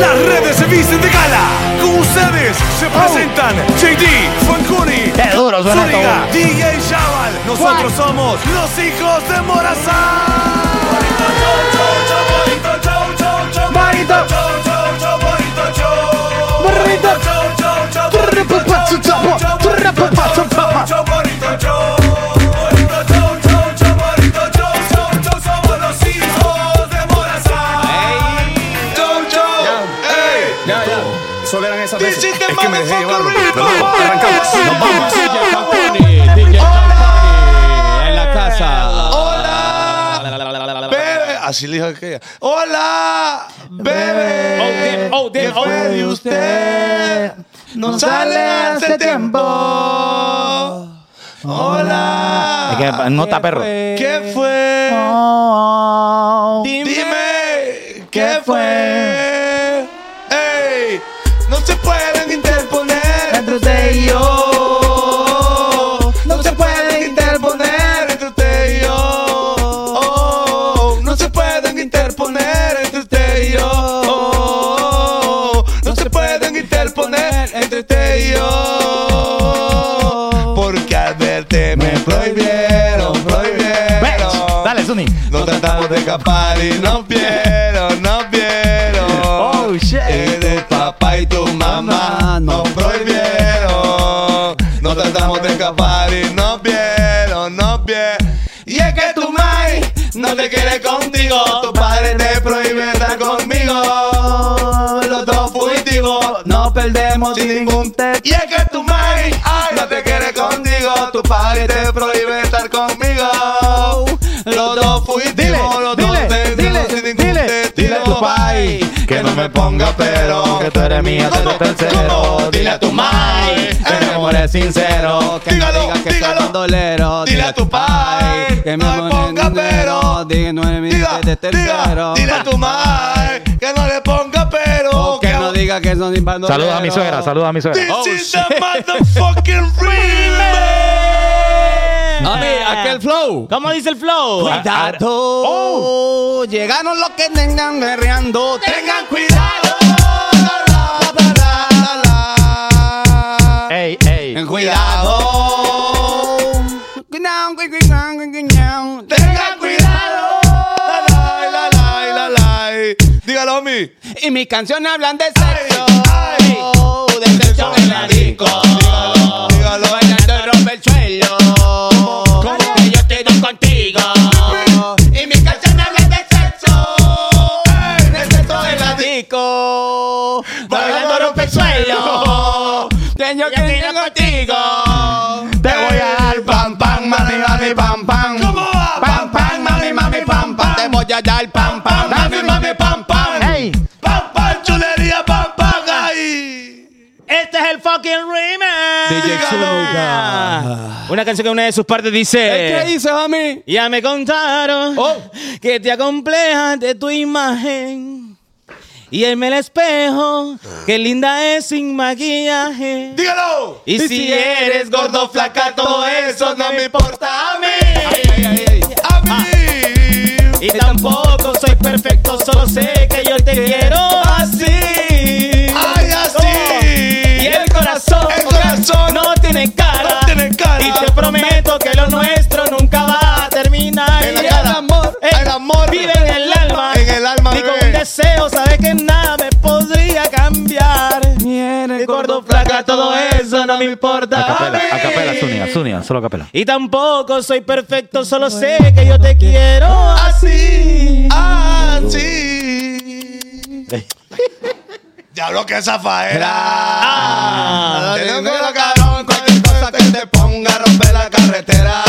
Las redes se visten de gala. Con ustedes se presentan JD, Fancuni, Oh. Qué duro suena Zúñiga, DJ Chaval. Nosotros somos los hijos de Morazán. Bonito. Bonito. Ya, ya. Solo eran esas veces. Dice que Es que me dejé llevar. motherfucker rico. Pero vamos, arrancamos. Nos vamos. DJ Fanconi, DJ Fanconi, en la casa. Hola, bebé. Así le dijo aquella. Hola, bebé. Oh, damn, oh, damn, ¿Qué fue oh. de usted? No sale hace tiempo. Es Hola. que nota, perro. ¿Qué fue? Oh, Dime, ¿qué fue? Ey, no se pueden interponer entre usted y yo. No se pueden interponer entre usted y yo. Oh, no se pueden interponer entre usted y yo. Oh, no se pueden interponer entre usted y yo. Porque al verte me prohibieron, prohibieron. Bitch. Dale, Zuni. No tratamos de escapar y no vieron, no vieron. Oh, shit. Ah, Y de papá y tu mamá nos prohibieron. No tratamos de escapar y no vieron, no vieron. Y es que tu mãe no te quiere contigo. Tu padre te prohíbe estar conmigo. Los dos fugitivos nos perdemos sin ningún te. Y es que tu mãe ay, no te quiere contigo. Tu padre te prohíbe estar conmigo. Los dos fugitivos Dile, los dile, dos te- dile, sin ningún dile. te- Dile a tu pai que no me ponga pero Que tú eres mía desde ¿Cómo? tercero. ¿Cómo? Dile a tu mai. Que Eh. mi amor es sincero. Que me Dígalo, digas que soy dígalo. bandolero. Dile a tu pai, pai, Que me no le ponga ponga pero. pero. Diga no es mi Diga, de diga, tercero. dile a tu mai que no le ponga pero. O Que no diga que son bandoleros. Saludos a mi suegra, saludos a mi suegra. This Oh, is the motherfucking remix. Mami, aquel flow. ¿Cómo dice el flow? Ah, Cuidado. Llegaron los que tengan guerreando. Tengan cuidado. la, la, la, la, la. Ey, ey. Cuidado. Cuidado, cuidado, cuidado. Tengan cuidado. La, la, la, la, la, la. Dígalo, mi. Y mis canciones hablan de sexo. Oh, Ay, de sexo en la disco. Dígalo, dígalo. Bailando rompe el suelo. Que yo estoy contigo. Oh. Y mis canciones hablan de sexo. De sexo en la disco. Bailando rompe el suelo. Que yo estoy contigo. Te voy a dar Pam, pam, mami, mami, pam, pam. ¿Cómo va? Pam, pam, mami, mami, pam, pam. Te voy a dar pam, pam, mami, mami, pam, pam. Ey. Pam, pam, chulería, pam, pam, ay. Este es el fucking remix. DJ Zuluga. Una canción que en una de sus partes dice. ¿Qué dices, mami? Ya me contaron Oh. que te acomplejas de tu imagen. Y en el espejo, que linda es sin maquillaje. Dígalo. Y si eres gordo, flaca, todo eso no me importa a mí. A mí. Y tampoco soy perfecto, solo sé que yo te quiero así. Ay, así. Ah. Y el corazón, El corazón no tiene cara. no tiene cara. Y te prometo que lo nuestro nunca va a terminar. En la Y cara. el amor, eh, El amor. vive en el alma. En el alma, Y con bebé. un deseo, sabes que nada me podría cambiar. Ni eres El gordo, flaca, todo eso no me importa. Acapela, a mí. acapela, Zunia, Zunia, solo acapela. Y tampoco soy perfecto, solo sé que yo te quiero así. Así. Diablo, que zafaera. Te tengo la carón, cualquier cosa que te ponga rompe la carretera.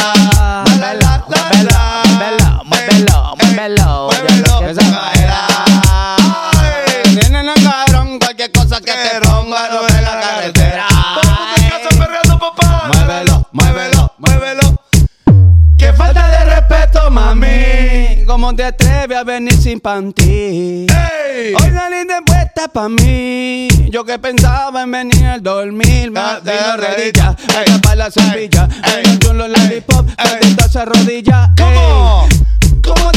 La, la, la, la, la. Muévelo, muévelo, Ey, ey, muévelo. muévelo, que zafaera. Ay, Tienen el cabrón cualquier cosa que que te rompa, ponga rompe la carretera. Todo el mundo en casa perreando, papá. Muévelo, muévelo, muévelo. Qué falta de respeto, mami. Mami, ¿cómo te atreves a venir sin panty? Ey. Hoy saliste puesta pa' mí. Yo que pensaba en venir al dormir. Me Ah, di la ah, rodilla. rodilla, Ey, me para la ey, sombrilla. ey, Me dio los ey, lollipop, ey. me esa rodilla. ¿Cómo? ¿Cómo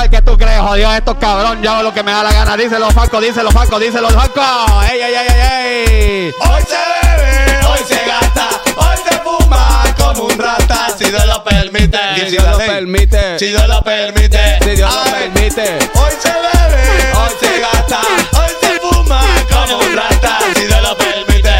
Ay, ¿qué tú crees? Jodió estos cabrón. Yo hago lo que me da la gana. Díselo, Franco, díselo, Franco, díselo, Franco. Ey, ey, ey, ey, ey. Hoy se bebe, hoy se gasta, hoy se fuma como un rata. Si Dios lo permite, Si Dios lo permite. Si Dios lo permite, Si Dios lo Ay, permite. Hoy se bebe, hoy se gasta, hoy se fuma como un rata. Si Dios lo permite,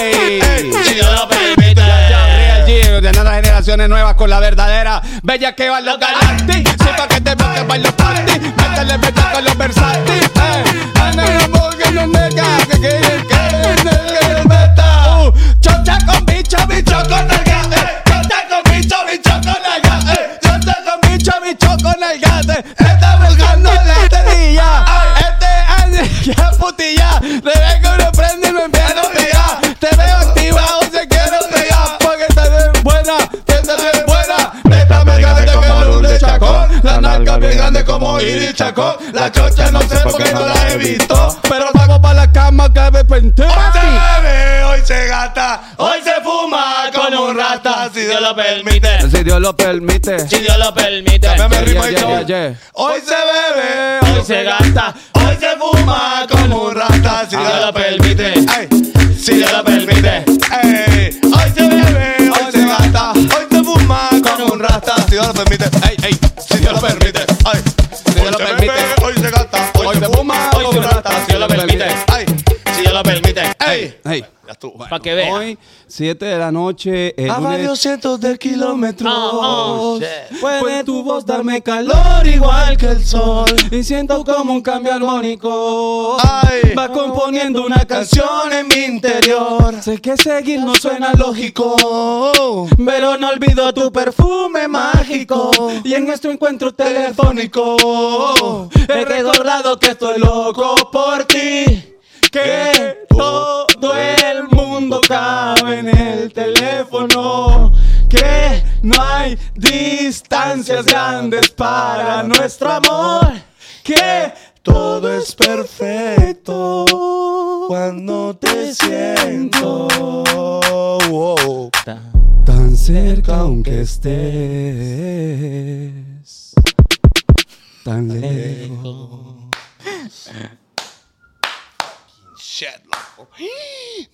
Ey. si Dios lo permite. Real G, ordenando las generaciones nuevas con la verdadera bella que van los galantes. Sepa que te bloquea para los party, métele pecho con los versantes. Ey, Anda en la boca y no nega, que quiere que le meta. Uh, Chocha con bicho, bicho con nalga. eh. Chocha con bicho, bicho con nalga. eh. Chocha con bicho, bicho con nalga. eh. Está volcando la tenilla. Este año ya putilla. Te veo que uno prende y me empieza a tirar. Te veo activado, se quiero pegar. Porque te ves buena, te ves buena. Esta me grande como el de chacón. La narca bien grande como Iris Chacón. La chocha no sé por qué no la he visto. Pero pago para la cama que de repente. Hoy se bebe, hoy se gasta, hoy se fuma como un rata. Si Dios lo permite, Si Dios lo permite. si Dios lo permite. Cámbiame el ritmo y Yeah, yeah, todo. yeah, yeah. Hoy se bebe, hoy se gasta, hoy se fuma como un rata. Si Dios lo permite, ay, si Dios lo permite. Ay. Hoy se bebe, hoy se gasta, hoy se fuma como un rata. Si Dios lo permite, ay, ay, si Dios lo permite, ay. Si Dios lo permite, hoy se gasta, hoy se fuma como un rata. Si Dios lo permite, ay, si Dios lo permite, ay. Hey, Ya estuvo. Para que vean. hoy, 7 de la noche, el A varios lunes, cientos de kilómetros Oh, oh, shit. puede tu voz darme calor Flor igual que el sol y siento como un cambio armónico. Ay. Va componiendo una canción. Canción en mi interior Sé que seguir no suena lógico, Lógico pero no olvido tu perfume mágico. Y en nuestro encuentro telefónico, he recordado que estoy loco por ti. Que todo el mundo cabe en el teléfono. Que no hay distancias grandes para nuestro amor. Que todo es perfecto Cuando te siento Wow. tan cerca aunque estés tan lejos. Shit, loco.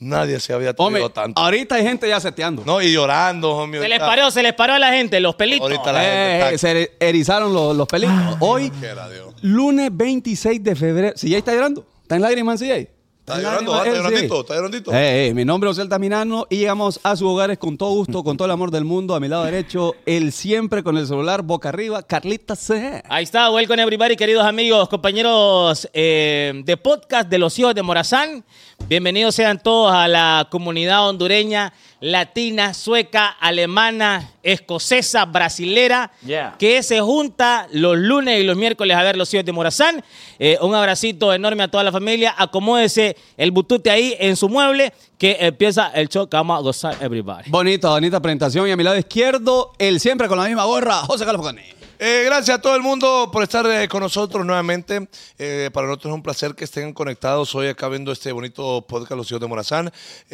Nadie se había Hombre, atrevido tanto ahorita hay gente ya seteando. No, y llorando, homie Se les paró, se les paró a la gente, los pelitos. Ahorita la Eh, gente está Ah. se er- erizaron los, los pelitos. Hoy, Quiera Dios. lunes 26 de febrero. Si ya está llorando, está en lágrimas, si Está llorando, ah, está llorandito, está llorandito Eh, eh, mi nombre es Osel Taminano y llegamos a sus hogares con todo gusto, con todo el amor del mundo. A mi lado derecho, el siempre con el celular boca arriba, Carlita C. Ahí está, welcome everybody, queridos amigos, compañeros eh, de podcast de los hijos de Morazán. Bienvenidos sean todos a la comunidad hondureña, latina, sueca, alemana, escocesa, brasilera, Yeah. que se junta los lunes y los miércoles a ver los hijos de Morazán. Eh, un abracito enorme a toda la familia. Acomódese el butute ahí en su mueble que empieza el show que vamos a gozar everybody. Bonita, bonita presentación. Y a mi lado izquierdo, el siempre con la misma gorra, José Carlos Focani. Eh, gracias a todo el mundo por estar eh, con nosotros nuevamente. Eh, para nosotros es un placer que estén conectados hoy acá viendo este bonito podcast Los Hijos de Morazán.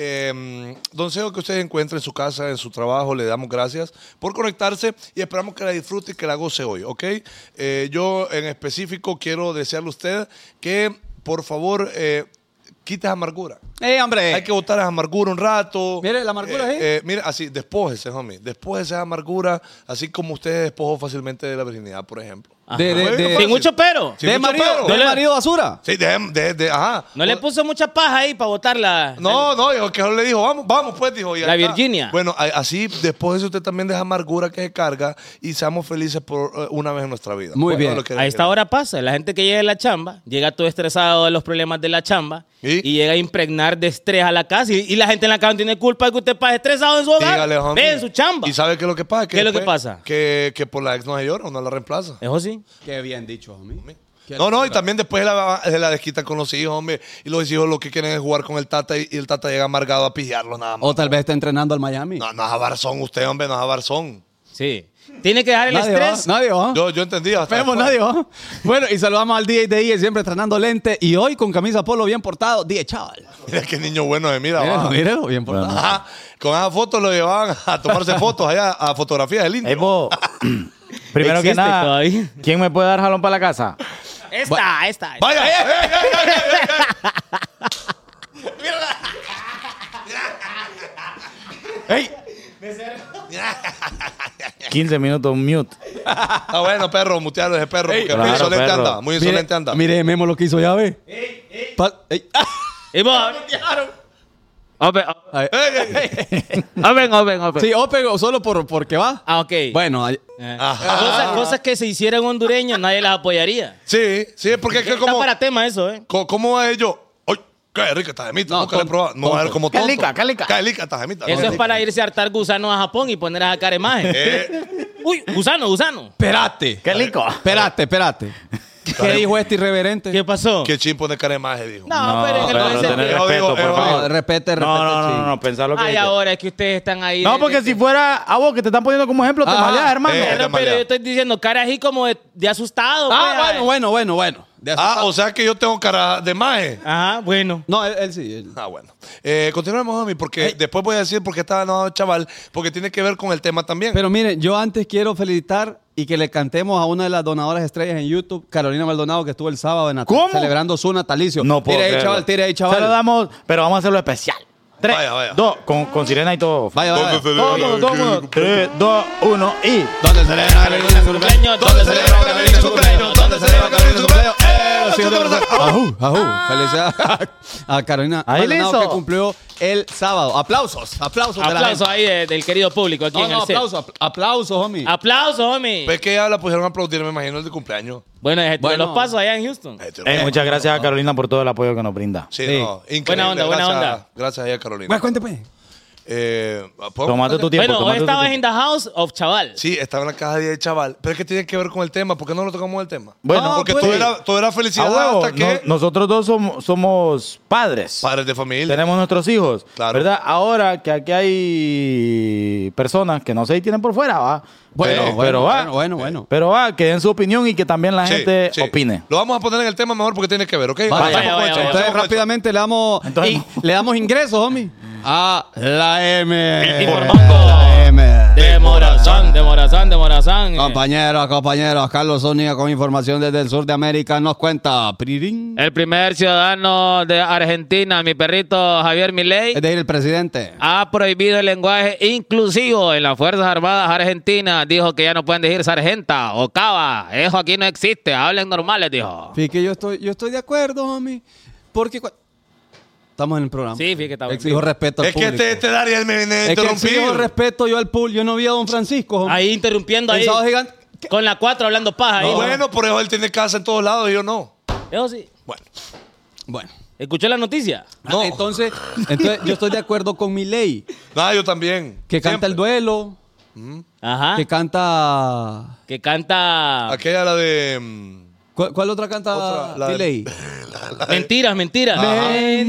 Eh, don Seo, que ustedes encuentren en su casa, en su trabajo, le damos gracias por conectarse y esperamos que la disfrute y que la goce hoy, ¿ok? Eh, yo en específico quiero desearle a usted que, por favor, eh, quite esa amargura. ¡Eh, hombre! Hay que botar esa amargura un rato. Mire, la amargura Eh, ahí. eh, mire, así, despójese, homie. Despójese esa amargura, así como usted despojó fácilmente de la virginidad, por ejemplo. De- de- Fue bien de- fácil. Ah, Sin mucho pero. Sí, de mucho marido, pelo. de No le- marido basura. pues? Sí, de, de- de- ajá. No le puso mucha paja ahí para botar la... No, no, dijo que no le dijo, vamos, vamos, pues, dijo. y ahí La está. Virginia. Bueno, a- así, después usted también deja amargura que se carga y seamos felices por eh, una vez en nuestra vida. Muy Bueno, bien. lo que- A esta hora pasa, la gente que llega de la chamba, llega todo estresado de los problemas de la chamba ¿Y? y, llega a impregnar de estrés a la casa y, y la gente en la casa no tiene culpa de que usted pase estresado en su hogar. Dígale, homie. Ve en su chamba. ¿Y sabe qué es lo que pasa? ¿Qué es lo que después- pasa? Que, que por la ex no se llora, uno la reemplaza. Eso sí. Qué bien dicho, homie. No, no, y también después se la, se la desquitan con los hijos, hombre. Y los hijos lo que quieren es jugar con el tata y, y el tata llega amargado a pillarlo nada más. O tal vez está entrenando al Miami. No, no es avarzón usted, hombre, no es avarzón. Sí. Tiene que dejar el nadie estrés. va, nadie va. Yo, yo entendí. hasta Esperemos, después. nadie va. Bueno, y saludamos al DJ de IE, siempre estrenando lente. Y hoy con camisa polo bien portado, DJ chaval. Mira qué niño bueno de mira. Míralo, va. míralo, bien portado. Ajá. Con esas fotos lo llevaban a tomarse fotos allá, a fotografías del Ey, indio. vos, Primero que Existe nada, todavía. ¿quién me puede dar jalón para la casa? Esta, esta. esta. Vaya, eh, eh, eh, eh, eh, eh, eh. ¡Ey! 15 minutos mute. Está Ah, bueno, perro, mutealo ese perro, porque muy Claro, insolente perro. anda, muy insolente anda. eh, Mire, Memo lo que hizo ya, ve. Pa- ey. Y vos. Open, Ay. open, open, open. Sí, Open o solo por, porque va. Ah, ok. Bueno, ay- Eh. Ajá. Cosas, cosas que se hicieran hondureños, nadie las apoyaría. Sí, sí, porque es que Está como, para tema eso, ¿eh? co- ¿cómo va ello? ¡Ay, qué rica esta gemita! No, Nunca la he tonto, probado. No va a ver como tonto. Calica, calica. Calica esta gemita. Eso no, es para irse a hartar gusanos a Japón y poner a sacar imagen. Eh, Uy, gusano, gusano. espérate. ¡Qué rico! Espérate, espérate. ¿Qué Dale. dijo este irreverente? ¿Qué pasó? qué chimpo de caremaje, dijo. No, pero en el pero buen tener sentido. Yo respeto, digo, por eh, No, favor. repete, repete. No, no, no, no, no, pensá lo que Ay, dices. ahora es que ustedes están ahí. No, de- porque de- si fuera a vos que te están poniendo como ejemplo, te Ajá. malea, hermano. Eh, Pero, pero yo estoy diciendo cara así como de, de asustado. Ah, pues. bueno, bueno, bueno, bueno. De eso Ah, está- o sea que yo tengo cara de maje. Ah, Ajá, bueno. No, él, él sí. él- Ah, bueno. Eh, continuemos, homie, porque después voy a decir por qué estaba enojado el chaval, porque tiene que ver con el tema también. Pero miren, yo antes quiero felicitar y que le cantemos a una de las donadoras estrellas en YouTube, Carolina Maldonado, que estuvo el sábado en Natal- ¿Cómo? celebrando su natalicio. No puedo Tire ahí, creerlo. chaval, tire ahí, chaval. Se lo damos, pero vamos a hacerlo especial. Tres, Vaya, vaya. dos, con, con sirena y todo. Vaya, vaya. ¿Dónde Todo, todo, todo, todo. Tres, dos, uno y... ¿Dónde celebra Carolina su cumpleaños? ¿Dónde celebra Carolina su cumpleaños? ¿Dónde celebra Carolina su cumpleaños? ¡Eh! Sí, ¿dónde ¿dónde- celebra? Ajú, ajú. Ah. Felicidades a Carolina Ahí le Maldonado, hizo. que cumplió el sábado. Aplausos, aplausos. de la Aplausos gente. ahí de- del querido público aquí No, en no, el set. aplausos, apl- aplausos, homie. Aplausos, homie. Pues que ya la pusieron a aplaudir, me imagino, el de cumpleaños. Bueno, gente, Bueno. los pasos allá en Houston. Este, Eh, eh, muchas gracias a Carolina por todo el apoyo que nos brinda. Sí, Sí. no, increíble. Buena onda, buena gracias, onda. Gracias a ella, Bueno, Carolina. cuénteme. Eh, ¿puedo? Tomate tu tiempo, bueno, hoy tomate tu estabas en tiempo. the house of chaval. Sí, estaba en la caja de chaval. Pero es que tiene que ver con el tema. ¿Por qué no lo tocamos el tema? Bueno, porque pues, todo, sí. era, todo era A felicidad huevo, hasta que... no- nosotros dos somos, somos padres. Padres de familia. Tenemos nuestros hijos, Claro. ¿verdad? Ahora que aquí hay personas que no se tienen por fuera, va. Bueno, pero, bueno, pero va. bueno, bueno, bueno. Pero va, que den su opinión y que también la Sí, gente sí. opine. Lo vamos a poner en el tema mejor porque tiene que ver, ¿ok? pues, Empezamos vaya, con vaya, esto, vaya. empezamos pues, Entonces con esto. rápidamente le damos, Entonces, in- le damos ingresos, homie, a la M. Informanco. La M. De Morazán, de Morazán, de Morazán. Compañeros, compañeros, Carlos Zúñiga con información desde el sur de América nos cuenta. Prirín. El primer ciudadano de Argentina, mi perrito Javier Milei, Es decir, el presidente. ha prohibido el lenguaje inclusivo en las Fuerzas Armadas Argentinas. Dijo que ya no pueden decir sargenta o cava. Eso aquí no existe. Hablen normales, dijo. Fíjate que yo estoy, yo estoy de acuerdo, homie, porque cua- estamos en el programa. Sí, fíjate que estamos en Exijo vivo. respeto al Es que público. este, este Dariel me viene a es que interrumpir. exijo respeto yo al público. Yo no vi a don Francisco, homie. Ahí interrumpiendo ahí. Pensado gigante. ¿Qué? Con la cuatro hablando paja ahí. Bueno, por eso él tiene casa en todos lados y yo no. Eso sí. Bueno, Bueno. ¿Escuchó la noticia? No. Ah, entonces, entonces, yo estoy de acuerdo con mi ley, nada, yo también. que canta Siempre. el duelo, Ajá. que canta... Que canta Ah. Aquella la de... mm, ¿Cuál, cuál otra canta Otra, la mi de- ley? mentiras, mentiras.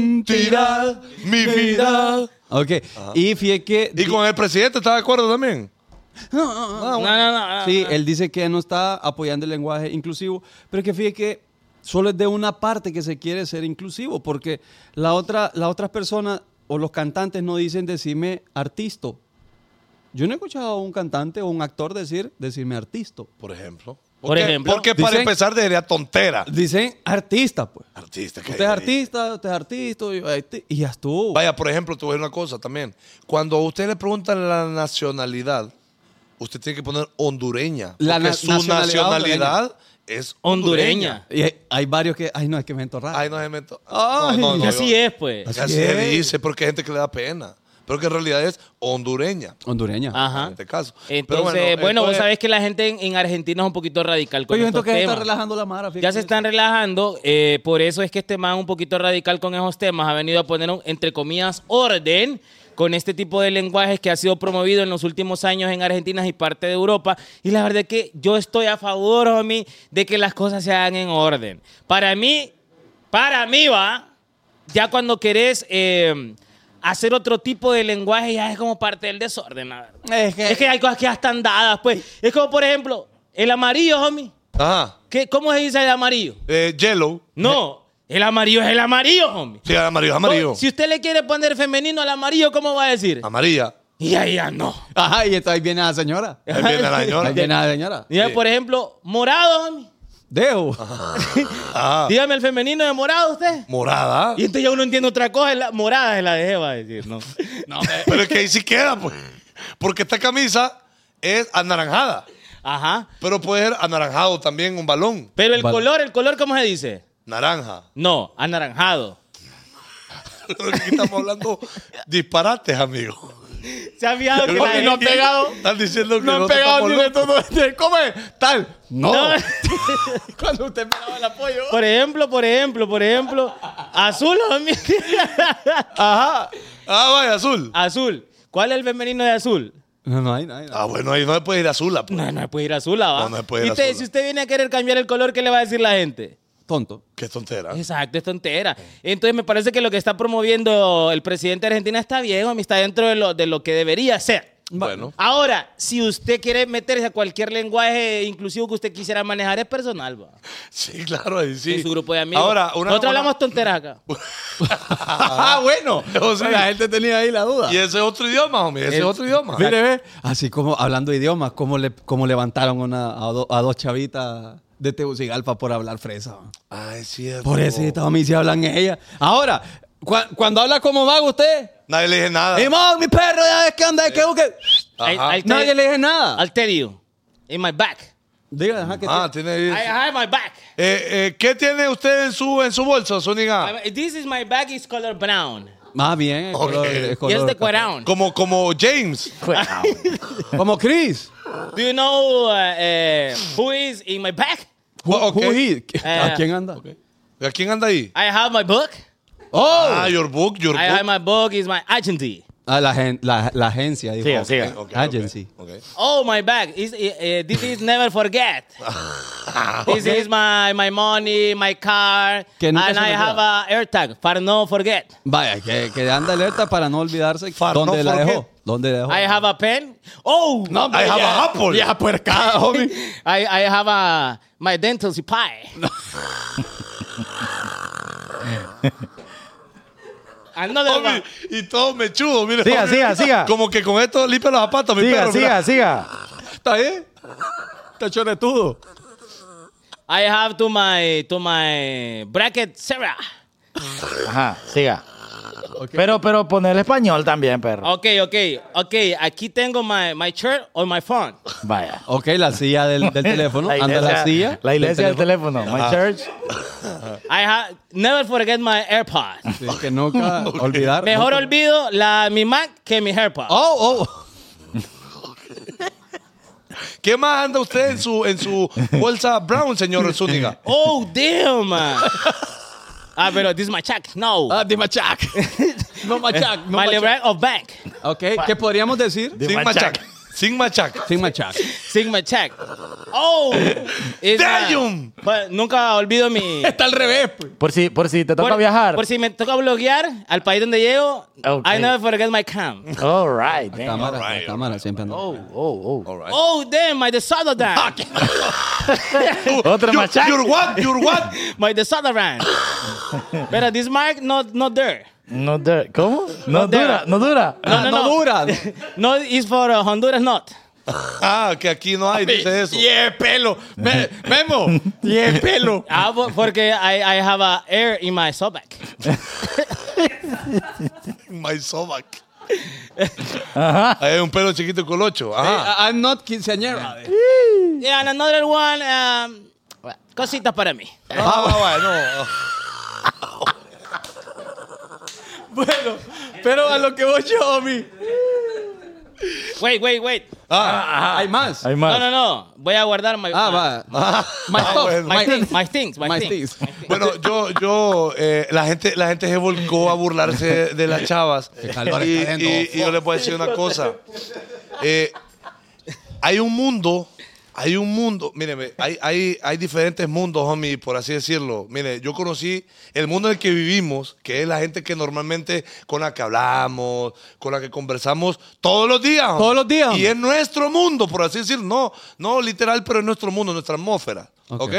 Mentira, mi vida. Ok, y fíjate que... Y Ah, con el presidente, ¿está de acuerdo también? No, no, no. Sí, él dice que no está apoyando el lenguaje inclusivo, pero que fíjate que solo es de una parte que se quiere ser inclusivo, porque la otra, las otras personas o los cantantes no dicen decirme artista. Yo no he escuchado a un cantante o un actor decir decirme artista. Por ejemplo. Por Porque- ejemplo. Porque para Dicen- empezar diría tontera. Dicen artista, pues. Artista. que- Usted es artista, usted es artista, yo- arti- y ya estuvo. Vaya, por ejemplo, te voy a decir una cosa también. Cuando a usted le preguntan la nacionalidad, usted tiene que poner hondureña. La porque na- su nacionalidad nacionalidad es hondureña. Hondureña. Y hay, hay varios que, ay no, es que me entro raro. Ay, no se meto. Ay, no, no, no, Y así yo- es, pues. Así Así se es. dice, porque hay gente que le da pena. Pero que en realidad es hondureña. Hondureña. Ajá. En este caso. Pero Entonces, bueno, vos entonces- sabés que la gente en, en Argentina es un poquito radical con Pues yo siento estos que se está temas. relajando la mara. fíjate. Ya se están relajando, eh, por eso es que este man un poquito radical con esos temas ha venido a poner, un- entre comillas, orden con este tipo de lenguajes que ha sido promovido en los últimos años en Argentina y parte de Europa. Y la verdad que yo estoy a favor, homie, de que las cosas se hagan en orden. Para mí, para mí va, ya cuando querés eh, hacer otro tipo de lenguaje, ya es como parte del desorden, la verdad. Es que- Es que hay cosas que ya están dadas, pues. Es como, por ejemplo, el amarillo, homie. Ajá. ¿Qué- ¿Cómo se dice el amarillo? Eh, yellow. No, el amarillo es el amarillo, homie. Sí, amarillo, amarillo. Si usted le quiere poner femenino al amarillo, ¿cómo va a decir? Amarilla. Ah. Y allá no. Ajá, y entonces ahí viene la señora. Ahí viene la Ahí señora. viene la señora. Dígame, Sí. por ejemplo, morado, mami. Dejo. Ah, Dígame el femenino de morado usted. morada. Y entonces ya uno entiende otra cosa, es la morada es la de va a decir, ¿no? No, hombre. Pero es que ahí sí queda, pues. Porque esta camisa es anaranjada. Ajá. Pero puede ser anaranjado también un balón. Pero el Vale. color, el color, ¿cómo se dice? Naranja. No, anaranjado. Aquí estamos hablando disparates, amigo. Se ha fijado que la Porque no han gente- pegado. Están diciendo que No han nosotros pegado estamos ni de locos. todo. de- ¿Cómo es? Tal. No. No. Cuando usted me daba el apoyo. Por ejemplo, por ejemplo, por ejemplo, azul, mami. Ajá. Ah, vaya, azul. azul. ¿Cuál es el femenino de azul? No, no hay, no hay. no hay. Ah, bueno, ahí no se puede ir azul. ah, pues. No, no se puede ir azul, ¿ah, va. No, no se puede ir Y usted, azul. si usted viene a querer cambiar el color, ¿qué le va a decir la gente? Tonto. Qué tontera. Exacto, es tontera. Entonces me parece que lo que está promoviendo el presidente de Argentina está bien, homie, está dentro de lo, de lo que debería ser. Bueno. Ahora, si usted quiere meterse a cualquier lenguaje inclusivo que usted quisiera manejar, es personal, va. Sí, claro, ahí sí. En su grupo de amigos. Ahora, una, Nosotros una- hablamos tonteras acá. Ajá, Ah, bueno. Eso sí. La gente tenía ahí la duda. Ah. Y ese es otro idioma, homie. Ese El- es otro idioma. Mire, ve, así como hablando de idiomas, cómo, le, cómo levantaron una- a, do- a dos chavitas de Tegucigalpa por hablar fresa. man. Ah, es cierto. Pobrecita, a mí sí hablan ella. Ahora, cua- cuando habla como vago usted, Nadie le dice nada. ¡Limón, mi perro, ya ves que anda, que busque! Ajá. Al- al- Nadie le dice nada. I'll tell you. In my back. Diga, ajá, que Ah, te- tiene I have my back. Eh, eh, ¿Qué tiene usted en su, en su bolso, Zúñiga? I'm- This is my back is color brown. Más bien, el Ok. color- el Y es Y es color- de cuarown. Como, como James. Como Chris. Do you know uh, eh, who is in my back? Who- Ok. who he- ¿A Eh, quién anda? ¿A quién anda ahí? I have my book. ¡Oh! Ah, your book, your I book. have my book is my agency. Ah, la, gen- la, la agencia. dijo. Siga, siga. Ok, ok, Agency. ok. Oh, my back is eh, eh, this is never forget. this is my my money, my car, Que and nunca se I olvida. have a AirTag for no forget. Vaya, que, que anda alerta para no olvidarse Far- dónde no la forget. dejó. ¿Dónde la dejó? I have a pen. Oh, No, hombre, I have ya- a apple. Ya puercada, homie. I I have a my dental supply. Another Homie, one. y todo mechudo, mire. Siga, homie. siga, siga. Como que con esto limpia los zapatos, mi Siga, perro. siga, mira. siga. ¿Está bien? Está choretudo. I have to my to my bracket Sarah. Ajá, siga. Pero, pero poner español también, perro. Ok, ok, ok. Aquí tengo my, my shirt or my phone. Vaya. Ok, la silla del, del teléfono. Anda la silla. La iglesia del teléfono. My church. I have never forget my AirPods. Sí, que nunca olvidar. Mejor No- olvido la mi Mac que mi AirPods. Oh, oh. ¿Qué más anda usted en su, en su bolsa brown, señor Zúñiga? Oh, damn. ah, pero this is my check. No. Ah, de machac. No machac. No my machac. libret of bank. Ok, ¿qué podríamos decir? Di- Sin machaca. machaca. Sin machaca. Sin machac. Sigma check. Oh. it's, uh, Damn. but nunca olvido mi... Está al revés. pues. Por si, por si te toca Por- viajar. Por si me toca bloguear al país donde llego, Ok. I never forget my cam. All right. damn. Cámara, All right, la cámara siempre anda. Oh, oh, oh. Oh, damn, my desodorant. Otra Your- machaca. Your what, your what. My desodorant. Pero this mark not not there. No dura. ¿Cómo? No there. dura, no dura. No, no, no. dura. No is for uh, Honduras not. Ah, que aquí no hay, dice eso. Y es pelo. Me- Memo. Y es pelo. Ah, bo- porque I, I have a air in my stomach. My stomach. Ahí hay un pelo chiquito y colocho. Ajá. Eh, I'm not quinceañera. Yeah, and another one um, cositas para mí. Ah, va, va, no. Bueno, pero a lo que voy yo, homie. Wait, wait, wait. Ah, hay más. Hay No, más. no, no. Voy a guardar my Ah, va. My Ah, stuff. bueno. my, My things, things. my things, my, My things. things. Bueno, yo, yo, eh, la gente, la gente se volcó a burlarse de las chavas. calor y, está haciendo. y- y yo les voy a decir una cosa. Eh, hay un mundo, hay un mundo, míreme, hay, hay, hay diferentes mundos, homie, por así decirlo. Mire, yo conocí el mundo en el que vivimos, que es la gente que normalmente con la que hablamos, con la que conversamos todos los días. homie. Todos los días, Y homie. es nuestro mundo, por así decirlo. No, no literal, pero es nuestro mundo, nuestra atmósfera. Ok. ¿ok?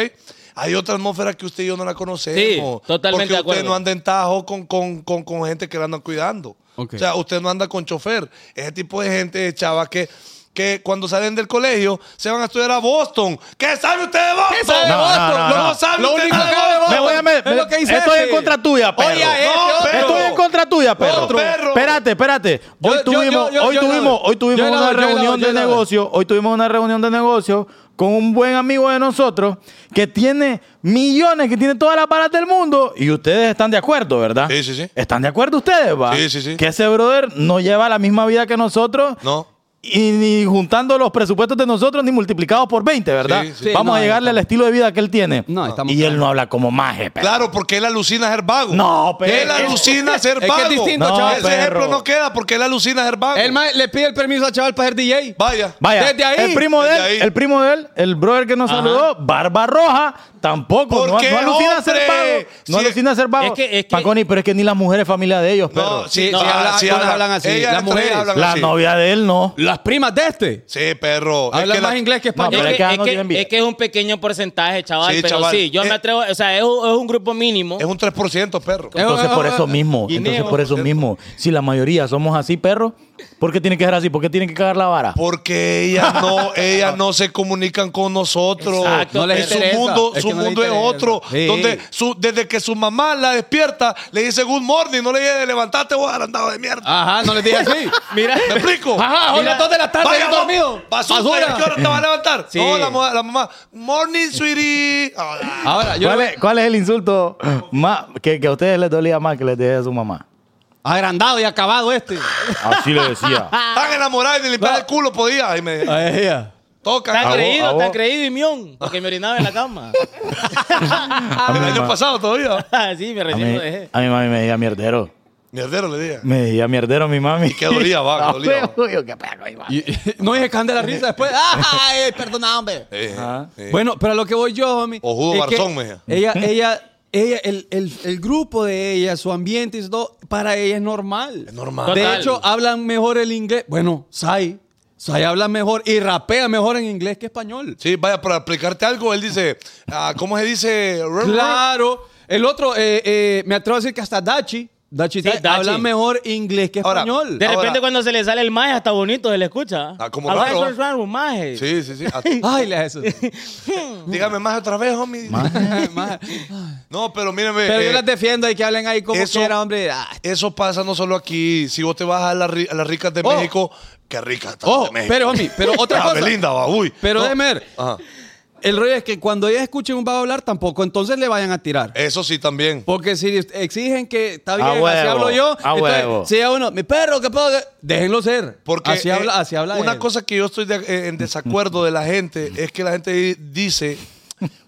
hay otra atmósfera que usted y yo no la conocemos. Sí, totalmente Porque de acuerdo. usted no anda en tajo con, con, con, con gente que la andan cuidando. Ok. O sea, usted no anda con chofer. Ese tipo de gente, de chavas que, que cuando salen del colegio se van a estudiar a Boston. ¿Qué sabe usted de Boston? sabe No, Boston? no, no, Luego no. sabe Lo usted único de que- Boston. Me voy a me- Es lo que dice Estoy en ese. contra tuya, perro. Oye, a No, este perro. otro. Estoy en contra tuya, perro. Otro perro. Espérate, espérate. Yo- Hoy yo- tuvimos, yo- yo- hoy yo tuvimos, helado. hoy Yo tuvimos helado, una yo helado, reunión yo de helado. negocio. Hoy tuvimos una reunión de negocio con un buen amigo de nosotros que tiene millones, que tiene todas las balas del mundo. Y ustedes están de acuerdo, ¿verdad? Sí, sí, sí. ¿Están de acuerdo ustedes, va? Sí, sí, sí. Que ese brother no lleva la misma vida que nosotros. No. Y ni juntando los presupuestos de nosotros ni multiplicados por 20, ¿verdad? Sí, sí. Vamos Sí, a no, llegarle al estilo de vida que él tiene. No, estamos y él no habla como eh, maje, perro. Claro, porque él alucina ser vago. No, pero- Él alucina ser Es que es vago. distinto, No, chaval. Ese ejemplo perro. no queda porque él alucina ser vago. El mae le pide el permiso al chaval para ser DJ. Vaya. Vaya, Desde ahí. el primo de Desde él, ahí. el primo de él, el brother que nos Ajá. saludó, Barba Roja, tampoco, no, Porque, no alucina a ser hombre, vago, no si- alucina a ser vago. Es que- es que- Paconi, pero es que ni las mujeres familia de ellos, perro. No, sí, No, sí habla- habla- sí algunas habla- hablan así. Ellas entre Las ellas mujeres. hablan la así. novia de él no. Las primas de este. Sí, perro. Es Hablan que la- más inglés que No, español. Es Ah, pero que, es que es no que- tienen vida. es que es un pequeño porcentaje, chaval, Sí, pero chaval. sí, yo Eh, me atrevo, o sea, es un, es un grupo mínimo. Es un 3%, perro. Eh, Entonces eh, por eh, eso eh, mismo, Guineo, entonces por eso por mismo, si la mayoría somos así, perro, ¿por qué tiene que ser así? ¿Por qué tienen que cagar la vara? Porque ellas no, ellas no se comunican con nosotros. Exacto, No les pero- su interesa. mundo, Es su que no les mundo es interesa. otro. Sí. Donde su- desde que su mamá la despierta, le dice good morning, no le dice levantate vos agrandado de mierda. Ajá, no les dije así. Mira. ¿Me explico? Ajá, hoy a las 2 de la tarde Vaya, bien vos, dormido. Basura, Basura. ¿qué hora te vas a levantar? Sí. No, la, mo- la mamá. Morning, sweetie. Ah, Ahora, yo ¿Cuál, le es, cuál es el insulto más que, que a ustedes les dolía más que les dejé a su mamá? Agrandado y acabado este. Así le decía. Tan enamorada y ni Ah. limpiar el culo podía. Y me Ahí ya. toca. Ah, Tan vos, a creído, vos. tan creído y mión, porque me orinaba en la cama. A mi el año mamá- pasado todavía. Ah, sí, me a recién mí- lo dejé. a mi mami me decía mierdero. Mierdero le dije. Me decía mierdero mi mami. Que dolía, va, que Ah, dolía. va. huevo, yo, qué perro, Iván. Y- no dije que ande la risa después. ¡Ay, perdona, hombre! Eh, eh. Bueno, pero a lo que voy yo, homie. O Judo es que Barzón, me decía. Ella, ella, ella, el, el, el grupo de ella, su ambiente y todo, para ella es normal. Es normal. De Total. hecho, hablan mejor el inglés. Bueno, Sai. Sai habla mejor y rapea mejor en inglés que español. eh. Sí, vaya, para explicarte algo, él dice, ah, ¿cómo se dice? Claro. El otro, eh, eh, me atrevo a decir que hasta Dachi. Dachi, Sí, Dachi. Dachi. habla mejor inglés que Ahora, español. De Ahora- repente cuando se le sale el maje hasta bonito se le escucha. Ah, como Ahora raro. es raro, maje. Sí, sí, sí. Ah, Ay, le hace eso. Dígame más otra vez, homie. Ay, madre. No, pero mírame. Pero yo eh, las defiendo y que hablen ahí como eso- quiera, hombre. Ah, Eso pasa no solo aquí. Si vos te vas a, la ri- a las ricas de Oh. México, qué ricas están Ojo, de México. pero, homie, pero otra Ah, cosa. Belinda, va, uy. Pero No. déjeme ver. Ajá. El rollo es que cuando ellas escuchen un vago hablar, tampoco. Entonces le vayan a tirar. Eso sí también. Porque si exigen que está bien, así huevo, hablo yo. a huevo. Si a uno, mi perro, ¿qué puedo? Déjenlo ser. Porque así eh, habla, así habla. Una él. cosa que yo estoy de- eh, en desacuerdo de la gente es que la gente di- dice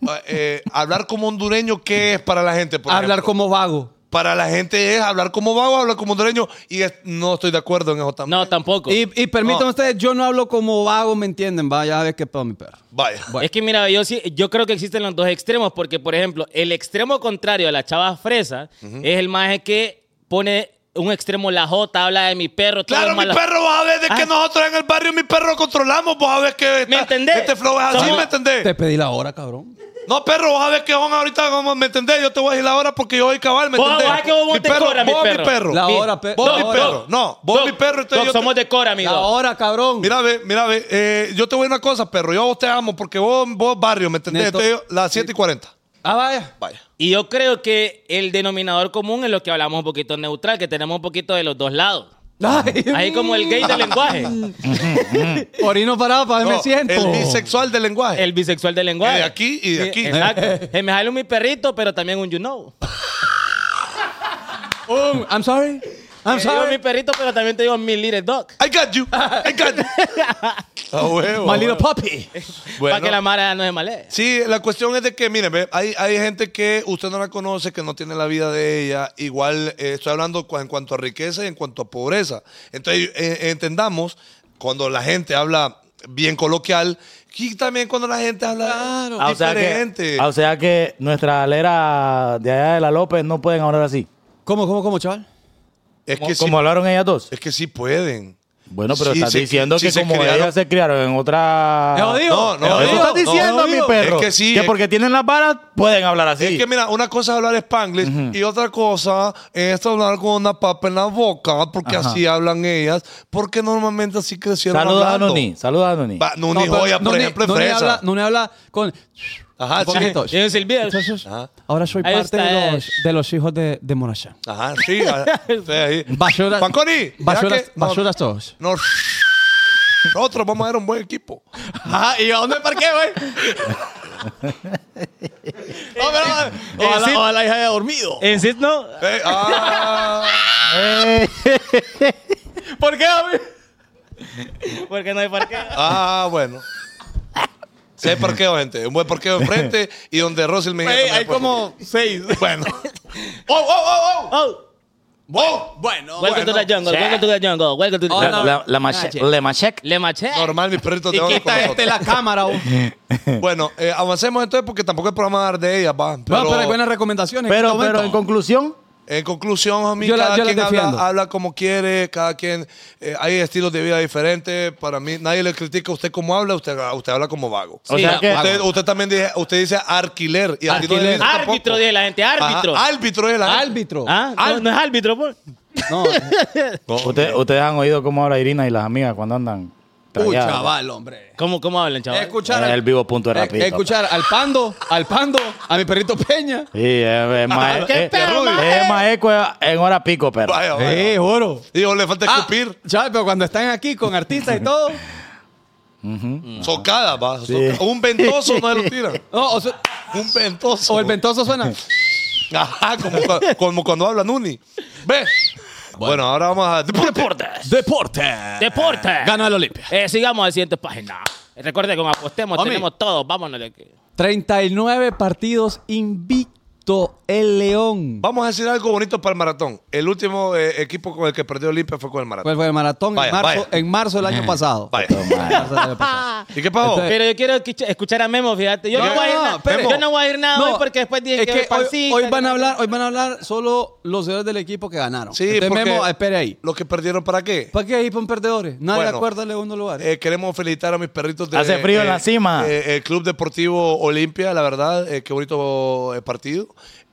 ah, eh, hablar como hondureño, ¿qué es para la gente? por Hablar ejemplo? como vago. Para la gente es hablar como vago, hablar como hondureño. Y es- no estoy de acuerdo en eso tampoco. No, tampoco. Y, y permítanme No. ustedes, yo no hablo como vago, ¿me entienden? Vaya a ver qué pedo mi perro. Vaya. Es que mira, yo sí, yo creo que existen los dos extremos, porque por ejemplo, el extremo contrario a las chavas fresas es el maje que pone un extremo la J, habla de mi perro, todo Claro, es mi malo. perro, vos sabés de que Ah. nosotros en el barrio, mi perro controlamos, vos sabés que ¿Me esta- entendés? este flow es así, Somos- ¿me entendés? Te pedí la hora, cabrón. No, perro, vos sabés que son ahorita, como, ¿me entendés? Yo te voy a decir la hora porque yo voy a cabal, ¿me Vos- entendés? vos sabés que vos te cobras, mi vos mi perro. perro. La hora, pe- Vos la mi hora. perro. No, vos Doc, mi perro, entonces Doc, yo te- somos de Cora, amigo. La hora, cabrón. Mira, ve, mira, ve, eh, yo te voy a una cosa, perro, yo a vos te amo porque vos, vos barrio, ¿me entendés? Neto. Entonces, yo, las 7 y 40. Ah, vaya. Vaya. Y yo creo que el denominador común es lo que hablamos un poquito neutral, que tenemos un poquito de los dos lados. Ay, Ahí como el gay del lenguaje, Orino parado para ver No, me siento. El bisexual del lenguaje. el bisexual del lenguaje. de aquí y de Sí, aquí. Exacto. Se me jala un mi perrito, pero también un you know. Um, I'm sorry. I'm Eh, Te digo mi sorry. perrito, pero también te digo mi little dog. I got you. I got you. Ah, huevo, My little huevo. puppy. Bueno. Para que la mara no se malee. Sí, la cuestión es de que, miren, ve, hay, hay gente que usted no la conoce, que no tiene la vida de ella. Igual eh, estoy hablando cu- en cuanto a riqueza y en cuanto a pobreza. Entonces, eh, entendamos, cuando la gente habla bien coloquial, y también cuando la gente habla Ah, o, sea diferente. que, ah, o sea que nuestra alera de allá de la López no pueden hablar así. ¿Cómo, cómo, cómo, chaval? es, que Como, sí, hablaron ellas dos. es que sí pueden. Bueno, pero Sí, estás se- diciendo sí que se como criaron. ellas se criaron en otra... Te odio. Ah, No, no, te no, Eso odio. estás diciendo, Te mi odio. perro. Es que sí, es- porque tienen las varas, pueden hablar así. Es que mira, una cosa es hablar spanglish y otra cosa es hablar con una papa en la boca, porque así hablan ellas, porque normalmente así crecieron Saludos a hablando. Noni. Saludos a Noni. Va, Nuni pero Joya, por Nuni- ejemplo, es Nuni fresa. habla- Nuni habla con... Ajá, un sí. poquito. Ah, Yo el video. Ajá. Ahora soy Ahí parte está, de eh. los, de los hijos de, de Morasha. Ajá, sí. ajá, sí, ahí. Basura- Fanconi, ¿verdad basuras- que- no, basuras todos. no, nosotros vamos a ver un buen equipo. Ajá, ¿y a dónde parqué, güey? No, pero, ojalá, sí. ojalá hija haya dormido. En sí, no. Eh, ah, ¿Por qué, güey? Porque no hay parqueo. ah, bueno. Sí, hay parqueo, gente. Un buen parqueo enfrente y donde Russell me pues, Güey, Hay como seis. Bueno. ¡Oh, oh, oh, oh! Oh, ¡Oh! Bueno, welcome to the jungle. Welcome to the jungle. Welcome to the Oh, La, jungle. no. la, la mache- le macheca. Le maché. Normal, mis perritos te van con quita nosotros. este la cámara, vos. Bueno, eh, avancemos entonces porque tampoco el programa va a dar de ellas, va. Pero, Bueno, pero hay buenas recomendaciones. Pero, este Momento. pero en conclusión, en conclusión, a mí Yo la- cada yo la quien habla, defiendo. habla como quiere, cada quien eh, hay estilos de vida diferentes. Para mí, nadie le critica a usted cómo habla, usted, usted habla como vago. o Sí, sea la- que Usted, usted también dice, usted dice alquiler y así no Alquiler. le dice tampoco. Árbitro, dije la gente. Ajá, Árbitro. árbitro de la Árbitro. Ah, no, no es árbitro, pues. No, usted- ustedes han oído cómo habla Irina y las amigas cuando andan. Uy, tragueadas. chaval, hombre. Eh, ¿Cómo, cómo hablan, chaval? Escuchar, Es al- el vivo punto de eh, rapidito. escuchar al pando, al pando, a mi perrito Peña. Sí, es, es más, ¿Qué es- perro, es más eco en hora pico, perro. Vaya, vaya. Eh, oro. Digo, le falta Ah, Ah, escupir. chaval, pero cuando están aquí con artistas y todo. Socada, va. soca- Un ventoso no lo tiran. No, o, su- Un ventoso. o el ventoso suena. Ajá, como, cua- como cuando habla Nuni. ¿Ves? Bueno, ahora vamos a. ¡Deportes! Deporte. Deporte. Gana el Olimpia. Eh, sigamos a la siguiente página. Recuerde que con apostemos Homie. tenemos todo. Vámonos de aquí. 39 partidos invicto el León. Vamos a decir algo bonito para el maratón. El último eh, equipo con el que perdió Olimpia fue con el maratón. ¿Cuál Pues fue el maratón? Vaya, en, marzo, vaya. en marzo del Eh, año pasado. Vaya. En marzo del año pasado. ¿Y qué pasó? Pues, Entonces- Pero yo quiero escucha- escuchar a Memo, fíjate. Yo no, No, voy a ir no, nada. espere. Yo no voy a ir nada hoy No, porque después dije es que, que hoy, pancita, hoy que- van a hablar, hoy van a hablar solo los seguidores del equipo que ganaron. Sí, Entonces, porque- Memo, espere ahí. ¿Los que perdieron para qué? ¿Para qué ir con perdedores? Nadie Bueno. acuerda el segundo lugar. Eh, queremos felicitar a mis perritos de. Hace frío en la cima. eh, el Club Deportivo Olimpia, la verdad, eh, qué bonito eh, partido.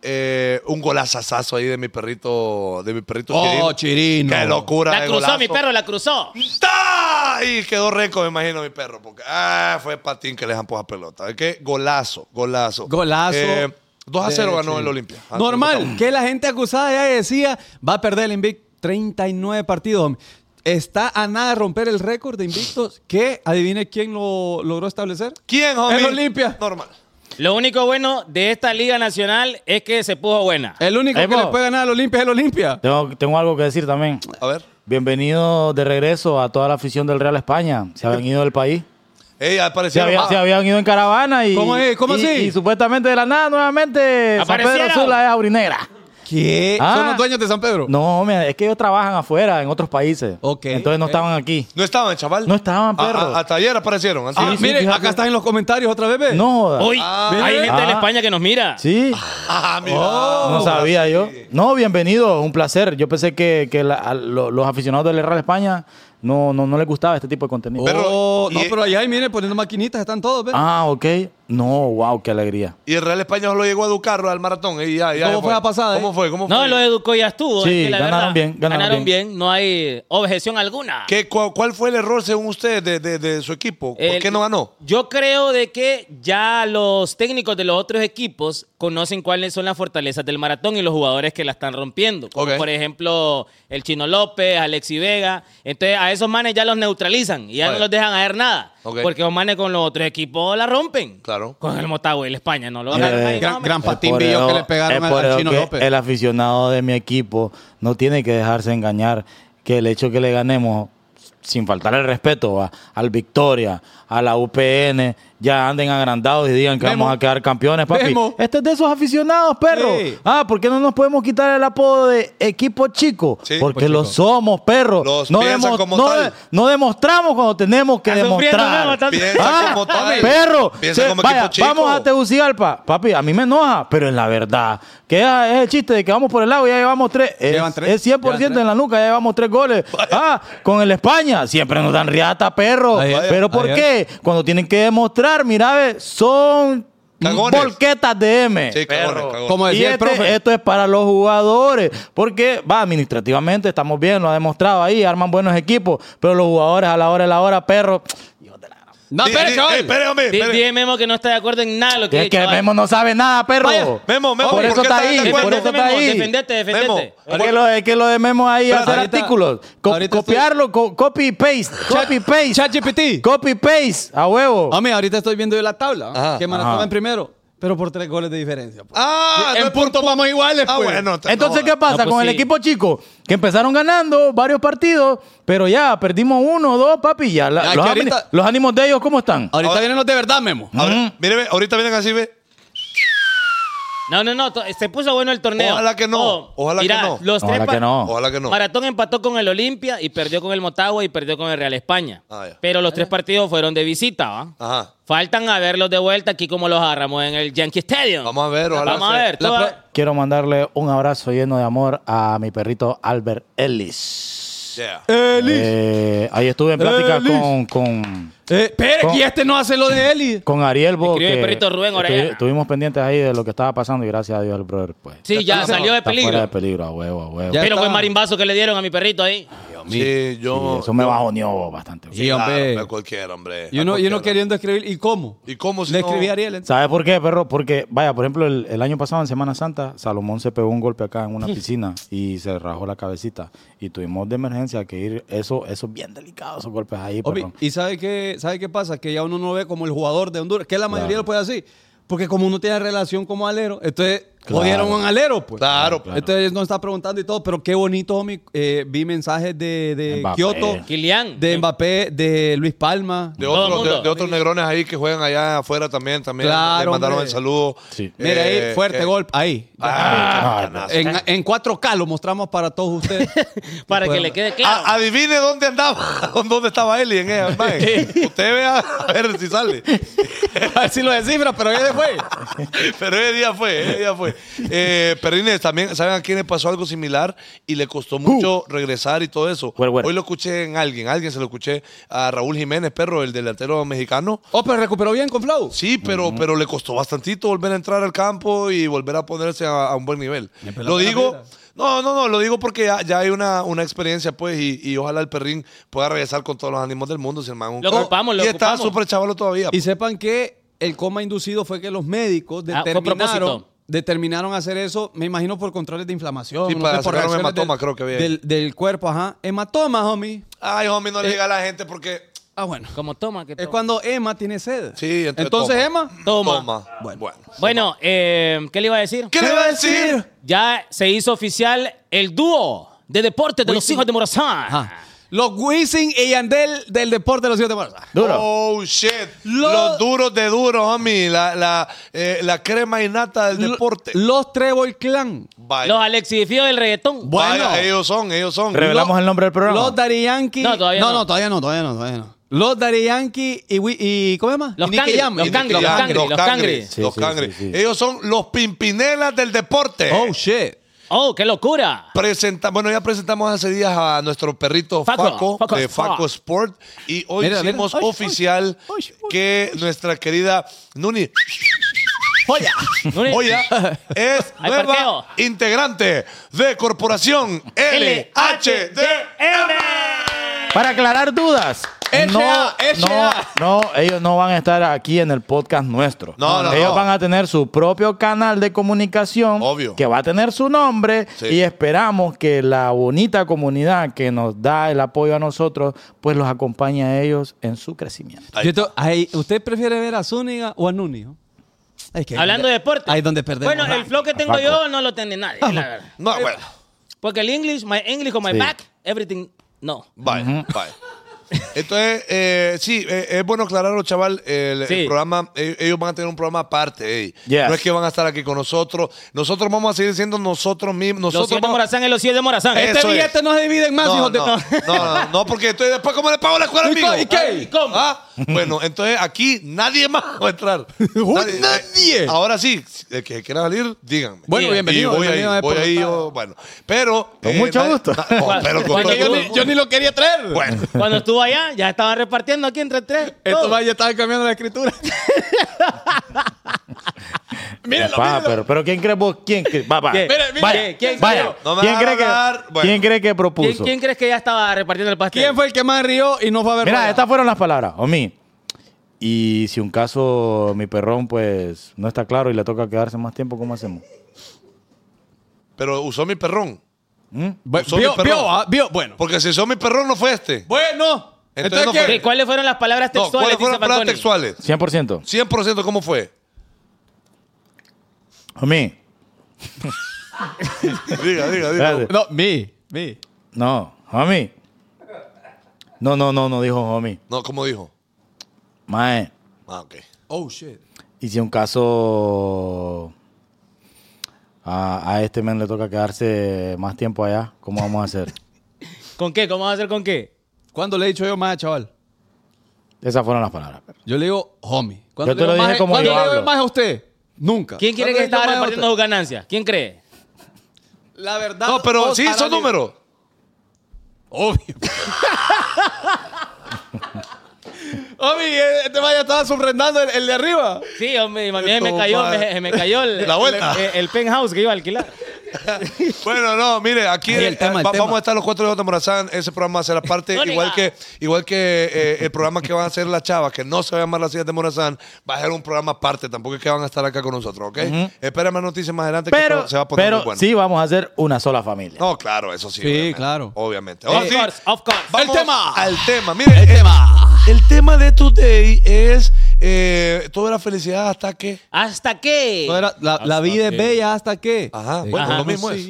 Eh, un golazazazo ahí de mi perrito, de mi perrito Oh, Chirino. Chirino. Qué locura. La de cruzó, golazo. mi perro, la cruzó. ¡Ta! Y quedó reco, me imagino, mi perro. Porque ah, fue patín que les han puesto a pelota. Es que golazo, golazo. Golazo. 2 eh, a 0 de ganó el Chile. Olimpia. Ah, Normal, que la gente acusada ya decía, va a perder el invicto 39 partidos. homie. Está a nada de romper el récord de invictos que, adivine quién lo logró establecer. ¿Quién, homie? El Olimpia. Normal. Lo único bueno de esta Liga Nacional es que se puso buena. El único Epo. que le puede ganar al Olimpia es el Olimpia. Tengo, tengo algo que decir también. A ver. Bienvenido de regreso a toda la afición del Real España. Se habían ido del país. Ey, Se, aparecieron. había- Ah, se habían ido en caravana y. ¿Cómo es? ¿Cómo y- así? Y supuestamente de la nada nuevamente San Pedro Aparecieron. Sula es aurinegra. ¿Qué? Ah. Son los dueños de San Pedro. No, mira, es que ellos trabajan afuera, en otros países. Ok, Entonces no ok. estaban aquí. No estaban, chaval. No estaban, Ah, perro. ah, hasta ayer aparecieron. antes. Ah, Sí, sí, mire, fíjate. acá están en los comentarios otra vez, ve. No jodas. Hoy hay ¿ves? gente de Ah. España que nos mira. Sí. Ah, mira. Oh. no sabía yo. No, bienvenido, un placer. Yo pensé que, que la- a lo- los aficionados del Real España no, no, no les gustaba este tipo de contenido. Pero- Oh, no, y- pero allá, y mire, poniendo maquinitas, están todos, ve. Ah, ok. No, wow, qué alegría. Y el Real España solo llegó a educarlo al maratón. Y ya, ya ¿Cómo fue la pasada, eh? ¿Cómo fue? ¿Cómo No, fue? lo educó ya estuvo. Sí, es que la ganaron verdad, bien, ganaron bien. No hay objeción alguna. ¿Qué, cuál, cuál fue el error según usted de, de- de su equipo? ¿Por El- qué no ganó? Yo creo de que ya los técnicos de los otros equipos conocen cuáles son las fortalezas del maratón y los jugadores que la están rompiendo. Como Ok. por ejemplo, el Chino López, Alexi Vega. Entonces, a esos manes ya los neutralizan y ya Vale. no los dejan hacer nada. Ok. Porque los manes con los otros equipos la rompen. Claro. Con el Motagua y el España, no lo Mira, dejan. eh, Ay, no, Gran, me- gran Es patín por billo eso- que le pegaron es al- por al eso Chino que López. El aficionado de mi equipo no tiene que dejarse engañar que el hecho que le ganemos, sin faltar el respeto va, al Victoria, a la UPN ya anden agrandados y digan que Memo. vamos a quedar campeones, papi. Memo. Este es de esos aficionados, perro. Sí. Ah, ¿por qué no nos podemos quitar el apodo de equipo chico? Sí, Porque equipo lo chico. somos, perro. Los no, piensan como no, tal. de- no demostramos cuando tenemos que Está sufriendo, Memo, demostrar. está- Piensa Ah, como tal. perro. Piensa Sí, como vaya, equipo chico. Vamos a Tegucigalpa. Papi, a mí me enoja, pero es la verdad. Que ah, es el chiste de que vamos por el lado y ya llevamos tres. Es, Llevan tres, es 100% llevan tres. en la nuca, ya llevamos tres goles. Ah, con el España. Siempre nos dan riata, perro. Ayer, pero ¿por ayer. qué? Cuando tienen que demostrar, mira, ve, son Cagones. volquetas de M. Sí, cagones, cagones. Como Y decía el este- profe. esto es para los jugadores, porque va administrativamente estamos bien, lo ha demostrado ahí, arman buenos equipos, pero los jugadores a la hora de la hora, perro, No, Di- espere, di- chaval. eh, espere, hombre, Di- espere. Dime, Memo, que no está de acuerdo en nada de lo que es dice, que chaval. Memo no sabe nada, perro. Vaya. Memo, Memo, por eso qué está estás de ahí, acuerdo? por eso Defendete, está Memo, ahí. defendete, defendete. Memo. Es que, lo, es que lo de Memo ahí Pero hacer ahorita- artículos, Co- ahorita estoy- copiarlo, co- copy paste, copy paste, ChatGPT. copy paste, a huevo. Hombre, ahorita estoy viendo yo la tabla. Ah, Ajá. que Ajá. Maratón va en primero, pero por tres goles de diferencia. pues. Ah, en no es por- puntos vamos iguales, Ah, pues. bueno. te- Entonces, no, ¿qué pasa No, pues con el sí. equipo chico? Que empezaron ganando varios partidos, pero ya perdimos uno o dos, papi. Ya, la- Ya, los, que ámbi- ahorita- los ánimos de ellos, ¿cómo están? Ahorita Ahora- vienen los de verdad, Memo. Ahora, Mm. mire, ve, ahorita vienen así, ve. No, no, no. to- Se puso bueno el torneo. Oh, Ojalá que no, ojalá que mira, no. Los tres Ojalá pa- que no. Ojalá que no. Maratón empató con el Olimpia y perdió con el Motagua y perdió con el Real España. Ah, ya. Pero los tres partidos fueron de visita, ¿va? Ajá. Faltan a verlos de vuelta aquí como los agarramos en el Yankee Stadium. Vamos a ver, ojalá Vamos a sea- ver. la toda- pro- Quiero mandarle un abrazo lleno de amor a mi perrito Albert Ellis. Yeah. Eh, ahí estuve en plática Ellis. con, con, Eh, espere, Con- y este no hace lo de Eli. con Ariel Bo, Escribe que perrito Rubén estu- Orellana. Estuvimos pendientes ahí de lo que estaba pasando y gracias a Dios el brother pues, Sí, ya está- salió de está peligro. fuera de peligro, a huevo, a huevo. Ya Pero está. buen marimbazo que le dieron a mi perrito ahí. Sí, Sí, yo. eso me yo- bajoneó bastante. Sí, Claro, hombre. a cualquiera, hombre. Y a uno, y uno cualquiera. queriendo escribir. ¿Y cómo? ¿Y cómo si Le no? escribí a Ariel. ¿Sabes por qué, perro? Porque, vaya, por ejemplo, el, el año pasado en Semana Santa, Salomón se pegó un golpe acá en una piscina y se rajó la cabecita. Y tuvimos de emergencia que ir. Eso eso es bien delicado, esos golpes ahí, Obi, perro. ¿Y sabe qué, sabe qué pasa? Que ya uno no ve como el jugador de Honduras, que la mayoría lo puede así. Porque como uno tiene relación como alero, entonces Claro. jodieron a un alero, pues. Claro, Claro. Entonces nos está preguntando y todo, pero qué bonito, homie. Eh, vi mensajes de, de Mbappé. Kioto, Kilian. de Mbappé, de Luis Palma. De Todo el otros, de, mundo. de otros negrones ahí que juegan allá afuera también. también Claro, Le mandaron hombre. el saludo. Sí. Mira ahí, Eh, fuerte Eh, eh, golpe. Ahí. ah, Ah, canazo. En, en 4K lo mostramos para todos ustedes. Para que Pueden- le quede claro. A- adivine dónde andaba, con dónde estaba Eli en ella. mae. Usted vea a ver si sale. A ver si lo descifra, pero ya se fue. Pero ese día fue, ese día fue. Eh, Perrines, también, ¿saben a quién le pasó algo similar? Y le costó mucho regresar y todo eso. Güer, güer. Hoy lo escuché en alguien, alguien se lo escuché a Raúl Jiménez, perro, el delantero mexicano. Oh, pero recuperó bien con Flow. Sí, pero, pero le costó bastantito volver a entrar al campo y volver a ponerse a, a un buen nivel. Lo digo, no, no, no, lo digo porque ya, ya hay una, una experiencia, pues, y, y ojalá el perrín pueda regresar con todos los ánimos del mundo, si el man es un Lo crack. ocupamos, lo Y está ocupamos. súper chavalo todavía. Y sepan que el coma inducido fue que los médicos Ah, fue a determinaron, propósito. determinaron hacer eso, me imagino por controles de inflamación. Sí, no para sé, por sacar un reacciones hematoma, del- creo que había ahí. Del, del cuerpo, ajá. Hematoma, homie. Ay, homie, Eh, no le diga a la gente porque... Ah, bueno. Como toma. Que Es toma. cuando Emma tiene sed. Sí, entonces entonces toma. Emma. Toma. Bueno. Bueno, eh, ¿qué le iba a decir? ¿Qué le va a decir? Ya se hizo oficial el dúo de deportes de los Wisin. hijos de Morazán. Ah. Ajá. Los Wisin y Yandel del deporte de los hijos de Barça. Duro. Oh, shit. Lo- Los duros de duros, homie. La, la, eh, la crema y nata del Lo- deporte. Los Trébol Clan. Vaya. Los Alexifíos del reggaetón. Vaya, Bueno. ellos son, ellos son. Revelamos el nombre del programa. Los Daddy Yankee. No, todavía no. no. todavía no, todavía no, todavía no. Los Daddy Yankee y, Wi- y ¿cómo se llama? Los Y Nicky Cangri, Jam. los Y Nicky Cangri, los Jam. Cangri. los cangres. Sí, los sí, cangres. sí, sí. Ellos son los pimpinelas del deporte. Oh, shit. Oh, qué locura. Presenta- bueno, ya presentamos hace días a nuestro perrito Faco, Faco, Faco de Sport. Faco Sport. Y hoy Mira, mira. hicimos Uy, uy, oficial uy, uy, que nuestra querida Nuni Joya. Oya es Hay nueva parqueo. integrante de Corporación E. LHDM. Para aclarar dudas. S.A., No, S.A.. no, no, ellos no van a estar aquí en el podcast nuestro. No, no, ellos no. van a tener su propio canal de comunicación Obvio. que va a tener su nombre Sí. y esperamos que la bonita comunidad que nos da el apoyo a nosotros, pues los acompañe a ellos en su crecimiento. Ahí Yo te- ay, ¿Usted prefiere ver a Zúñiga o a Nuni? no? Ay, que ahí Hablando donde- de deporte. Ahí es donde perdemos. Bueno, el flow que tengo Paco. yo no lo tiene nadie, la verdad. No, bueno, Porque el English, my English on my Sí. back, everything, no. bye, bye. Entonces, eh, sí, eh, es bueno aclararlo, chaval. El, el Sí. programa, eh, ellos van a tener un programa aparte. ey. Yes. No es que van a estar aquí con nosotros. Nosotros vamos a seguir siendo nosotros mismos. Los Nosotros de vamos- Morazán es los 100 de Morazán. Eso Este es. billete no se dividen más, no, hijos de... no, no, no, no, porque entonces después, ¿cómo le pago la escuela, ¿Y amigo? co- y qué? ¿Y cómo? Ah, Bueno, entonces aquí nadie más va a entrar. eh, Uy, nadie. Ahora sí, el que quiera salir, díganme. Bueno, Y bienvenido, voy bienvenido ahí, a voy ahí, Deportada. yo, bueno. Pero. Con mucho gusto. oh, pero con Cuando todo yo gusto. ni- yo ni lo quería traer. Bueno. Cuando estuvo allá, ya estaba repartiendo aquí entre tres. Estos Todo. más ya estaban cambiando la escritura. mírenlo, Pa, mírenlo. Eh, Pero, pero ¿quién crees vos? ¿Quién crees? Va, va. ¿Quién? Vaya, Mire, mire, ¿quién- vaya. no me ¿Quién van a cree que, hablar? Bueno. ¿Quién cree que propuso? ¿Quién, quién crees que ya estaba repartiendo el pastel? ¿Quién fue el que más rió y no fue a ver Mira, rueda? estas fueron las palabras. Omi. Y si un caso mi perrón pues no está claro y le toca quedarse más tiempo, ¿cómo hacemos? Pero usó mi perrón. Bu- Usó vio, mi perrón. vio, ah, vio, bueno. Porque si usó mi perrón, no fue este. Bueno. Entonces Entonces, no ¿qué? fue- Sí, ¿Cuáles fueron las palabras No, textuales? ¿cuáles fueron Dice las palabras Fanconi. 100%. textuales? 100% ¿cómo fue? Omi. Diga, diga, diga. espérate. No, mi, mi. No, homie. No, no, no, no dijo homie. No, ¿cómo dijo? Mae. Ah, ok. Oh, shit. Hice un caso. A, a este men le toca quedarse más tiempo allá. ¿Cómo vamos a hacer? ¿Con qué? ¿Cómo vas a hacer con qué? ¿Cuándo le he dicho yo más, chaval? Esas fueron las palabras. Yo le digo homie. ¿Cuándo Yo te le lo digo dije más- como ¿Cuándo yo le digo hablo. más a usted? Nunca. ¿Quién quiere que ¿Cuándo le digo estaba más a repartiendo sus usted? ganancias? ¿Quién cree? La verdad. No, pero os sí, hará son libre. números. Obvio. Homie, eh, este vaya estaba subrendando el, el de arriba. Sí, hombre, más bien me Esto cayó, va- me, se me cayó el, La vuelta. el- el penthouse que iba a alquilar. Bueno, no, mire, aquí Ahí el eh, tema, el va- tema. vamos a estar los cuatro de Morazán. Ese programa va a ser aparte, No, igual nigga. que, igual que eh, el programa que van a hacer las chavas, que no se va a llamar las sillas de Morazán, va a ser un programa aparte. Tampoco es que van a estar acá con nosotros, ¿ok? Espera más noticias más adelante que Pero, esto se va a poner pero muy bueno. sí vamos a hacer una sola familia. No, claro, eso sí. Sí, obviamente. claro. Obviamente. Of Ahora sí, course, of course. vamos El tema. Al tema. Mire, el, tema. El tema de today es eh, toda la felicidad hasta que. ¿Hasta qué? Todo era, la, la vida es que- bella hasta que. Ajá, bueno, lo mismo es.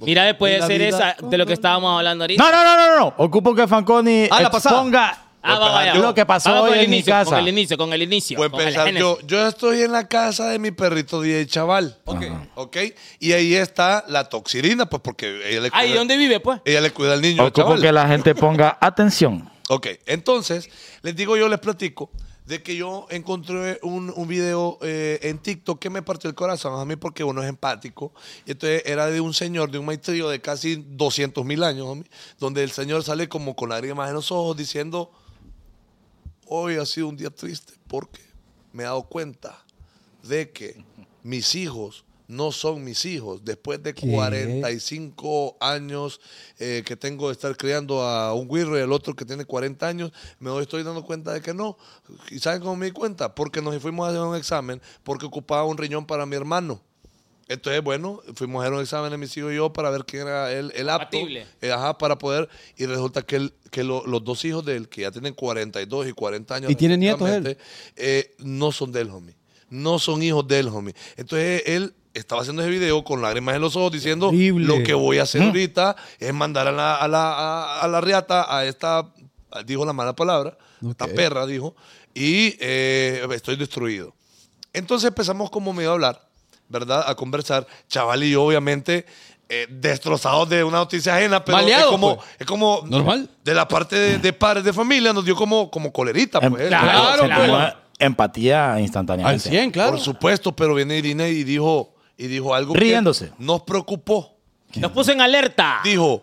Mira, eh, puede La ser vida esa con de lo que estábamos hablando ahorita. No, no, no, no, no. Ocupo que Fanconi Ah, la pasada. exponga Ah, va, vaya. lo que pasó Vamos con hoy el en mi inicio, casa. Con el inicio, con el inicio. Voy a con el empezar yo. génesis. Yo estoy en la casa de mi perrito DJ Chaval. Ok. Ok. Y ahí está la toxirina, pues porque ella le cuida, Ay, ¿dónde vive, pues? ella le cuida al niño. Ocupo chaval. que la gente ponga atención. Ok, entonces, les digo yo, les platico de que yo encontré un, un video eh, en TikTok que me partió el corazón a mí porque uno es empático. Y entonces era de un señor, de un maestrillo de casi 200 mil años, homie, donde el señor sale como con lágrimas en los ojos diciendo, hoy ha sido un día triste porque me he dado cuenta de que mis hijos no son mis hijos. Después de 45 años eh, que tengo de estar criando a un güiro y el otro que tiene 40 años, me doy- estoy dando cuenta de que no. ¿Y saben cómo me di cuenta? Porque nos fuimos a hacer un examen porque ocupaba un riñón para mi hermano. Entonces, bueno, fuimos a hacer un examen de mis hijos y yo para ver quién era el, el apto. Compatible. Eh, ajá, para poder. Y resulta que, el- que lo- los dos hijos de él, que ya tienen 42 y 40 años. ¿Y tiene nietos él? respectivamente, eh, no son del homie. No son hijos del homie. Entonces él estaba haciendo ese video con lágrimas en los ojos diciendo Horrible. lo que voy a hacer ahorita es mandar a la, a la, a, a la riata, a esta, a- dijo la mala palabra, a esta Ok. perra dijo, y eh, estoy destruido. Entonces empezamos como medio a hablar, ¿verdad? A conversar. Chaval y yo, obviamente, eh, destrozados de una noticia ajena, pero es Baleados, como, pues. es como Normal. de la parte de, de padres de familia, nos dio como, como colerita. Em- Pues, claro, se la pues. dio Empatía Al instantáneamente. 100, claro. Por supuesto, pero viene Irina y dijo, y dijo algo que Riéndose. nos preocupó. Nos puso en alerta. Dijo,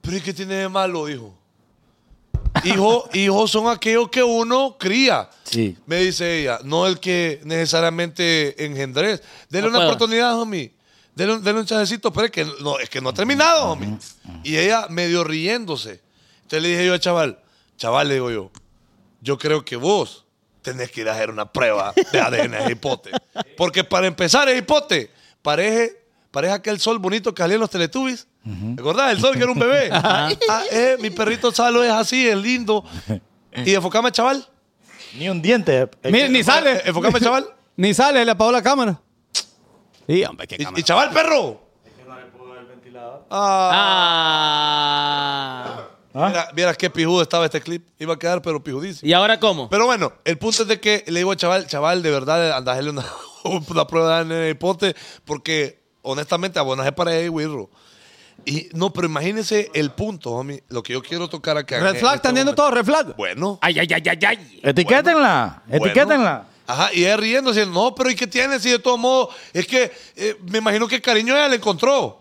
pero ¿y qué tiene de malo? Dijo. Hijo, hijos son aquellos que uno cría. Sí. Me dice ella, no el que necesariamente engendrés. Dele No una puedo. oportunidad, homie. Dele, un- dele un chancecito, pero es que no, es que no ha terminado, homie. Y ella medio riéndose. Entonces le dije yo al chaval, chaval, le digo yo, yo creo que vos tenés que ir a hacer una prueba de ADN de hipote. Porque para empezar, el hipote parece, parece aquel sol bonito que salía en los Teletubbies. ¿Recordás? El sol que era un bebé. Ah, eh, mi perrito Salo es así, es lindo. Y enfocame, chaval. Ni un diente. eh, Mire, ni sale. Enfocame, chaval. Ni sale, le apagó la cámara. Y, hombre, qué Y, y chaval, perro. Ah. ¿Ah? Mira, vieras qué pijudo estaba este clip. Iba a quedar, pero pijudísimo. ¿Y ahora cómo? Pero bueno, el punto es de que le digo al chaval, chaval, de verdad, anda a hacerle una, una prueba en el pote, porque honestamente abonaje para ahí, güirro. Y no, pero imagínense el punto, homie, lo que yo quiero tocar acá. este Red flag, están viendo todo, red flag. eh, Bueno. Ay, ay, ay, ay, ay. Etiquétenla, Bueno. etiquétenla. Ajá, y él riendo, diciendo, no, pero ¿y qué tiene? Si de todos modos, es que eh, me imagino que cariño ella le encontró.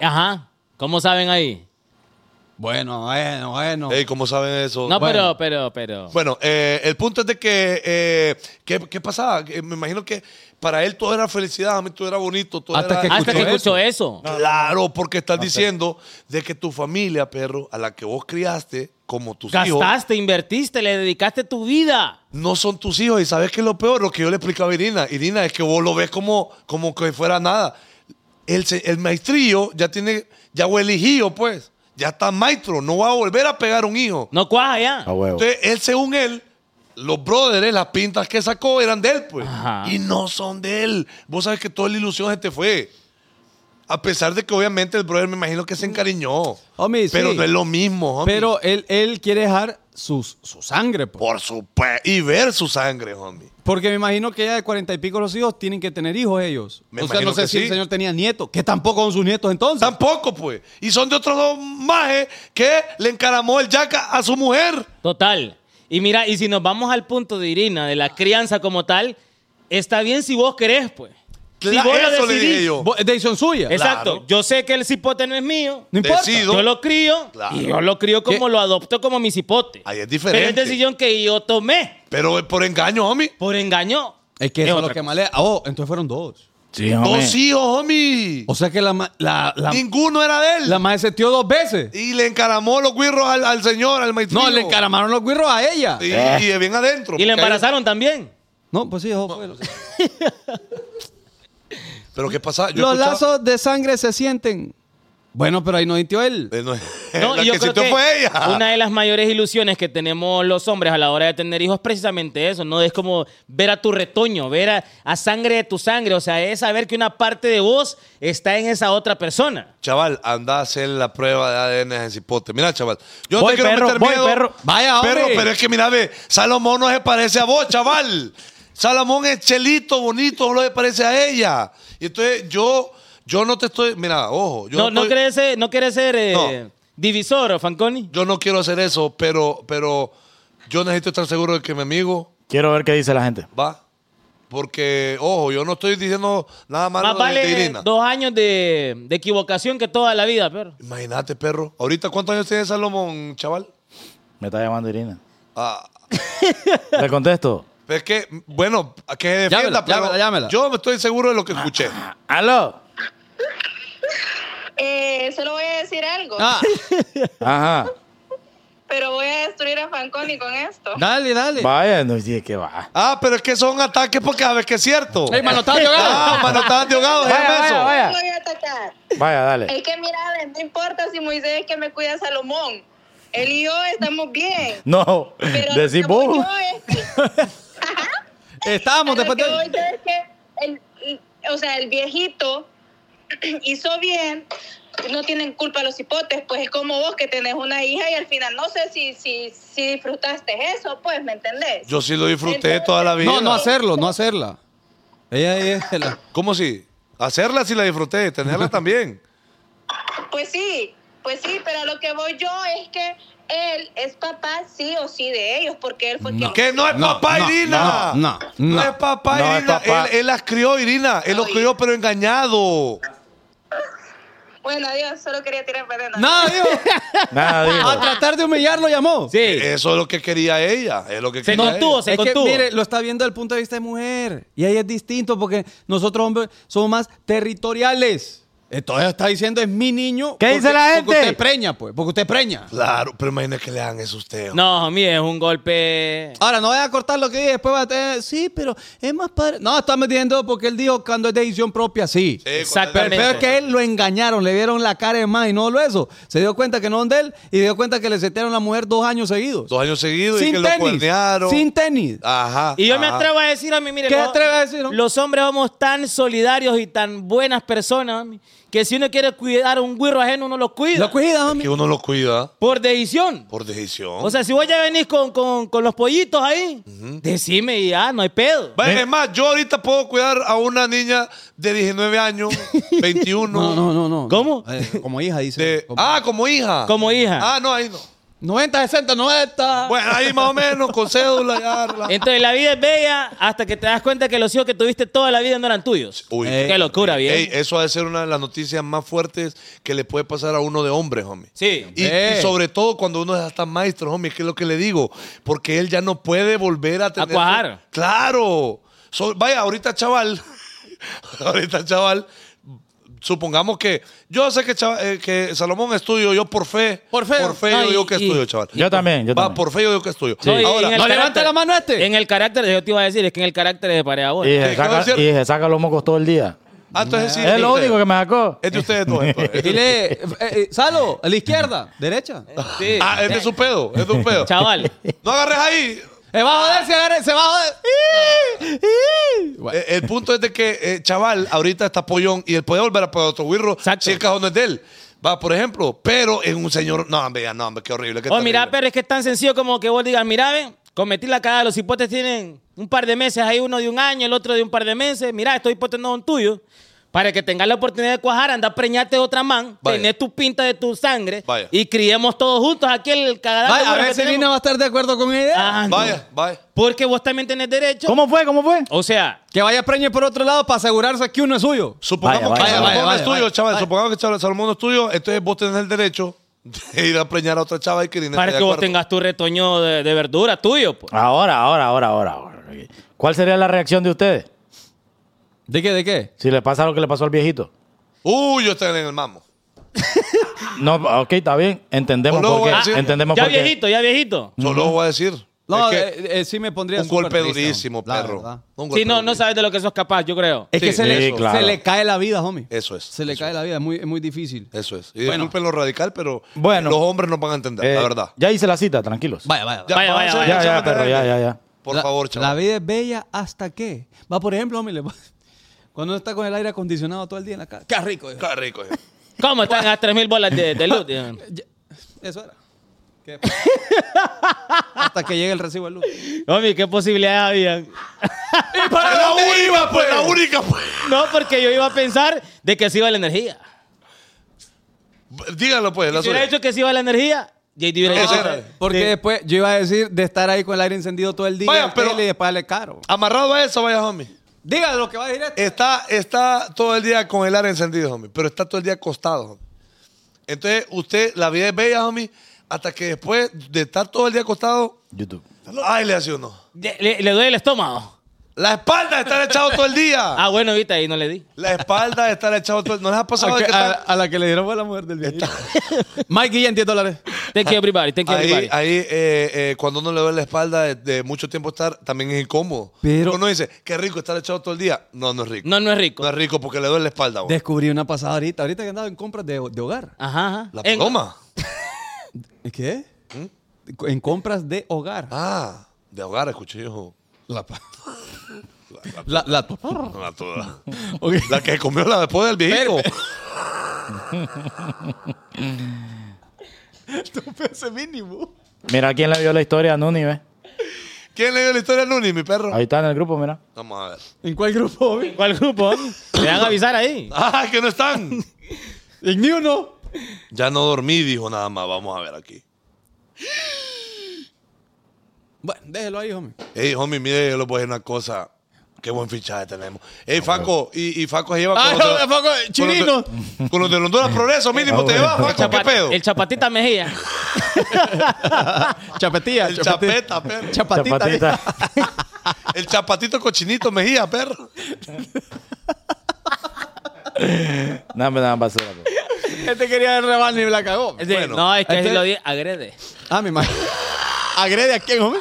Ajá. ¿Cómo saben ahí? Bueno, bueno, bueno. Ey, ¿cómo saben eso? No, Bueno. pero, pero, pero. Bueno, eh, el punto es de que, eh, ¿qué, qué pasaba? Que Me imagino que para él todo era felicidad, a mí todo era bonito, todo Hasta era- que Hasta que escuchó escuchó eso. Claro, porque estás diciendo de que tu familia, perro, a la que vos criaste, como tus hijos, Gastaste, invertiste, le dedicaste tu vida. no son tus hijos. Y sabes que lo peor, lo que yo le explicaba a Irina, Irina, es que vos lo ves como, como que fuera nada. El, se- el maestrillo ya tiene, ya fue elegido, pues. Ya está maestro, no va a volver a pegar un hijo. No cuaja ya. A huevo. Entonces, él, según él, los brothers, las pintas que sacó eran de él, pues. Ajá. Y no son de él. Vos sabés que toda la ilusión se te fue. A pesar de que obviamente el brother me imagino que se encariñó. Homie, sí. pero no es lo mismo, homie. Pero él, él quiere dejar sus, su sangre, pues. Por supuesto. Y ver su sangre, homie. Porque me imagino que ya de cuarenta y pico los hijos tienen que tener hijos ellos. Me o sea, imagino no sé que si el sí. señor tenía nietos, que tampoco son sus nietos entonces. Tampoco, pues. Y son de otros dos majes que le encaramó el yaca a su mujer. Total. Y mira, y si nos vamos al punto de Irina, de Ah. la crianza como tal, está bien si vos querés, pues. si La- vos lo eso le decidís. dije yo. Vos- es Decisión suya. Exacto. Claro. Yo sé que el cipote no es mío. No importa. Decido. Yo lo crío Claro. y yo lo crío como ¿Qué? lo adopto como mi cipote. Ahí es diferente. Pero es decisión que yo tomé Pero por engaño, homie. por engaño. Es que eso es lo otra que cosa. malea. Oh, entonces fueron dos. Sí, hombre. Dos hijos, homie. O sea que la ma- la, la, Ninguno era de él. la madre se tió dos veces. Y le encaramó los guirros al, al señor, al maestro. No, le encaramaron los guirros a ella. Y, y de bien adentro. Y la porque embarazaron también. No, pues sí, eso fue. hay- Pero ¿qué pasa? Yo Los escuchaba- lazos de sangre se sienten. Bueno, pero ahí no sintió él. Eh, no, No, la y yo que creo sintió que fue ella. Una de las mayores ilusiones que tenemos los hombres a la hora de tener hijos es precisamente eso, ¿no? Es como ver a tu retoño, ver a, a sangre de tu sangre. O sea, es saber que una parte de vos está en esa otra persona. Chaval, anda a hacer la prueba de ADN en cipote. Mira, chaval. Yo no Voy, te quiero perro, meter voy, miedo. perro. Vaya, hombre. Perro, pero es que mira, ve, Salomón no se parece a vos, chaval. Salomón es chelito, bonito, no le parece a ella. Y entonces yo, yo no te estoy. Mira, ojo. Yo no, no, estoy- querés ser, no querés ser eh, No. divisor, Fanconi. Yo no quiero hacer eso, pero, pero yo necesito estar seguro de que mi amigo Quiero ver qué dice la gente. va. Porque, ojo, yo no estoy diciendo nada malo Más de- Ah, de vale Irina. dos años de, de equivocación que toda la vida, pero. Imagínate, perro. Ahorita, ¿cuántos años tiene Salomón, chaval? Me está llamando Irina. Ah, Le contesto. es que, bueno, a que se defienda, Llámela, pero llámela, llámela. yo me estoy seguro de lo que escuché. ¡Aló! Eh, solo voy a decir algo, Ah, Ajá. pero voy a destruir a Fanconi con esto. dale, dale. Vaya, no dije que va. Ah, pero es que son ataques porque sabes que es cierto. Ey, manotazo, Ah, ahogado. manotadas de ahogado, Vaya, déjame eso. vaya, No vaya. voy a atacar. Vaya, dale. Es que mira, ven, no importa si Moisés es que me cuida Salomón. Él y yo estamos bien. No, decís Pero lo que voy vos. yo es que- a Estamos lo después que voy de. yo es que el, o sea, el viejito hizo bien. No tienen culpa los hipotes, pues es como vos que tenés una hija y al final no sé si, si, si disfrutaste eso, pues, ¿me entendés? Yo sí lo disfruté toda la vida. No, no hacerlo, no hacerla. Ella, ella, ella. ¿Cómo sí? Hacerla sí la disfruté, tenerla también. Pues sí, pues sí, pero a lo que voy yo es que él es papá sí o sí de ellos, porque él fue quien... Que no es papá, no, Irina. no, no, No no. es papá, No es Irina. papá. Él, él las crió, Irina. Él los crió, pero engañado. Bueno, adiós, solo quería tirar veneno. No, dijo. Nada, A digo. tratar de humillar lo llamó. Sí. Eso es lo que quería ella. Es lo que Se quería contuvo, ella. se es que, contuvo. mire, lo está viendo desde el punto de vista de mujer. Y ahí es distinto porque nosotros, hombres, somos más territoriales. Entonces está diciendo, es mi niño. ¿Qué porque- dice la gente? Porque usted preña, pues. Porque usted preña. Claro, pero imagina que le hagan eso a usted. hombre. No, mire, es un golpe. Ahora, no vaya a cortar lo que dije, después va a tener... Sí, pero es más padre... No, está metiendo porque él dijo cuando es decisión propia, sí. Sí, Pero, Exactamente. pero es que él lo engañaron, le vieron la cara de más y no lo eso. Se dio cuenta que no es de él y dio cuenta que le setearon a la mujer dos años seguidos. Dos años seguidos y sin que lo tenis. cuernearon. Ah, Sin tenis. Ajá. Y yo me ajá. atrevo a decir a mí, mire, ¿Qué los- atreve a decir, no? Los hombres somos tan solidarios y tan buenas personas mami, que si uno quiere cuidar a un güiro ajeno, uno lo cuida. Lo cuida, hombre. Que uno lo cuida Por decisión. por decisión. O sea, si vos ya venís con, con- con los pollitos ahí, decime y ya, no hay pedo. Vaya, es más, yo ahorita puedo cuidar a una niña de 19 años, 21. No, no, no, no. ¿Cómo? Eh, como hija, dice. de- Como- ah, como hija. Como hija. Ah, no, ahí no. 90, 60, 90. Bueno, ahí más o menos, con cédula. ya, la- Entonces la vida es bella hasta que te das cuenta que los hijos que tuviste toda la vida no eran tuyos. Uy, Qué locura, bien. Ey, eso ha de ser una de las noticias más fuertes que le puede pasar a uno de hombres, homie. sí. Y, y sobre todo cuando uno es hasta maestro, homie, que es lo que le digo, porque él ya no puede volver a tener. cuajar. Claro. So- vaya, ahorita chaval, ahorita chaval, supongamos que yo sé que, chava- eh, que Salomón estudio, yo por fe. Por fe. Por fe No, yo y- digo que y- estudio, chaval. Yo también, yo Va, también. por fe yo digo que estudio. No, y en Ahora, el no, levanta carácter- la mano este. En el carácter, yo te iba a decir, es que en el carácter es de pareja vos. Y Sí, se, ¿cómo es saca, cierto? y se saca los mocos todo el día. ah, entonces sí. es de lo ustedes. único que me sacó. Es de ustedes dos. entonces. Dile, eh, eh, Salo, a la izquierda, derecha. Sí. Ah, es de su pedo, es de un pedo. Chaval. No agarres ahí. Se va a joder, se, agarra- se va a joder. Eh, el punto es de que, eh, chaval, ahorita está pollón y él puede volver a pegar otro wirro Exacto. si el cajón no es de él. Va, por ejemplo, pero es un señor. No, hombre, ya, no, hombre, qué horrible. qué O Oh, mira, terrible. pero es que es tan sencillo como que vos digas, mira, ve, cometí la cagada, los hipotes tienen un par de meses, hay uno de un año, el otro de un par de meses, mira, estos hipotes no son tuyos. Para que tengas la oportunidad de cuajar, anda a preñarte de otra man, Vaya. tener tu pinta de tu sangre Vaya. y criemos todos juntos aquí el cagada. Vaya, a ver si Lina va a estar de acuerdo con ella. Vaya, vaya. Ah, Porque vos también tenés derecho. ¿Cómo fue? ¿Cómo fue? O sea, Que vaya preñe por otro lado para asegurarse que uno es suyo. Supongamos Vaya, que vaya, Salomón vaya, no vaya, es tuyo, vaya, chaval. vaya. Supongamos que Sal- Salomón no es tuyo, entonces vos tenés el derecho de ir a preñar a otra chava y que Irina para esté que de vos acuerdo. tengas tu retoño de, de verdura tuyo. pues. Ahora, ahora, ahora, ahora, ahora. ¿Cuál sería la reacción de ustedes ¿De qué? ¿De qué? si le pasa lo que le pasó al viejito? Uy, yo estoy en el mamo. No, ok, está bien. Entendemos Pues luego por qué. voy a decir- Entendemos Ah, Ya por qué. viejito, ya viejito. Solo voy a decir. No, es que eh, eh, sí me pondría un golpe súper triste, durísimo, la perro. verdad. Un golpe Si no, no durísimo. sabes de lo que sos capaz, yo creo. Es que Sí, se, le, sí, claro. se le cae la vida, homie. Eso es, Se le eso cae es. la vida, es muy, es muy difícil. Eso es. Y Bueno. disculpen lo radical, pero Bueno. los hombres nos van a entender, Eh, la verdad. Ya hice la cita, tranquilos. Vaya, vaya, Vaya, vaya, pasa, vaya. Ya, ya, chaval, perro, ya, ya, ya. Por La- favor, chaval. La vida es bella hasta que. Va, por ejemplo, homie, le- cuando uno está con el aire acondicionado todo el día en la casa. ¡Qué rico! hijo. Qué rico. hijo. ¿Cómo están a 3.000 bolas de, de luz? tío? Ya- Eso era. ¿Qué? hasta que llegue el recibo de luz. Homie, ¿qué posibilidades habían? la única, pues, la única, pues. No, porque yo iba a pensar de que se iba la energía. Dígalo, pues, la Si hubiera suya. dicho que se iba la energía, JD hubiera Eso dicho, era. "Ah, Porque sí". después yo iba a decir de estar ahí con el aire encendido todo el día Vaya, en pero- tele y después le caro. Amarrado a eso, vaya, homie. Diga lo que va a decir este. esto. Está, está todo el día con el área encendido, homie, pero está todo el día acostado, homie. Entonces, usted, la vida es bella, homie, hasta que después de estar todo el día acostado, YouTube. ay, le hace uno. Le- le, le duele el estómago. La espalda de estar echado todo el día. Ah, bueno, viste, ahí no le di. La espalda de estar echado todo el día. ¿No les ha pasado A, de que- que a- están- a la que le dieron fue la mujer del viejito. Mike Guillén, 10 dólares. Thank you everybody, thank you Ahí, everybody. ahí eh, eh, cuando uno le duele la espalda de, de mucho tiempo estar, también es incómodo. Pero- uno dice, qué rico estar echado todo el día. No, no es rico. No, no es rico. No es rico porque le duele la espalda, güey. Descubrí una pasada ahorita. Ahorita que andaba en compras de, de hogar. Ajá, ajá. La En- paloma. ¿Qué? ¿Mm? En compras de hogar. Ah, de ahogar, escuché yo. La, pa- la, la- No, La, toda. la que comió la después del viejito. Mira quién le vio la historia a Nuni, ¿ves? ¿Quién le dio la historia a Nuni, mi perro? Ahí está en el grupo, mira. Vamos a ver. ¿En cuál grupo? homie? ¿Cuál grupo? Le van a avisar ahí. ¡Ah, que no están! En ni uno. ya no dormí, dijo nada más. Vamos a ver aquí. Bueno, déjelo ahí, homie. Ey, homie, mire, yo les voy a decir una cosa. Qué buen fichaje tenemos. Ey, Faco, y, y Faco se lleva Ah, los de- Faco, con los de- Con los de Honduras Progreso, mínimo te llevas, Faco, ¿qué Chapa- pedo? El chapatita Mejía. Chapetilla. El chapetilla. chapeta, perro. Chapatita. Chapatita. El chapatito cochinito Mejía, perro. Nada, me dan basura. pues. Este quería rebanar y la cagó. Es de- Bueno, no, es que si entonces- lo di, agrede. Ah, mi madre. ¿Agrede a quién, homie?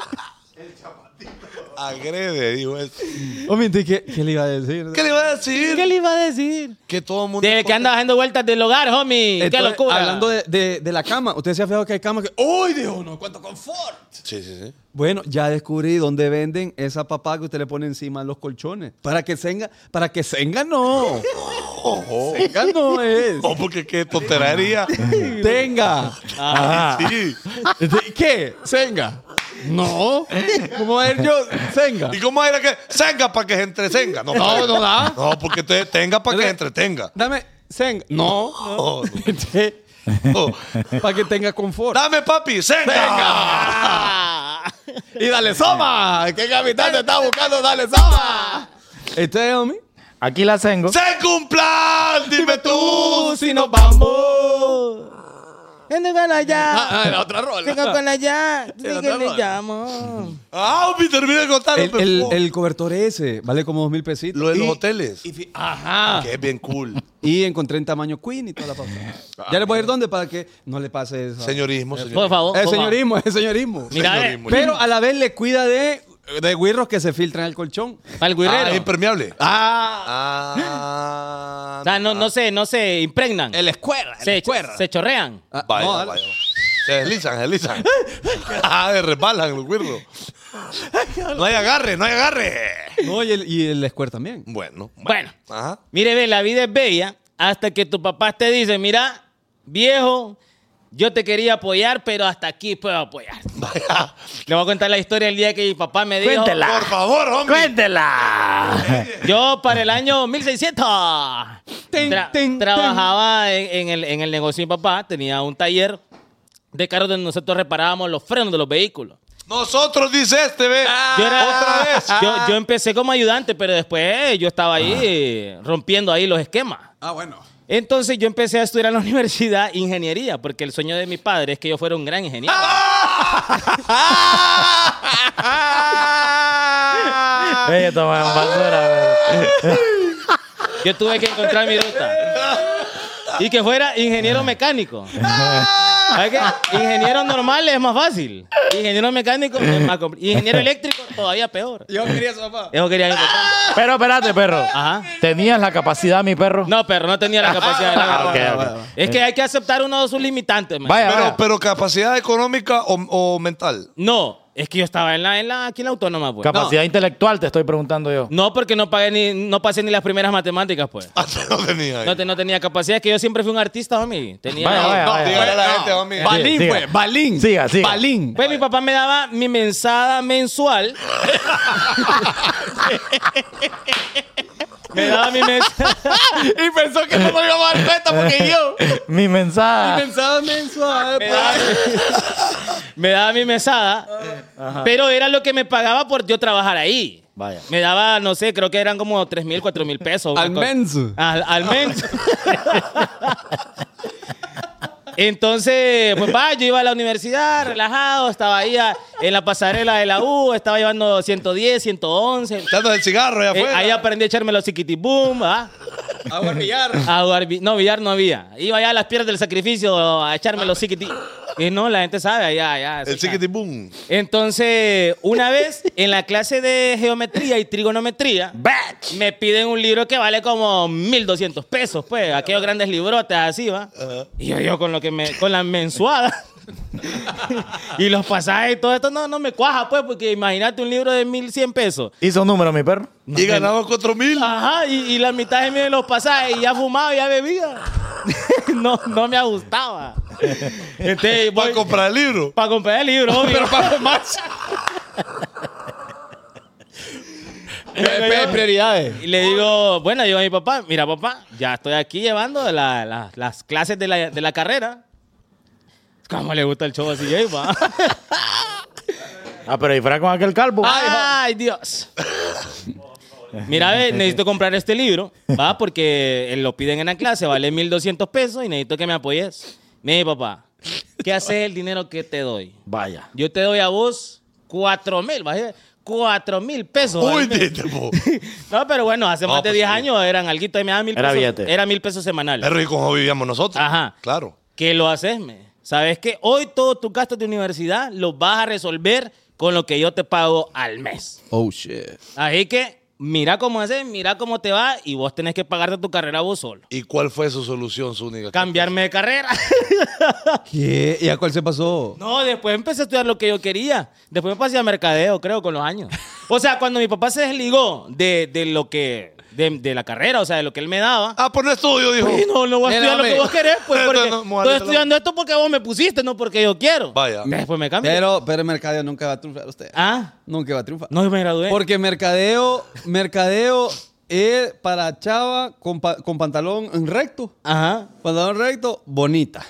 Agrede, dijo él. Hombre, ¿de ¿qué, ¿qué le iba a decir? ¿Qué le iba a decir? ¿Qué le iba a decir? Que todo el mundo. Desde que andas haciendo vueltas del hogar, homie. Qué Entonces, locura. Hablando de, de- de la cama, usted se ha fijado que hay camas que. ¡Uy, Dios, no! ¡Cuánto confort! Sí, sí, sí. Bueno, ya descubrí dónde venden esa papá que usted le pone encima a los colchones. Para que tenga. Para que tenga, no. Tenga, no es. Oh, porque qué tonteraría. Tenga. Ah. Sí. Este, ¿Qué? Senga. No. ¿Cómo va a ir yo? Senga. ¿Y cómo era que senga para que se entretenga? No, No, no da. No, porque te tenga para que se entretenga. Dame senga. No. Oh, Este, oh. Para que tenga confort. Dame, papi, senga. Ah. Y dale soma. ¿Qué capitán te está buscando? Dale soma. Este es homie. Aquí la tengo. ¡Se cumplan! Dime tú. si nos vamos. ¿Dónde van allá? Ah, ah, la otra rola. Sigo con allá. la Sí que otra le rola. llamo. Ah, me termina de contar. El, el- el cobertor ese vale como dos mil pesitos. Lo de los Y- hoteles. y fi- Ah. Ajá. Que es bien cool. Y encontré en tamaño queen y toda la pauta. ya le voy a ir dónde para que no le pase eso. Eh, Señorismo, señorismo. Por favor. Es por favor. señorismo, es señorismo. Mira, eh, Señorismo. Pero a la vez le cuida de, de guirros que se filtran al colchón. Para el Ah, guirrero. impermeable. Ah, Ah. O sea, no, no, se, no se impregnan. el escuerra, el se, escuerra. se chorrean. Ah, Vaya, no, vaya, dale. vaya. Se deslizan, se deslizan. ah, se resbalan los cuernos. No hay agarre, no hay agarre. No, y el, y el escuer también. Bueno. Bueno. Ajá. Mire, ve, la vida es bella hasta que tu papá te dice, mira, viejo, yo te quería apoyar, pero hasta aquí puedo apoyar. Vaya. Le voy a contar la historia el día que mi papá me dijo, Cuéntela. Por favor, hombre. ¡Cuéntela! yo para el año 1600 Tin, tra- tin, trabajaba en, en el, en el negocio de mi papá, tenía un taller de carros donde nosotros reparábamos los frenos de los vehículos. Nosotros, dice este, ve. Yo era- Otra vez. Yo, yo empecé como ayudante, pero después eh, yo estaba ahí Ah. eh, rompiendo ahí los esquemas. Ah, bueno. Entonces yo empecé a estudiar en la universidad ingeniería, porque el sueño de mi padre es que yo fuera un gran ingeniero. Ella toma en basura. Yo tuve que encontrar mi ruta. Y que fuera ingeniero mecánico. Ah. ¿Sabes qué? Ingeniero normal es más fácil. Ingeniero mecánico es más complicado. Ingeniero eléctrico todavía peor. Yo quería eso, papá. Eso quería mi papá. Pero espérate, perro. Ajá. ¿Tenías la capacidad, mi perro? No, pero no tenía la capacidad de Ah, ok, la ok. Es que hay que aceptar uno de sus limitantes, man. Vaya, Pero, vaya. pero capacidad económica o, o mental. No, es que yo estaba en la, en la, aquí en la autónoma, pues. Capacidad intelectual te estoy preguntando yo. No, porque no pagué ni, no pasé ni las primeras matemáticas, pues. Antes Ah, no tenía. ahí. No, te- no tenía capacidad, es que yo siempre fui un artista, homie. Tenía. Vaya, vaya, vaya. Dígale a la gente, homie. Balín, Siga, pues, siga. balín. Siga, siga. Balín. Pues mi papá me daba mi mensada mensual. me daba mi mensada. Y pensó que no me iba a dar cuenta porque yo. Mi mensaje. Pensaba mensual. pues. Me daba, me daba mi mesada, pero era lo que me pagaba por yo trabajar ahí. Vaya. Me daba, no sé, creo que eran como 3 mil, 4 mil pesos. Al una cosa- mens. Al, al mens. Entonces, pues va, yo iba a la universidad relajado, estaba ahí a- en la pasarela de la U, estaba llevando 110, 111. Echando el cigarro allá Eh, afuera. ahí aprendí a echarme los chiquitibum, ¿ah? Agua de billar. A jugar bi- No, billar no había. Iba allá a las piedras del sacrificio a echarme los chiquití. Y no, la gente sabe, allá, allá. El cerca. chiquitibum. Entonces, una vez en la clase de geometría y trigonometría, me piden un libro que vale como 1200 pesos, pues, aquellos grandes librotes así, ¿va? Y yo, yo con lo que me con la mensuada. y los pasajes y todo esto no no me cuaja, pues, porque imagínate un libro de 1100 pesos. Hizo un número, mi perro. y ganaba cuatro mil. Ajá, y, y la mitad de mí en los pasajes, y ya fumaba, ya bebía. no, no me gustaba. Entonces, voy- Para comprar el libro. para comprar el libro, obvio. Pero para más. Prioridades. Y le digo, bueno, yo a mi papá, mira papá, ya estoy aquí llevando la- la- las clases de la, de la carrera. ¿Cómo le gusta el show así, eh, pa? Ah, pero disfraz con aquel calvo. Ay, Dios. Mira, ve, necesito comprar este libro, ¿va? Porque eh, lo piden en la clase, vale 1.200 pesos y necesito que me apoyes. Mire, papá, ¿qué haces el dinero que te doy? Vaya. Yo te doy a vos 4.000, ¿va? 4.000 pesos. Uy, ¿vale? tete, po. No, pero bueno, hace No, más de pues 10 sí. años eran alguito y me daban mil Era pesos. billete. Era mil pesos semanales. Pero y cómo vivíamos nosotros. Ajá. Claro. ¿Qué lo haces, me? ¿Sabes que Hoy todos tus gastos de universidad los vas a resolver con lo que yo te pago al mes. Oh, shit. Así que mira cómo haces, mira cómo te va y vos tenés que pagarte tu carrera vos solo. ¿Y cuál fue su solución, su única? Cambiarme de carrera. ¿Qué? ¿Y a cuál se pasó? No, después empecé a estudiar lo que yo quería. Después me pasé a mercadeo, creo, con los años. O sea, cuando mi papá se desligó de, de lo que... De, de la carrera, o sea, de lo que él me daba. Ah, por no estudio, dijo. Pues, no, no voy a Mira, estudiar lo que amigo. vos querés, pues Esto porque no, estoy mujer, estudiando esto porque vos me pusiste, no porque yo quiero. Vaya. Después me cambié. Pero, pero el mercadeo nunca va a triunfar usted. ah, Nunca va a triunfar. no yo me gradué. Porque mercadeo, mercadeo es para chava con, pa- con pantalón recto. Ajá. Pantalón recto, bonita.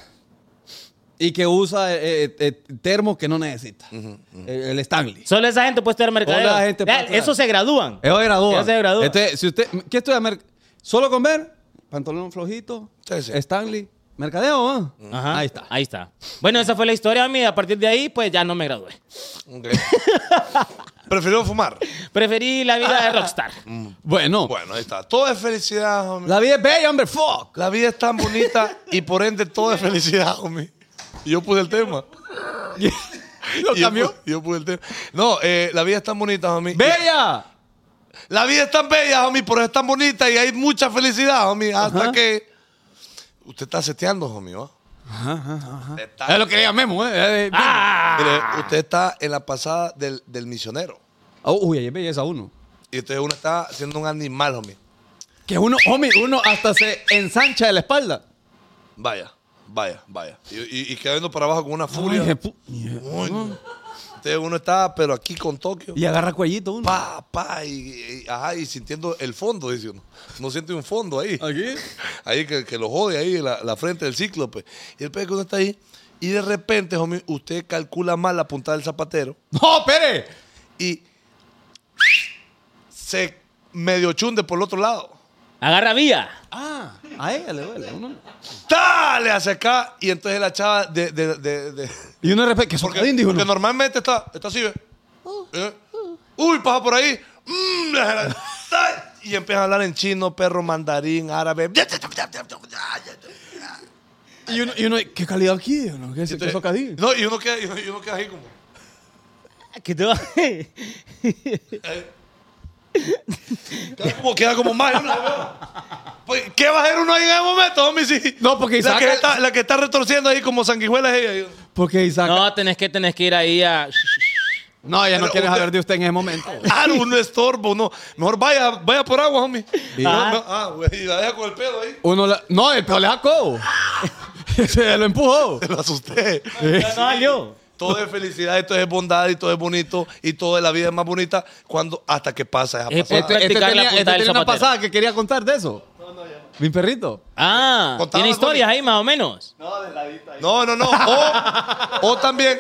Y que usa eh, eh, termo que no necesita. El, el Stanley. Solo esa gente puede estudiar mercadeo. Solo la gente Vean, puede Eso estudiar. se gradúan. Eh, Eso se gradúa. Eso se gradúa. Entonces, si usted, ¿Qué estudia? Mer- ¿Solo comer? Pantalón flojito. Sí, sí. Stanley. Mercadeo, ¿ah? Ajá. Ahí está. Ahí está. Bueno, esa fue la historia mía. A partir de ahí, pues ya no me gradué. Ok. Prefirió fumar. Preferí la vida de rockstar. Bueno, Bueno, ahí está. Todo es felicidad, homie. La, la vida es bella, hombre. Fuck. vida es tan bonita y por ende todo es felicidad, homie. Y Yo puse el tema. ¿Lo cambió? Yo, puse el tema. No, eh, la vida es tan bonita, homie. ¡Bella! La vida es tan bella, homie, por eso es tan bonita y hay mucha felicidad, homie, hasta que usted está seteando, homie, ¿va? Usted está- Es lo que le llamemos, ¿eh? eh, Mire, usted está en la pasada del, del misionero Oh, uy, ahí es belleza uno. y usted uno está siendo un animal, homie. Que uno, homie, uno hasta se ensancha de la espalda. Vaya, vaya, vaya. Y, y, y quedando para abajo con una furia. Dije, pu- mierda. Coño. Entonces uno está, pero aquí con Tokio. Y agarra cuellito uno. Pa, pa, y, y- ajá, y sintiendo el fondo, dice uno. No siente un fondo ahí. Aquí. Ahí que, que lo jode ahí, la, la frente del cíclope. Y el pez que uno está ahí. Y de repente, homie, usted calcula mal la puntada del zapatero ¡No, Pérez! y se medio chunde por el otro lado. Agarra vía. Ah, a ella le duele. Uno. ¡Dale! Hacia acá. Y entonces la chava de. de, de, de- Y uno de repente, que son porque, jodín, dijo porque uno. normalmente está, está así, ¿ve? ¿Eh? Uy, pasa por ahí. Mm, la- la- ta- y empieza a hablar en chino, perro, mandarín, árabe. Y uno, y uno, ¿qué calidad aquí? dijo uno? ¿Qué, qué socadí? No, y uno queda, y uno- y uno queda ahí como. Que te va- eh. Queda como, queda como mal. Pues, ¿Qué va a hacer uno ahí en ese momento, homie? Sí. No, la porque Isaac- que, está, la que está retorciendo ahí como sanguijuela es ella. Porque Isaac. No, No, tenés que, tenés que ir ahí a... ya no Pero quiere usted- saber de usted en ese momento. Claro, uno Ah, estorbo, no. Mejor vaya, vaya por agua, homie. No, Ah. no, Ah, güey, y la deja con el pedo ahí. Uno la- No, el peor le sacó. Se lo empujó. Te lo asusté. No, no salió. Todo es felicidad, y todo es bondad, y todo es bonito, y toda la vida es más bonita cuando hasta que pasa esa Es pasada. por- practicar la punta del Ah, este tenía una zapatero. pasada que quería contar de eso. No, no, ya. Mi perrito. Ah, Contaba, tiene historias ahí más o menos. No, no, no. O, o también,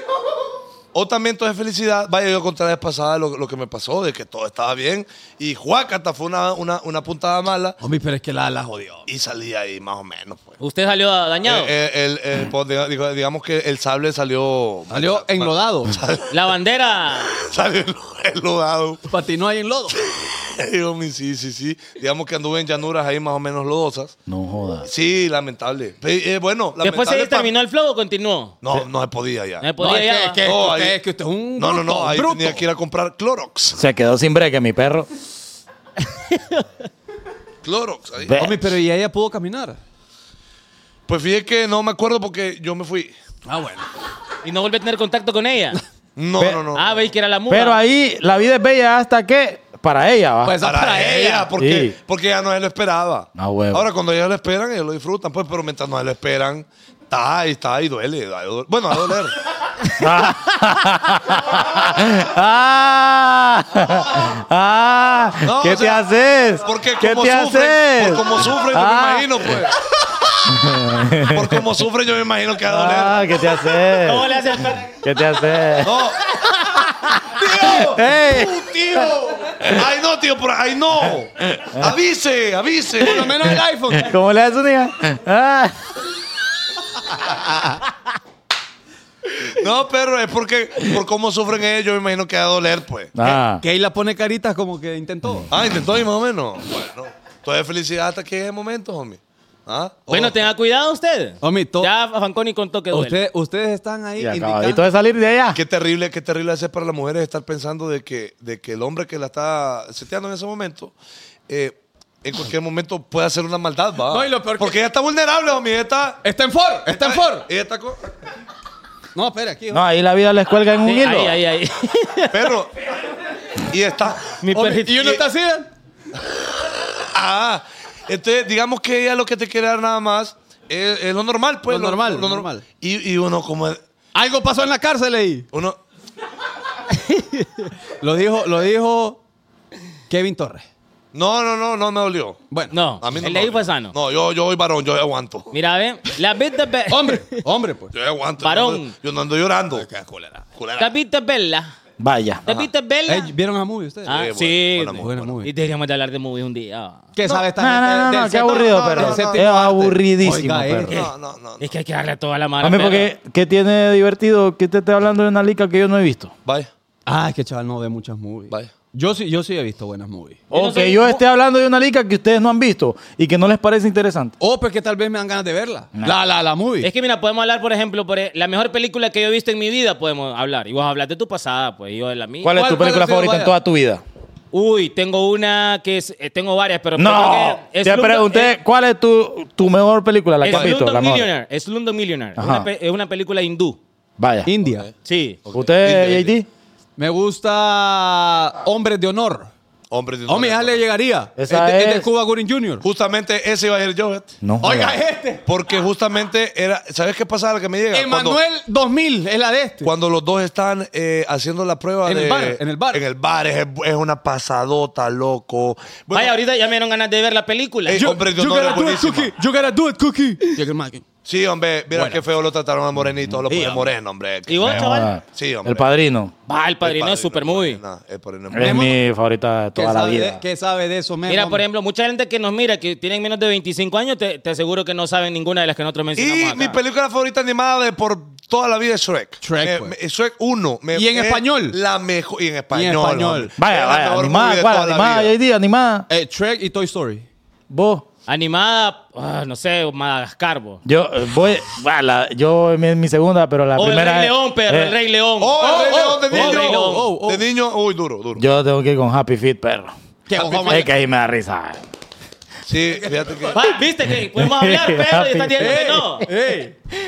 o también todo es felicidad. Vaya, yo conté la vez pasada lo, lo que me pasó, de que todo estaba bien, y Juacata fue una, una, una puntada mala, Hombre, pero es que la, la jodió. y salí ahí más o menos, pues. Usted salió dañado. Eh, eh, el- eh, pues, diga- diga- digamos que el sable salió... Salió enlodado. La bandera. Salió enlodado. Patinó ahí en lodo. Digo, mi, sí, sí, sí. Digamos que anduve en llanuras ahí más o menos lodosas. No jodas. Sí, lamentable. Pe- eh, bueno, lamentable. Después se pa- terminó el flow o continuó. No, no se podía ya. No se No, podía No, es que, ya. es que, No, usted, ahí- es que usted es un. no, no, bruto, ahí bruto. tenía que ir a comprar Clorox. Se quedó sin breque mi perro. Clorox. ahí. Ve- Hombre, pero ¿y ella pudo caminar? Pues fíjate que no me acuerdo porque yo me fui. Ah, bueno. Y no volvió a tener contacto con ella. No, no, no. Ah, veis que era la muda. Pero ahí la vida es bella hasta que para ella, ¿va? Pues para, para ella, ella. porque, Sí. porque ya no se lo esperaba. Ah, huevo. Ahora, cuando ellos lo esperan, ellos lo disfrutan, pues, pero mientras no se lo esperan, está ahí, está ahí, duele. da- duele. Bueno, va a doler. ¡Ah! ¡Ah! No, ¿Qué o sea, te haces? Porque ¿Qué como te sufren, haces? por como sufren, Ah, yo me imagino, pues. por como sufren, yo me imagino que va a doler. Ah, ¿qué te haces? ¿Cómo le hace el perro? ¿Qué te haces? No. ¡Ey! ¡Tío! ¡Tío! ¡Ay, no, tío! Por... ¡Ay, no! ¡Avise! ¡Avise! Por lo menos el iPhone. ¿Cómo le haces, niña? Eh. ¡Ah! No, pero es porque por cómo sufren ellos, yo me imagino que va a doler, pues. Ah. Que ahí la pone caritas como que intentó. Ah, intentó y más o menos. Bueno, toda es felicidad hasta que es el momento, homie. ¿Ah? Bueno, tenga cuidado usted. Homie, to- ya Fanconi contó que duele. Usted- ustedes están ahí Y acabadito indicando. de salir de allá. Qué terrible, qué terrible hacer para las mujeres estar pensando de que, de que el hombre que la está seteando en ese momento, eh, en cualquier momento puede hacer una maldad, ¿va? No, y lo peor que- Porque ella está vulnerable, homie, ella está... ¡Está en for! ¡Está en for! Ella está co- No, espera, aquí. No, ahí la vida les cuelga en un Sí, hilo. ahí, ahí, ahí. Pero... Y está... Mi Homie, perrito. y uno está así. ¿eh? Ah, entonces digamos que ella lo que te quiere dar nada más es, es lo normal, pues. Lo normal, lo nor- normal. Y, y uno como... Algo pasó en la cárcel ahí. Uno... Lo dijo, lo dijo Kevin Torres. No, no, no, no me dolió. Bueno. No, A mí no el me de ahí dolió. fue sano. No, yo, yo soy varón, yo aguanto. Mira, ve. Las vistas be- Hombre, hombre, pues. Yo aguanto. Varón. Yo no, ando- yo no ando llorando. Culera. Eh, Las vistas belas. Vaya. Las vistas belas. Ey, ¿Vieron a movie ustedes? Ah, bueno, sí. buena movie, buena movie. Y deberíamos de hablar de movies un día. ¿Qué sabe No, esta no, gente no, del no, qué séptimo- aburrido, no, perro. no, no, es no. aburridísimo, Oiga, perro. eh, No, no, no. no. Es que hay que darle a toda la mano. A mí, porque, ¿qué tiene divertido que usted esté hablando de una liga que yo no he visto? Vaya, Ah, es que chaval no ve muchas movies. Vaya. Yo sí, yo sí he visto buenas movies. O no que soy- yo esté hablando de una liga que ustedes no han visto y que no les parece interesante. O porque tal vez me dan ganas de verla. La, la, la movie. Es que mira, podemos hablar, por ejemplo, por eh, la mejor película que yo he visto en mi vida, podemos hablar. Y vos hablas de tu pasada, pues y yo de la mía. ¿Cuál es ¿Cuál- tu cuál ha película sido, favorita vaya? en toda tu vida? Uy, tengo una que es, eh, tengo varias, pero No, creo que es te Slumdog- pregunté es- cuál es tu, tu mejor película, la es que has visto, Slumdog la mejor. Millionaire, es Slumdog Millionaire. Ajá. Una pe- es una película hindú. Vaya. India. Sí. ¿Usted, JD? Me gusta Hombres de Honor. hombre. de- Hombre, ya le llegaría. Este, Esa es, de, es. de Cuba Gooding Jr. Justamente ese iba a ser yo, fíjate. No. Oiga, joda. este. Porque justamente era... ¿Sabes qué pasaba? que me llega. Cuando- Emanuel 2000 es la de este. Cuando los dos están eh, haciendo la prueba En el de- bar, en el bar. En el bar, es, es una pasadota, loco. Bueno, Eh, Vaya, ahorita ya me dieron ganas de ver la película. Ey, hombre, de you honor gotta es do it, buenísima. cookie. You gotta do it, cookie. Yo que más- Sí, hombre, mira qué feo lo trataron a Morenito, lo ponen hombre. moreno, hombre. ¿Y vos, No, chaval? joda. Sí, hombre. Ah, El Padrino. Va, el padrino Padrino, es super movie. no, el Padrino es Es bueno. mi favorita de ¿Qué toda la sabe vida. de- ¿Qué sabe de eso, men, Mira, por hombre? ejemplo, mucha gente que nos mira, que tienen menos de 25 años, te, te aseguro que no saben ninguna de las que nosotros mencionamos. Y acá. mi película favorita animada de por toda la vida es Shrek. Shrek, Me- pues. me- Shrek 1. me- Y en es español. La mejor. Y en español. español. hombre. Vaya, Es la vaya, mejor movie animada, de ¿cuál? toda la Animada, vida. JD, animada. Eh, Shrek y Toy Story. Vos. Animada, ah, no sé, Madagascar, bo. Yo eh, voy, va, la- yo mi, mi segunda, pero la O Oh, el primera Rey es- León, perro, eh, el Rey León. Oh, el Rey León de oh, el Rey niño. León. Oh, oh, oh. De niño, uy, duro, duro. Yo tengo que ir con Happy Feet, perro. Que- Es que ahí me da risa. Sí, fíjate que. Oh, Va, ¿Viste que podemos hablar, perro? Y estás diciendo Eh. que no.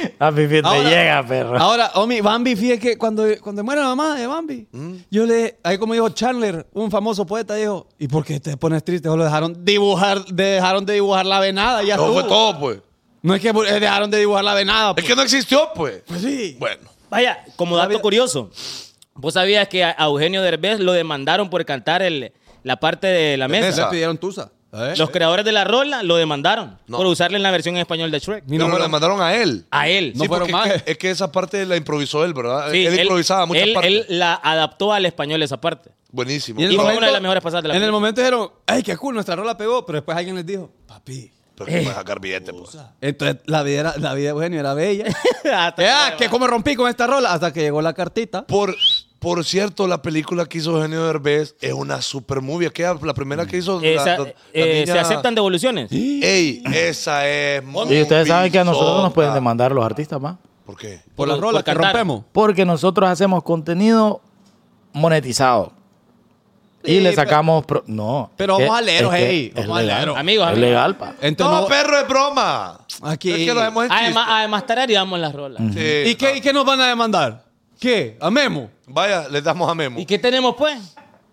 Ey. Happy Feet Ahora- te llega, perro. Ahora, Omi, Bambi, fíjate que cuando, cuando muere la mamá de Bambi, Mm. yo le, ahí como dijo Chandler, un famoso poeta, dijo, ¿y por qué te pones triste? O lo dejaron dibujar, dejaron de dibujar la venada y ya Eso fue estuvo. todo, pues. No es que eh, dejaron de dibujar la venada. Es pues. que no existió, pues. Pues sí. Bueno. Vaya, como dato curioso, vos sabías que a a Eugenio Derbez lo demandaron por cantar el, la parte de la mesa. mesa. Le pidieron tusa. ¿eh? Los creadores de la rola lo demandaron No. por usarle en la versión en español de Shrek. Y no me la mandaron a él. A él. No Sí, fueron porque más. Es que, es que esa parte la improvisó él, ¿verdad? Sí, él, improvisaba muchas él- partes. Él la adaptó al español esa parte. Buenísimo. Y en Y el fue momento, una de las mejores pasadas de la En el película. momento dijeron, ay, qué cool, nuestra rola pegó, pero después alguien les dijo, papi. Pero que puedes sacar billete, pues. Entonces la vida, era- la vida de Eugenio era bella. Hasta Ah, que- que como rompí con esta rola hasta que llegó la cartita. Por, por cierto, la película que hizo Eugenio Derbez es una super movie. Aquella, la primera que hizo. Eh, la- se- la- la eh, niña- ¿Se aceptan devoluciones? Ey, esa es. y ustedes saben que a nosotros nos pueden movisota. demandar los artistas, ¿va? ¿Por qué? Por la Por- rola por que cantar. rompemos. Porque nosotros hacemos contenido monetizado. Y Sí, le pero- sacamos... pro- no. pero es que- vamos a leeros, es que ey, es vamos a legal. leeros. Amigos, Es amigos. legal, pa. Entonces, No, no- perro, es broma. Aquí- Es que lo hacemos en Además, chiste. además tarareamos las rolas. Sí, ¿Y, qué, ¿Y qué nos van a demandar? ¿Qué? ¿A Memo? Vaya, les damos a Memo. ¿Y qué tenemos, pues?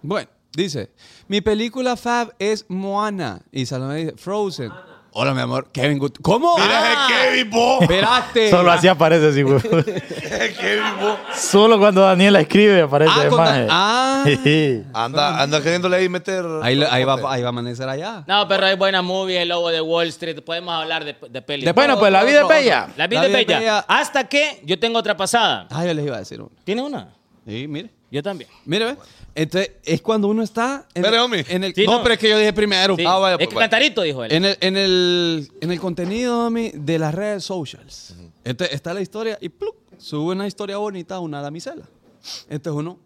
Bueno, dice, mi película fab es Moana. Y Salomé dice, Frozen. Hola, mi amor. Kevin Gut. ¿Cómo? Mira, Ah, es Kevin, bo. Esperaste. Solo así aparece, sí, güey. Es Kevin, bo. Solo cuando Daniela escribe aparece Ah, la con da- imagen. ah. Anda, anda queriéndole ahí meter. Ahí, lo- ahí va, ahí va a amanecer allá. No, pero hay buena movie, El Lobo de Wall Street. Podemos hablar de, de peli. De- bueno, pues la vida es bella. la vida es bella. Hasta que yo tengo otra pasada. Ah, yo les iba a decir uno. ¿Tiene una? Sí, mire. Yo también. Mire, ve. Entonces, es cuando uno está en, Espere, el, homie. en el- Sí, no, no. pero es que yo dije primero. Sí. Ah, vaya, es pues, que vaya. Cantarito dijo él. En el, en el, en el contenido homie, de las redes socials. Entonces está la historia y ¡plup! sube una historia bonita a una damisela. Entonces uno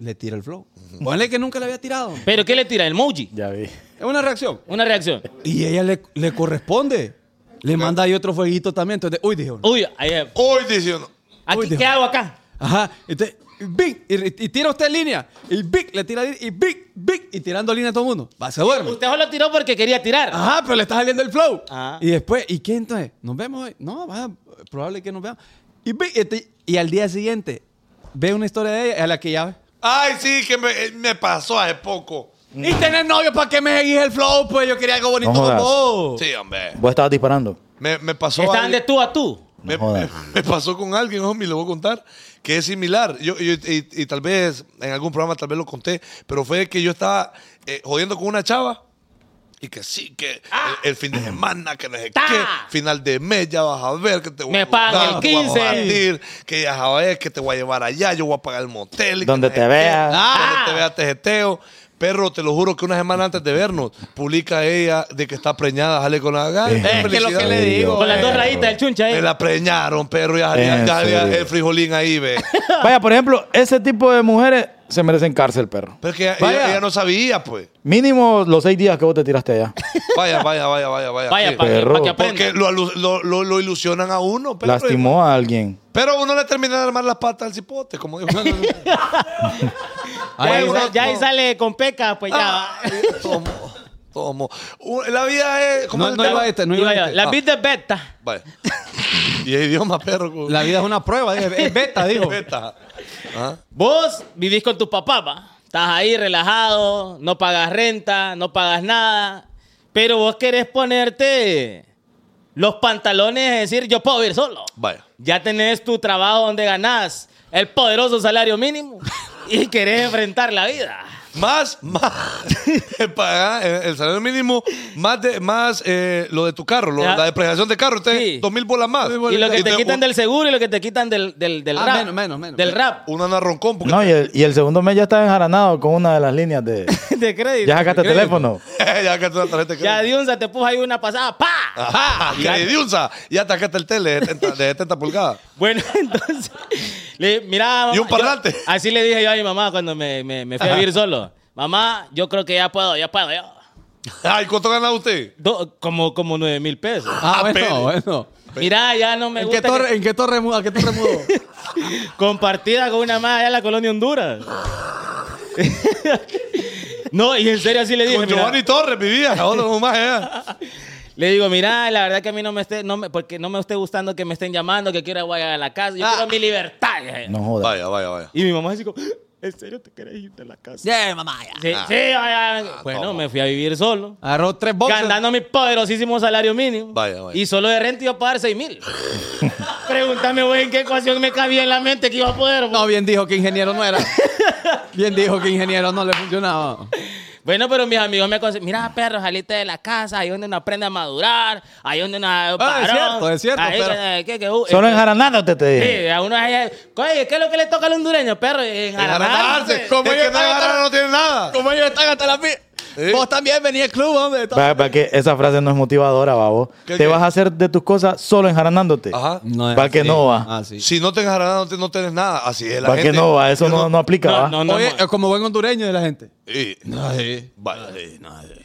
le tira el flow. Ponle que nunca le había tirado. ¿Pero qué le tira? ¿El emoji? Ya vi. Es una reacción. Una reacción. Y ella le, le corresponde. Le manda ahí otro fueguito también. Entonces, uy, dijo. Uy, ahí, eh, Hoy dice uno. aquí, Dios. ¿qué hago acá? Ajá. Entonces, big, y, y tira usted línea. Y big, le tira línea. Y big, big. Y tirando línea a todo el mundo. Va, se duerme. Usted solo tiró porque quería tirar. Ajá, pero le está saliendo el flow. Ajá. Y después, ¿y qué entonces? ¿Nos vemos hoy? No, va, probable que nos veamos. Y, ve- este- y al día siguiente, ve una historia de ella a la que ya ve. Ay, sí, que me, eh, me pasó hace poco. Y tener novio para que me seguís el flow, pues yo quería algo bonito No con jodas. vos. Sí, hombre. Vos estabas disparando. Me, me pasó Estaban de alguien- tú a tú. No me, jodas. me- me pasó con alguien, homie, le voy a contar, que es similar. Yo, yo- y, y tal vez en algún programa tal vez lo conté, pero fue que yo estaba eh, jodiendo con una chava. Y que sí, que el, el fin de semana, que no sé Ah. Ta. qué, final de mes, ya vas a ver que te voy Me a pagan cobrar, el te voy a 15. partir, que ya sabes que te voy a llevar allá, yo voy a pagar el motel. y que Donde no te sé qué, veas. Ah. Donde te vea tejeteo. Perro, te lo juro que una semana antes de vernos, publica ella de que está preñada, sale con la Eh, gana. Es que lo que le digo, Con las eh, dos rayitas del chuncha ahí. Me la preñaron, perro. Ya salía, En ya salía serio. el frijolín ahí, ve. Vaya, por ejemplo, ese tipo de mujeres se merecen cárcel, perro. Pero es que ella, Vaya. ella- ella no sabía, pues. Mínimo los seis días que vos te tiraste allá. Vaya, vaya, vaya, vaya, vaya. Vaya, Sí. para que, perro. pa' que aprenda. Porque lo, alu- lo- lo- lo ilusionan a uno, perro. Lastimó a alguien. Pero uno le termina de armar las patas al cipote, como digo. Ya ahí, Bueno, sa- ya ahí no. sale con peca, pues Ah, ya. Ah, Tomo, tomo. U- La vida es. ¿cómo No, es no el iba tema? a este, no iba Iba a yo, este. La Ah, beat de beta. Vaya. Y es idioma, perro. cu- la vida es una prueba, dije, es beta, dijo. Beta. Ah, Vos vivís con tu papá, pa. Estás ahí relajado, no pagas renta, no pagas nada. Pero vos querés ponerte los pantalones y decir, yo puedo vivir solo. Vaya. Ya tenés tu trabajo donde ganás el poderoso salario mínimo y querés enfrentar la vida. Más, más, pagar el, el salario mínimo, más, de, más eh, lo de tu carro, lo- Ya. la depreciación de carro, entonces, Sí. dos mil bolas más. Y lo que te Entonces, quitan un- del seguro y lo que te quitan del, del, del Ah, rap. menos, menos, menos. Del rap. Un anarroncón, porque No, y el, y el segundo mes ya estás enjaranado con una de las líneas de. De crédito. Ya sacaste De crédito. teléfono. ya que la tarjeta de Ya crédito. Diunza te puso ahí una pasada. ¡Pa! Ah. Ajá, que de diunza. Ya atacaste el tele de 70, de 70 pulgadas. Bueno, entonces, le, mira, Y un mamá, yo- parlante. así le dije yo a mi mamá cuando me, me- me fui a vivir solo. Mamá, yo creo que ya puedo, ya puedo. Yo. Ay, ¿cuánto gana usted? Do- como, como 9 mil pesos. Ah, pele. bueno, bueno. Mira, ya no me ¿En qué, gusta torre, que- ¿En qué torre mudó? ¿A qué torre mudó? compartida con una más allá en la colonia Honduras. no, y en serio así le dije. Con mira, Giovanni Torres vivía, ahora no más allá. le digo, mira, la verdad que a mí no me esté, no me, porque no me esté gustando que me estén llamando, que quiero ir a la casa. Ah. Yo quiero mi libertad. dije. No jodas. Vaya, vaya, vaya. Y mi mamá así como, ¿en serio te querés ir de la casa? yeah, mamá, ya. Ah, Sí, sí, vaya. bueno, ¿cómo? me fui a vivir solo. Agarró tres boxes. Ganando mi poderosísimo salario mínimo. Vaya, vaya. Y solo de renta iba a pagar 6 mil. Pregúntame, güey, en qué ecuación me cabía en la mente que iba a poder. güey. No, bien dijo que ingeniero no era. Bien dijo que ingeniero no le funcionaba. Bueno, pero mis amigos me aconsejan, mira, perro, saliste de la casa, ahí donde uno aprende a madurar, ahí donde uno... Ah, es cierto, es cierto, Ahí, pero- eh, que- que- uh, Solo eh, enjaranado te, te dije. Sí, a uno ahí- Oye, ¿qué es lo que le toca al hondureño, perro? Enjaranarse. Enjaranarse. Como Es es que que no agarra, no tiene nada. Como ellos están hasta la pi... Vos también venía al club, hombre. Vaya, para que esa frase no es motivadora, babo. ¿Qué, Te qué? vas a hacer de tus cosas solo enjaranándote. Ajá. No es Para que así. no va. Ah, sí. Si no te enjaras, no, te- no tienes nada. Así es la Para gente. que no va. Eso Yo no, no aplica, No, va. no, no, Oye, no. eh, como buen hondureño de la gente. Sí. Vaya.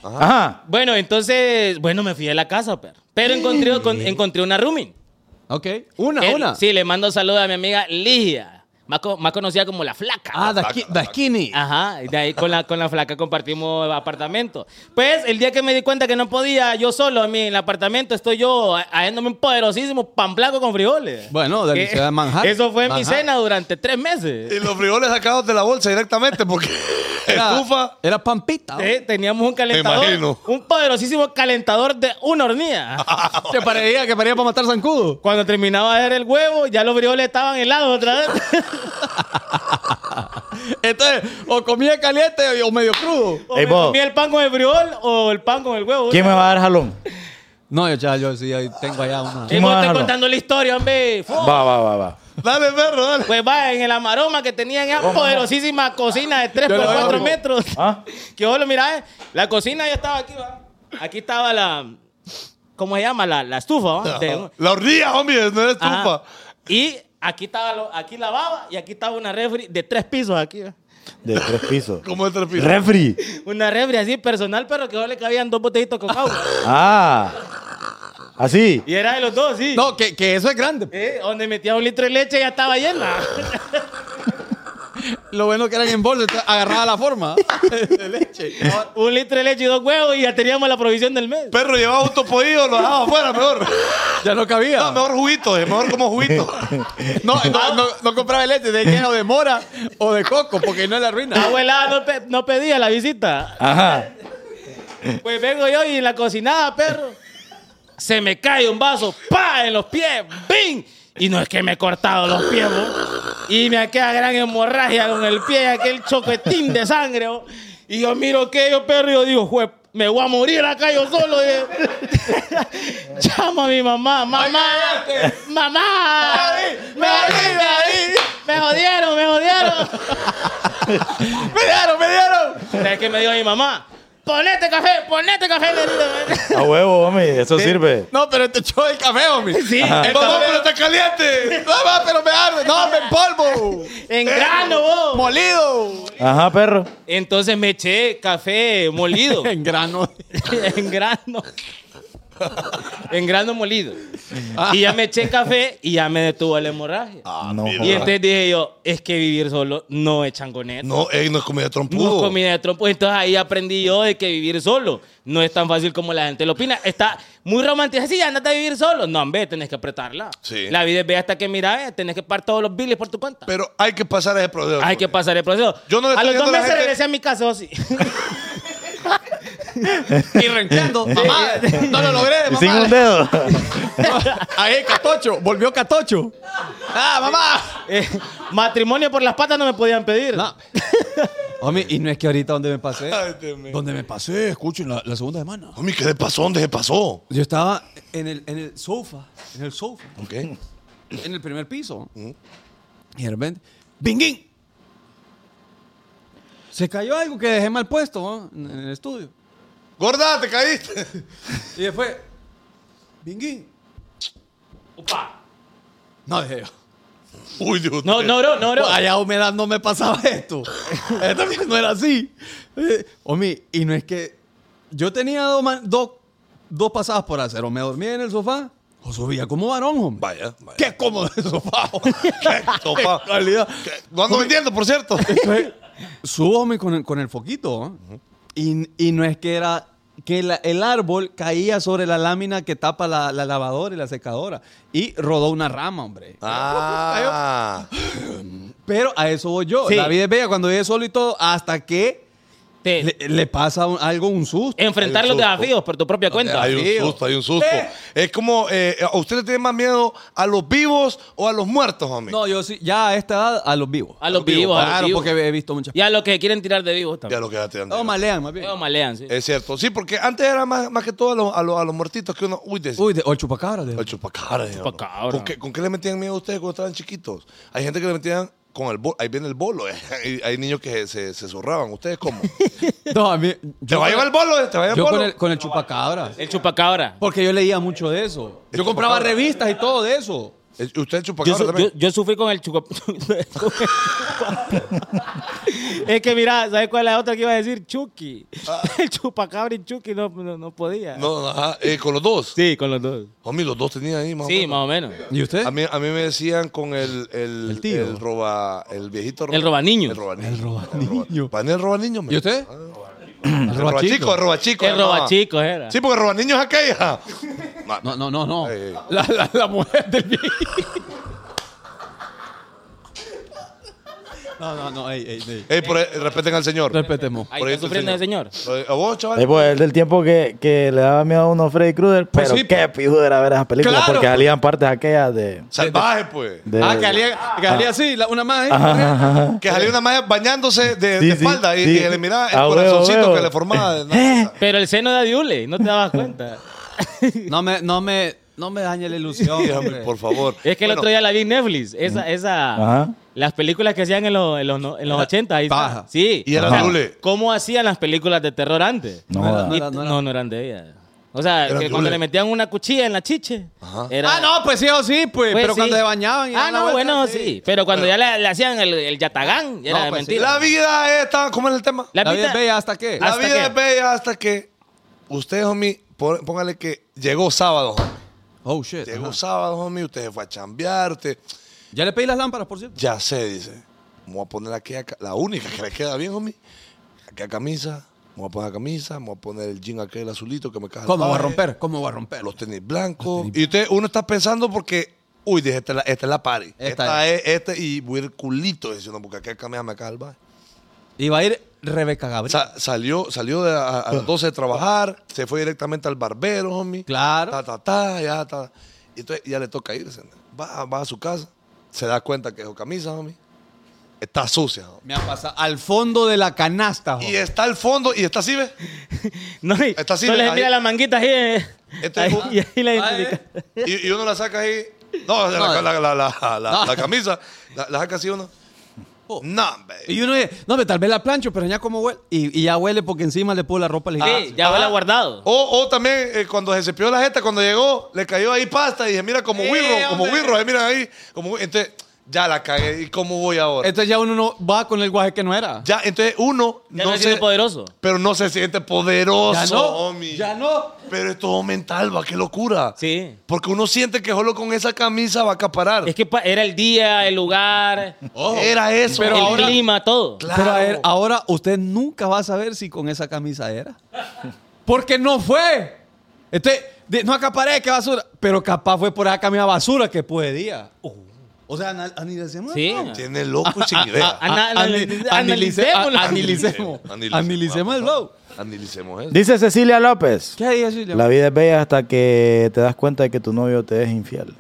Ajá. Bueno, entonces, bueno, me fui de la casa, perro. Pero encontré, con- encontré una rooming. Ok. Una, Que- una. Eh, Sí, le mando saludos a mi amiga Ligia, más, co- más conocida como La Flaca. Ah, da, Saca, da saca. skinny. Ajá, y de ahí con la, con la Flaca compartimos apartamento. Pues el día que me di cuenta que no podía yo solo en mi en el apartamento, estoy yo ha- haciéndome un poderosísimo pan blanco con frijoles. Bueno, de la Que- ciudad de Manhattan. Eso fue mi Manhattan. Eh, cena durante tres meses. Y los frijoles sacados de la bolsa directamente, porque Era, estufa. era pampita. Eh, Teníamos un calentador, imagino. un poderosísimo calentador de una hornilla. Que parecía, que parecía para matar zancudo. Cuando terminaba de hacer el huevo, ya los frijoles estaban helados otra vez. Entonces, o comía caliente o medio crudo. O Ey, me vos. comía el pan con el frijol o el pan con el huevo. ¿Quién me va a dar jalón? No, yo, chaval, yo sí, ahí tengo allá una. Y ¿Quién me vos va a dar te jalón? contando la historia, hombre. Fu- Va, va, va, va. Dale, perro, dale. Pues va, en el amaroma que tenía en esa poderosísima cocina de 3 Yo por le voy a 4 abrir. metros. ¿Ah? Que vos lo mirás, eh, la cocina ya estaba aquí, va. Aquí estaba la. ¿Cómo se llama? La, la estufa, va. De- Ah. La hornilla, homie, no es Ajá. estufa. Y aquí estaba lo- aquí la baba y aquí estaba una refri de tres pisos aquí. va. De tres pisos. Como el trepito. Refri. Una refri así personal, pero que vos le cabían dos botellitos con agua. Ah. Así. Y era de los dos, sí. No, que, que eso es grande. Eh, Donde metía un litro de leche ya estaba llena. Lo bueno que eran en bolsa, entonces agarraba la forma de leche. un litro de leche y dos huevos y ya teníamos la provisión del mes. Perro llevaba un topodillo, lo dejaba afuera, mejor. Ya no cabía. No, mejor juguito, es mejor como juguito. No, no, no, no compraba leche de queja o de mora o de coco, porque no es la La ruina. abuela no, pe- no pedía la visita. Ajá. Pues vengo yo y en la cocinada, perro. Se me cae un vaso, pa, en los pies, ¡bing! Y no es que me he cortado los pies, ¿no? Y me queda gran hemorragia con el pie, aquel choquetín de sangre, ¿no? Y yo miro que yo, perro, y yo digo, "Jue- me voy a morir acá yo solo. dije. Llamo a mi mamá, mamá, mamá, me jodieron, me jodieron, me jodieron. ¡Me dieron, me dieron! ¿Sabes qué me dijo mi mamá? Ponete café, ponete café, nenito". A huevo, hombre. Eso sirve. No, pero este te echó el café, homie. Sí. Mamá, pero está caliente. Mamá, pero me arde. No, me empolvo. En grano, vos. Molido. Ajá, perro. Entonces me eché café molido. En grano. en grano. en grano molido. Y ya me eché café y ya me detuvo la hemorragia. no, y joder. entonces dije yo, es que vivir solo no es changoneta. No, él no es comida No es trompudo. comida de trompo. Entonces ahí aprendí yo de que vivir solo no es tan fácil como la gente lo opina. Está muy romántica. Sí, andate a vivir solo. No, hombre, tenés que apretarla. Sí. La vida es bella hasta que mira, eh, tenés que pagar todos los biles por tu cuenta. Pero hay que pasar ese proceso. Hay que pasar el proceso. Yo no le a estoy los viendo a dos la meses gente- regresé a mi casa, o sí. Y renqueando. Mamá, no lo logré, Y sin un mamá. dedo. Ahí, Catocho. Volvió Catocho. ¡Ah, mamá! Eh, matrimonio por las patas no me podían pedir. No. Homie, y no es que ahorita donde me pasé. Ay, Dios mío. Donde me pasé, escuchen, la, la segunda semana. Homie, ¿qué le pasó? ¿Dónde se pasó? Yo estaba en el, en el sofá. En el sofá. Ok. en el primer piso. Y de repente, ¡binguín! Se cayó algo que dejé mal puesto ¿no? en en el estudio. Gorda, te caíste. Y después, ¡binguín! No dejé yo. Uy, Dios No, no, bro, no, bro. Pues allá humedad no me pasaba esto. esto que no era así. Eh, Homie, y no es que. Yo tenía dos, man- dos, dos pasadas por hacer. O me dormía en el sofá, o subía como varón, hombre. Vaya, vaya. Qué cómodo el sofá. hombre. Sofá. Qué calidad. Lo ando vendiendo, por cierto. Entonces, subo homie, con el, con el foquito. ¿eh? y, y no es que era que la- el árbol caía sobre la lámina que tapa la, la lavadora y la secadora. Y rodó una rama, hombre. Ah. Pero a eso voy yo. Sí. La vida es bella cuando vive solo y todo, hasta que Te- le, le pasa un- algo, un susto. enfrentar hay los un susto. desafíos por tu propia cuenta. Hay Tío. un susto, hay un susto. Eh. Es como, eh, ¿a usted le tiene más miedo a los vivos o a los muertos, homie? No, yo sí, ya a esta edad, a los vivos. A los vivos, a los Claro, vivos. porque he visto muchas. Y a los que quieren tirar de vivos Ya también. lo quedaste ando. No, malean, más bien. No malean, sí. Es cierto, sí, porque antes era más, más que todo a, los- a los- a los muertitos que uno. Uy, de, Uy, de, o el chupacabra. de- el chupacabra. diablo. Chupacabra. ¿Con qué, con qué le metían miedo a ustedes cuando estaban chiquitos? Hay gente que le metían con el bolo. Ahí viene el bolo. eh. Hay, hay niños que se, se zurraban. ¿Ustedes cómo? No, a mí- ¿Te yo va a con- llevar el bolo? eh? ¿Te va a llevar el Yo con bolo? el, con el chupacabra. El chupacabra. Porque yo leía mucho de eso. El Yo compraba chupacabra. revistas y todo de eso. Eh, ¿Usted el Yo, chupacabra su- también? yo- yo sufrí con el chupacabra. es que mira, ¿sabes cuál es la otra que iba a decir? Chucky. El chupacabra y Chucky no, no, Ah. no podía. No, ajá, eh, con los dos. Sí, con los dos. Homie, los dos tenían ahí más o Sí, menos. más o menos. ¿Y usted? A mí, a mí me decían con el, el, El tío. el roba, el viejito El robaniños. El robaniño. El robaniño. Para mí el robaniño. me- ¿Y usted? El robachico, el robachico. El hermano. robachicos era. Sí, porque el robaniño es aquella. No, No, no, no, no. Ay, ay. La, la- la mujer del viejo. No, no, no, ey, ey, ey. Ey, por- eh, respeten al señor. Respetemos. Ahí Por está ahí está el sufriendo el señor. Eh, A vos, chaval. Ahí pues, es del tiempo que, que le daba miedo a uno Freddy Krueger. Pues Pero sí. qué pijudo era ver esas películas. Claro. pues. Porque salían partes aquellas de. Salvaje, pues. de- Ah, que salía, que salía así, la- una más. ¿eh? Que salió una malla bañándose de, Sí, sí, de espalda y, sí. y le miraba el Ah, huevo, corazoncito huevo. que le formaba. de- Pero el seno de Adiule, no te dabas cuenta. No me, no me, no me dañe la ilusión. Sí, hombre, hombre. por favor. Es que el Bueno, otro día la vi en Netflix. Esa, esa, Ajá. las películas que hacían en los, en los, no- en los 80. Ahí está. paja. Sí. Y eran O sea, Lule. Eh, ¿Cómo hacían las películas de terror antes? No, No era- joda. Y- era- no no, no eran de ella. O sea, Eran que cuando Lule. le metían una cuchilla en la chiche. era- Ah, no, pues sí o sí, pues. pues pero sí. cuando se bañaban. y Ah, daban la no, vuelta, bueno, sí. Pero cuando ya le, le hacían el, el yatagán, ya No, era de pues sí. mentira. La vida está. ¿Cómo es el tema? La La vida pita- es bella hasta qué. Ah, La ¿Hasta vida qué? es bella hasta que usted, homie, pon- póngale que llegó sábado, homie. Oh, shit. Llegó ajá. sábado, homie, usted se fue a chambearte. Ya le pedí las lámparas, por cierto. Ya sé, dice. Me voy a poner aquella, ca- la única que le queda bien, homie. Aquella camisa. Me voy a poner la camisa. Me voy a poner el jean aquel azulito que me cae. el ¿Cómo voy a padre, romper? ¿Cómo voy a romper? Los tenis blancos. Y usted, uno está pensando porque, uy, dije, esta es la, esta es la party. Esta, es, este, y voy a ir culito, dice uno, porque aquella camisa me cae el padre. Y va a ir Rebeca Gabriel. Sa- salió salió de a, a las 12 de trabajar, se fue directamente al barbero, homie. Claro. Ta, ta, ta, ya, ta. Y entonces ya le toca irse. Va, va a su casa, se da cuenta que su camisa, homie, está sucia. homie. Me ha pasado al fondo de la canasta, Y joder. está al fondo, y está así, ¿ves? No, y Está así, no ve, les ahí. mira las manguitas ahí. eh. Este Ahí- es- y ahí la Ah, identifica. eh. Y, y uno la saca ahí. No, la, la- la- la- la- la camisa, la, la saca así uno. Oh. No, hombre. Y uno dice, no, pero tal vez la plancho, pero ya como huele. Y, y ya huele porque encima le puedo la Ah, ropa ligera. Sí, ya huele a Oh, guardado. O, o también eh, cuando se cepilló la jeta, cuando llegó, le cayó ahí pasta y dije, mira, como Sí, wirro, como hombre. wirro, eh, mira ahí. Como, entonces, ya la cagué. ¿Y cómo voy ahora? Entonces ya uno no va con el guaje que no era. ya, entonces uno Ya no, no, se- es tiene poderoso. Pero no se siente poderoso, Ya no. homie. Ya no. Pero es todo mental, va, qué locura. Sí. Porque uno siente que solo con esa camisa va a acaparar. Es que pa- era el día, el lugar, Era eso. el homie. clima, todo. Claro. Pero a ver, ahora usted nunca va a saber si con esa camisa era. Porque no fue. Entonces, de- no acaparé, qué basura. Pero capaz fue por esa camisa basura que podía. Oh. O sea, anal- analicemos. Sí. el flow. Tiene loco y sin idea. ah, Ana- Ani- analice- analicemos- analicémoslo. Analicemos. Analicemos el flow. Analicemos eso. Dice Cecilia López. ¿Qué hay, Silvia? La vida es bella hasta que te das cuenta de que tu novio te es infiel.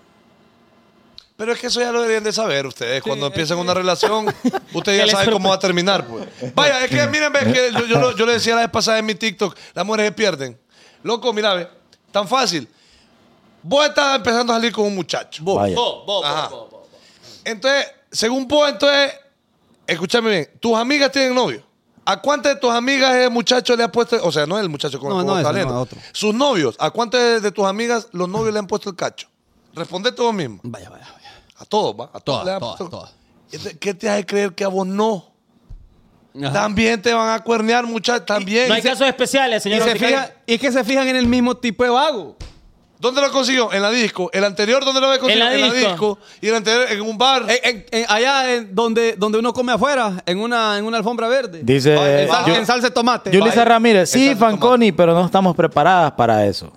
Pero es que eso ya lo deberían de saber ustedes. Cuando empiezan una relación, ustedes Que ya les saben cómo sorpre- va a terminar. Pues. Vaya, es que miren, ve, que yo, yo, lo- yo le decía la vez pasada en mi TikTok, las mujeres se pierden. Loco, mira, ve, tan fácil. Vos estás empezando a salir con un muchacho. Vaya. Bo, bo, bo, Ajá. bo, bo, bo. Entonces, según vos, entonces, escúchame bien, tus amigas tienen novio. ¿A cuántas de tus amigas el muchacho le ha puesto, o sea, no el muchacho con No, el no, ese, talento, no, otro. sus novios, ¿a cuántas de- de tus amigas los novios le han puesto el cacho? Respondete vos mismo. Vaya, vaya, vaya. A todos, ¿va? A todos. Todas, le han todas, puesto- todas. Entonces, ¿Qué te hace creer que a vos no? Ajá. También te van a cuernear, muchachos. También. No hay casos especiales, Y, señor. se Urticaria. fija- y es que se fijan en el mismo tipo de vago. ¿Dónde lo consiguió? En la disco. ¿El anterior dónde lo había conseguido? En la disco. Y el anterior en un bar. En- en- en- Eh, allá en donde, donde uno come afuera, en una, en una alfombra verde. Dice Vaya, eh, Ah, en, sal- Yu- en salsa de tomate. Yulisa Vaya. Ramírez. Sí, Exacto, tomate. Fanconi, pero no estamos preparadas para eso.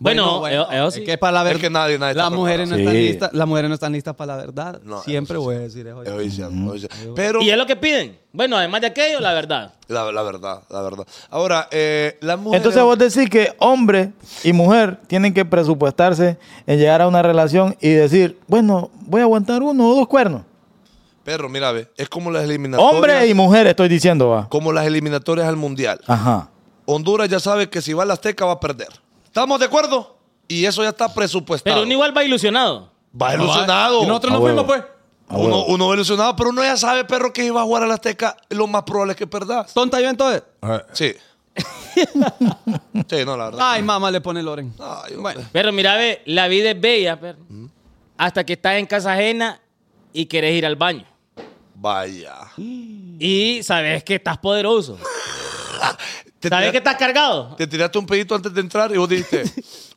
Bueno, eh, eh, oh, sí. es que para la Es verdad. que nadie- nadie está las mujeres no preparado. están Sí. listas. Las mujeres no están listas para la verdad. No, Siempre eso Eh, sí. voy a decir eso. Es oficial, es oficial. Pero Y es lo que piden. Bueno, además de aquello, la verdad. la, la verdad, la verdad. Ahora, eh, las mujeres. Entonces vos decís que hombre y mujer tienen que presupuestarse en llegar a una relación y decir, bueno, voy a aguantar uno o dos cuernos. Perro, mira, ve. Es como las eliminatorias. Hombre y mujer, estoy diciendo, va. Como las eliminatorias al mundial. Ajá. Honduras ya sabe que si va a la Azteca va a perder. ¿Estamos de acuerdo? Y eso ya está presupuestado. Pero uno igual va ilusionado. Va ilusionado. Y A nosotros no Ah, huevo. fuimos, pues. A Uno, huevo. uno va ilusionado, pero uno ya sabe, perro, que iba a jugar a la Azteca. Lo más probable es que perdas. Tonta yo entonces. Ah. Sí. sí, no, la verdad. Ay, mamá, le pone Loren. Ay, Bueno. Pero mira, ve, la vida es bella, perro. Hasta que estás en casa ajena y querés ir al baño. Vaya. Y sabes que estás poderoso. Te, Sabes tira- que estás cargado. te tiraste un pedito antes de entrar y vos dijiste.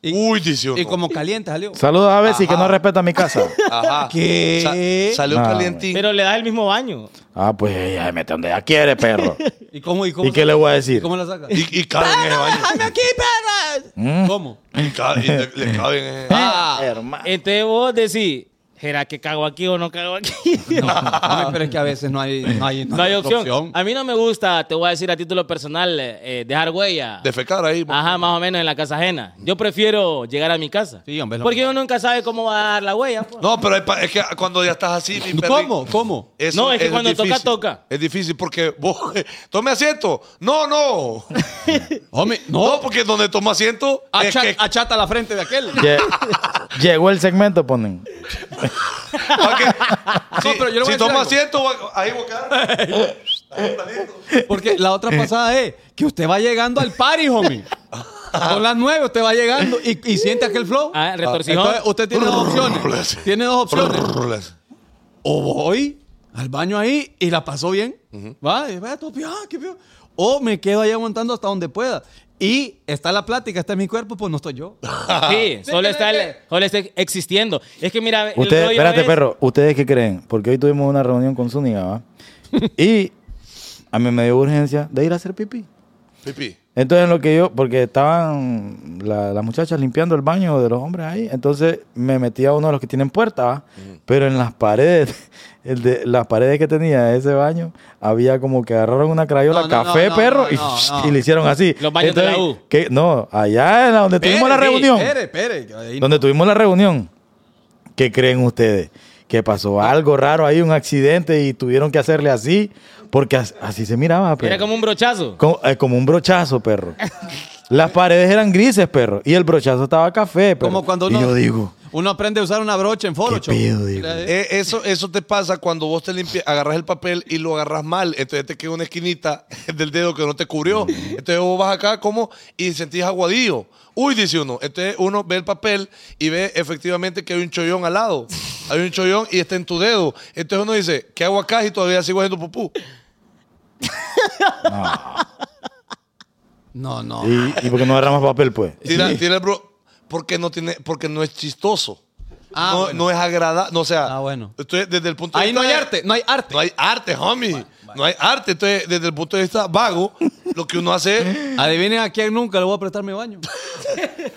Uy, dice uno. Y como caliente salió. Saludos a Bessie que Ajá. no respeta mi casa. Ajá. ¿Qué? Sa- salió No, calientín. Pero le das el mismo baño. ah, pues ella se mete donde ella quiere, perro. ¿Y cómo? ¿Y cómo? ¿Y qué le voy a decir? ¿Eh? ¿Cómo la saca? Y, y cabe en ese baño. ¡Déjame aquí, Eh, perra! ¿Cómo? Y, cabe- y le, le cabe en ese- Hermano. Entonces vos decís, ¿será que cago aquí o no cago aquí? Hombre, pero es que a veces no hay, no hay, No hay otra opción. A mí no me gusta, te voy a decir a título personal, eh, eh, dejar huella. Defecar ahí. pues. Ajá, más o menos en la casa ajena. Yo prefiero llegar a mi casa. Sí, hombre, es lo Porque uno nunca sabe cómo va a dar la huella. pues. No, pero es, pa- es que cuando ya estás así, mi perri- ¿Cómo? ¿Cómo? Eso No, es que cuando toca, difícil. toca. Es difícil porque vos. Tome asiento. No, no. Hombre, No, no. porque donde toma asiento. es Acha- que, Achata la frente de aquel. Lle- Llegó el segmento, ponen. pa' que- si, pero yo le si voy a decir toma algo. asiento, va- ahí voy a quedar. Porque la Eh. otra pasada es que usted va llegando al party, homie. Con las nueve usted va llegando y, y siente aquel flow. Ah, el retorcijón. Entonces usted tiene dos opciones. Tiene dos opciones. O voy al baño ahí y la pasó bien. Va, y vaya todo, pi- ah, qué pio. O me quedo ahí aguantando hasta donde pueda. Y está la plática, está mi cuerpo, pues no estoy yo. Sí, solo está, el- solo está existiendo. Es que mira, el Ustedes, rollo espérate, es- perro, ¿ustedes qué creen? Porque hoy tuvimos una reunión con Zúñiga, ¿va? y a mí me dio urgencia de ir a hacer pipí. Pipí. Entonces, lo que yo, porque estaban la- las muchachas limpiando el baño de los hombres ahí, entonces me metí a uno de los que tienen puerta, ¿va? pero en las paredes, el de, las paredes que tenía ese baño, había como que agarraron una crayola No, no, café, no, no, perro, no, y, no, no. y le hicieron así. Los baños de la U. que- no, allá en la- donde tuvimos la reunión. Espere, espere. que ahí no- Donde tuvimos la reunión. ¿Qué creen ustedes? Que pasó algo raro ahí, un accidente y tuvieron que hacerle así, porque as- así se miraba, pues. perro. Era como un brochazo. Como, eh, como un brochazo, perro. Las paredes eran grises, perro, y el brochazo estaba café, perro. Como cuando y uno, yo digo, uno aprende a usar una brocha en Photoshop. pedo, digo? Eh, Eh, eso, eso te pasa cuando vos te limpias, agarras el papel y lo agarras mal. Entonces te queda una esquinita del dedo que no te cubrió. Entonces vos vas acá como y sentís aguadillo. Uy, dice uno. Entonces uno ve el papel y ve efectivamente que hay un chollón al lado. Hay un chollón y está en tu dedo. Entonces uno dice, ¿qué hago acá? Y todavía sigo haciendo pupú. No, no. ¿y, y por qué no agarramos papel, pues? Tira, tira el bro. Porque no tiene, porque no es chistoso. Ah, no, bueno. no es agradable. No, o sea, Ah, bueno. entonces, desde el punto de Ahí no vista hay de- arte, no hay arte. No hay arte, homie. No hay arte. Entonces, desde el punto de vista vago, lo que uno hace. Adivinen a quién nunca le voy a prestar mi baño.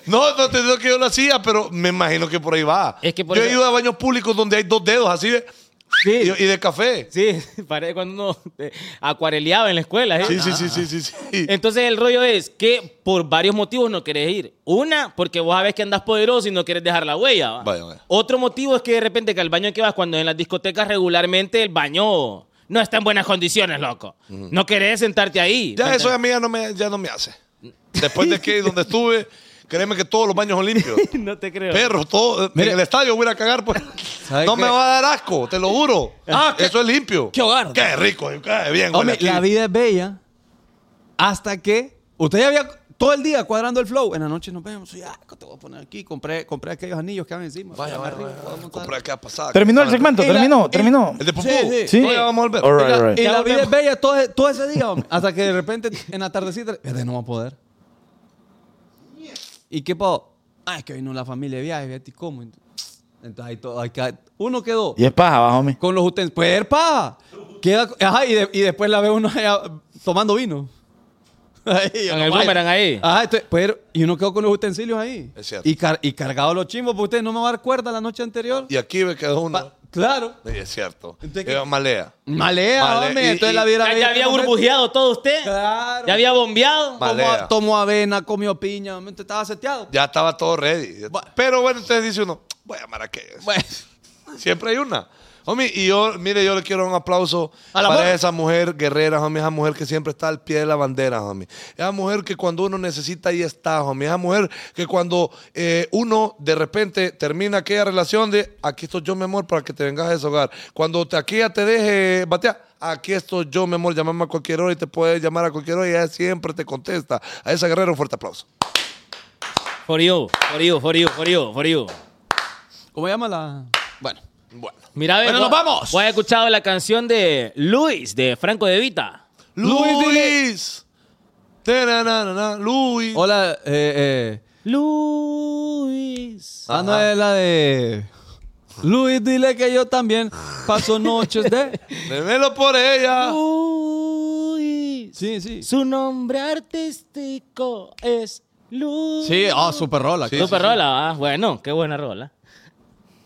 No, no te digo que yo lo hacía, pero me imagino que por ahí va. Es que por yo he eso- ido a baños públicos donde hay dos dedos así de- Sí, y, y de café. sí, parece cuando uno eh, acuareleaba en la escuela. ¿eh? Sí, sí, sí, sí, sí. sí. Entonces el rollo es que por varios motivos no querés ir. Una, porque vos sabés que andás poderoso y no querés dejar la huella. ¿va? Vaya, vaya. Otro motivo es que de repente que al baño que vas, cuando en las discotecas regularmente el baño no está en buenas condiciones, loco. No querés sentarte ahí. Ya eso a es mí ya no me, ya no me hace. Después de que donde estuve, créeme que todos los baños son limpios. No te creo. Perros, todo. eh, Mire. En el estadio voy a ir a cagar, pues. ¿Sabe No qué? me va a dar asco, te lo juro. Ah, qué- Eso es limpio. qué hogar. Qué rico, qué bien. huele Hombre, aquí. la vida es bella hasta que usted ya había todo el día cuadrando el flow. En la noche nos vemos. Ya, ¿qué te voy a poner aquí? Compré, compré aquellos anillos que van encima. Vaya, vaya, Arriba, vaya. podemos estar- Compré acá pasada. Terminó el Vale. segmento, Y la- terminó, y- terminó. El de Pupú. Sí, sí. Sí. Todavía vamos a volver. All Y la, right, y right. Ya la vida volvemos. es bella todo, todo ese día, hombre, hasta que de repente en la tardecita, fíjate, no va a poder. ¿Y qué pasó? Ah, es que vino la familia de viaje, fíjate cómo. Entonces ahí todo, ahí queda- uno quedó Y es paja, va, homie. con los utens. Pues, pa, queda, ajá, y, de- y después la ve uno allá tomando vino. Ahí, Con no el vaya. boomerang ahí. Ajá, entonces, pero, y uno quedó con los utensilios ahí. Es cierto. Y, car- y cargado los chimbos, porque usted no me va a dar cuerda la noche anterior. Y aquí me quedó uno. Pa- claro. Sí, es cierto. Entonces, Era ¿qué? malea. Malea, Male- hombre, y- entonces y- la vida Ya, ya había burbujeado todo usted. Claro. Ya había bombeado. Ma- Malea. Tomó, tomó avena, comió piña, hombre, entonces estaba seteado. Ya estaba todo ready. Bueno. Pero bueno, entonces dice uno, voy a llamar a aquellos. Bueno, Siempre hay una. Homie, y yo, mire, yo le quiero dar un aplauso A la para mujer. esa mujer guerrera, homie, esa mujer que siempre está al pie de la bandera, homie. Esa mujer que cuando uno necesita, ahí está, homie. Esa mujer que cuando eh, uno de repente termina aquella relación de aquí estoy yo, mi amor, para que te vengas a deshogar. Cuando te, aquella te deje batear, aquí estoy yo, mi amor, llámame a cualquier hora y te puedes llamar a cualquier hora y ella siempre te contesta. A esa guerrera un fuerte aplauso. For you, for you, for you, for you, for you. ¿Cómo llama la...? Bueno. Bueno. Mira, Bueno, nos vamos. Voy a escuchado la canción de Luis, de Franco de Vita. Luis. Tananana, Luis. Hola, eh, eh. Luis. Ah, no, es la de... Luis, dile que yo también paso noches de... Démelo por ella. Ah. Luis. Sí, sí. Su nombre artístico es Luis. Sí, ah, super rola. Sí, claro. Super rola, ah, bueno, qué buena rola.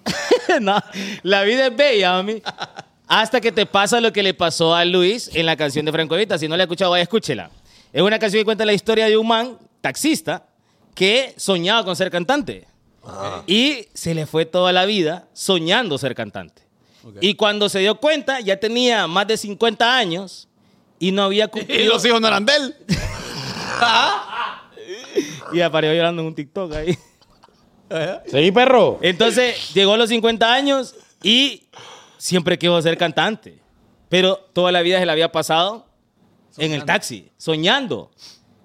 No, la vida es bella, mami. Hasta que te pasa lo que le pasó a Luis en la canción de Franco Evita. Si no la he escuchado, vaya, escúchela. Es una canción que cuenta la historia de un man, taxista, que soñaba con ser cantante. Y se le fue toda la vida soñando ser cantante. Y cuando se dio cuenta, ya tenía más de 50 años y no había cumplido. Y los hijos no eran de él. Y apareció llorando en un TikTok ahí. Seguí, perro. Entonces, llegó a los 50 años y siempre quiso ser cantante. Pero toda la vida se la había pasado en el taxi, soñando,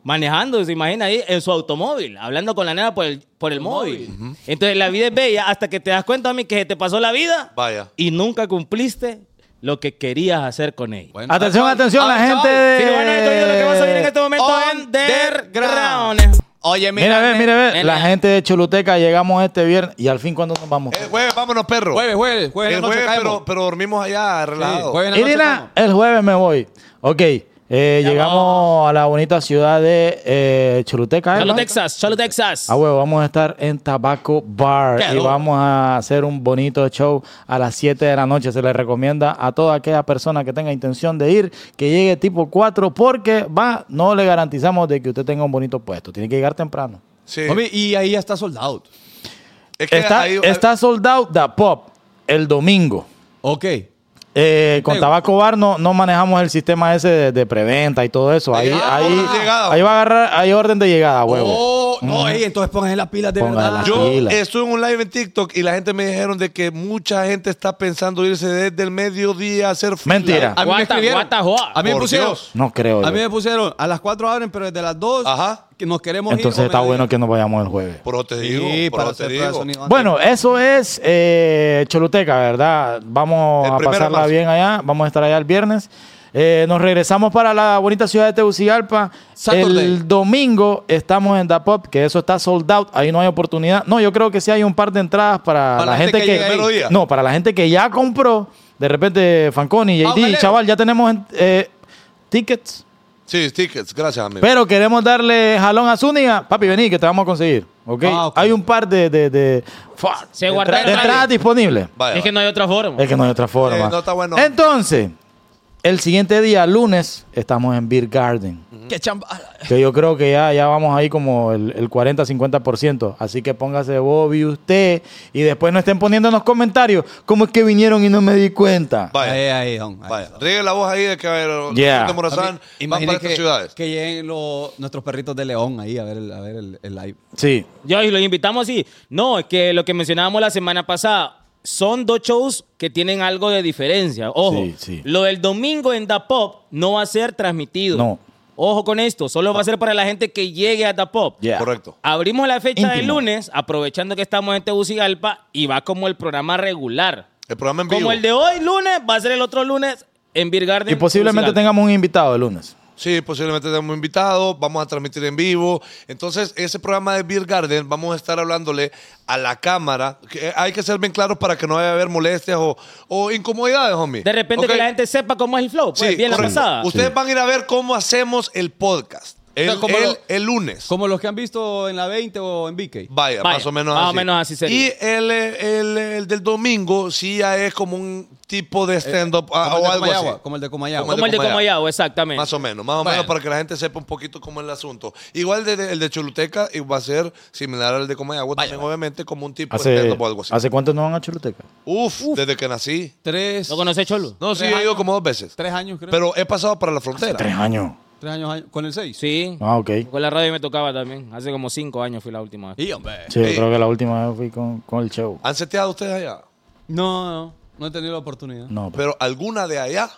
manejando, se imagina ahí, en su automóvil, hablando con la nena por el, por el móvil. Entonces, la vida es bella hasta que te das cuenta, mí que se te pasó la vida Vaya. y nunca cumpliste lo que querías hacer con ella. Bueno, Atención, ah, atención, la gente de... Sí, bueno, esto es lo que vas a oír en este momento Underground. Underground. Oye, Mira, ve, mira, ve. nena. La gente de Choluteca llegamos este viernes. ¿Y al fin cuándo nos vamos? Eh, El Eh, jueves, vámonos, perro. Jueves, jueves, jueves. en el la noche jueves, caemos. pero, pero dormimos allá relajado. Sí, jueves en la noche Irina, el jueves me voy. Ok, eh, llegamos a la bonita ciudad de eh, Choluteca. ¿eh, Chalo, no? Texas. Chalo, Texas. Ah, huevo, vamos a estar en Tabaco Bar y vamos a hacer un bonito show a las 7 de la noche. Se les recomienda a toda aquella persona que tenga intención de ir que llegue tipo 4 porque va, no le garantizamos de que usted tenga un bonito puesto. Tiene que llegar temprano. Sí. Homie, y ahí ya está soldado. Es que Está, ahí- está sold out Da Pop el domingo. Ok. Eh, con Digo. Tabaco Bar no, no manejamos el sistema ese de, de preventa y todo eso. Ahí, Ah, ahí, orden de llegada. ahí va a agarrar, hay orden de llegada, huevo. Oh, no, ey, entonces pónganse las pilas de Mm. Pónganse verdad. las Yo Tranquila. estuve en un live en TikTok y la gente me dijeron de que mucha gente está pensando irse desde el mediodía a hacer fila. Mentira. A mí What me the- escribieron. what the fuck? A mí me Por pusieron. Dios. No creo. A yo. mí me pusieron. A las 4 abren, pero desde las 2 Ajá. que nos queremos ir. Entonces o está mediodía. bueno que nos vayamos el jueves. Por eso te digo. Sí, por para eso te hacer digo. pruebas de sonido. Bueno, eso es eh, Choluteca, ¿verdad? Vamos El a primero de pasarla marzo. bien allá. Vamos a estar allá el viernes. Eh, nos regresamos para la bonita ciudad de Tegucigalpa. Saturday. El domingo estamos en Dapop, que eso está sold out. Ahí no hay oportunidad. No, yo creo que sí hay un par de entradas para, la gente, que. llega ahí. Mero día. no, para la gente que ya compró. De repente, Fanconi, JD, Ojalá. chaval, ya tenemos eh, tickets. Sí, tickets. Gracias, amigo. Pero queremos darle jalón a Zúñiga. Papi, vení, que te vamos a conseguir. ¿ok? Ah, ok. Hay un par de, de, de, fa- Se de guardaron entra- de nadie. entradas disponibles. Vaya, Es que vaya. no hay otra forma. Es que no hay otra forma. Eh, no está bueno. Entonces, el siguiente día, lunes, estamos en Beer Garden. Qué chamba. Que yo creo que ya, ya vamos ahí como el, el 40-50%. Así que póngase Bobby usted. Y después no estén poniendo en los comentarios cómo es que vinieron y no me di cuenta. Vaya. Ahí, ahí, don. ahí. Vaya. Riegue la voz ahí de que a ver, Yeah. de Morazán van Imaginen para estas que, ciudades. que lleguen los- nuestros perritos de León ahí a ver el, a ver el, el live. Sí. Yo y los invitamos y no, es que lo que mencionábamos la semana pasada son dos shows que tienen algo de diferencia. Ojo, Sí, sí. lo del domingo en Da Pop no va a ser transmitido. No. Ojo con esto, solo va a ser para la gente que llegue a Da Pop. Yeah. Correcto. Abrimos la fecha del Íntimo. lunes, aprovechando que estamos en Tegucigalpa y va como el programa regular. El programa en vivo. Como el de hoy lunes, va a ser el otro lunes en Beer Garden. Y posiblemente Tegucigalpa. tengamos un invitado el lunes. Sí, posiblemente tenemos invitados, vamos a transmitir en vivo. Entonces, ese programa de Beer Garden, vamos a estar hablándole a la cámara. Que eh, hay que ser bien claros para que no vaya a haber molestias o, o incomodidades, homie. De repente ¿Ok? que la gente sepa cómo es el flow. Pues, Sí, bien correcto. la pasada. Ustedes Sí. van a ir a ver cómo hacemos el podcast. El, sea, como el- lo- el lunes. Como los que han visto en la 20 o en BK. Vaya, Vaya, más o menos más así. o menos así sería. Y el, eh, el, el del domingo sí ya es como un tipo de stand-up ah, o Eh, como el de algo Comayagua, así. Como el de Comayagua. como el de Comayagua. Comayagua, exactamente. Más o menos, más o Bueno. menos para que la gente sepa un poquito cómo es el asunto. Igual de- de- el de Choluteca y va a ser similar al de Comayagua, también obviamente como un tipo de Hace, stand-up o algo así. ¿Hace cuánto no van a Choluteca? Uf, desde que nací. Tres, ¿Lo conoces, Cholo? No, sí, Tres yo he ido años. como dos veces. tres años, creo. Pero he pasado para la frontera. Tres años. tres años, años- con el 6. Sí. Ah, ok. Con la radio me tocaba también. Hace como cinco años fui la última vez. Y hombre. Sí, yo Sí. creo que la última vez fui con, con el show. ¿Han seteado ustedes allá? No, no, no he tenido la oportunidad. No, pero- Pero alguna de allá.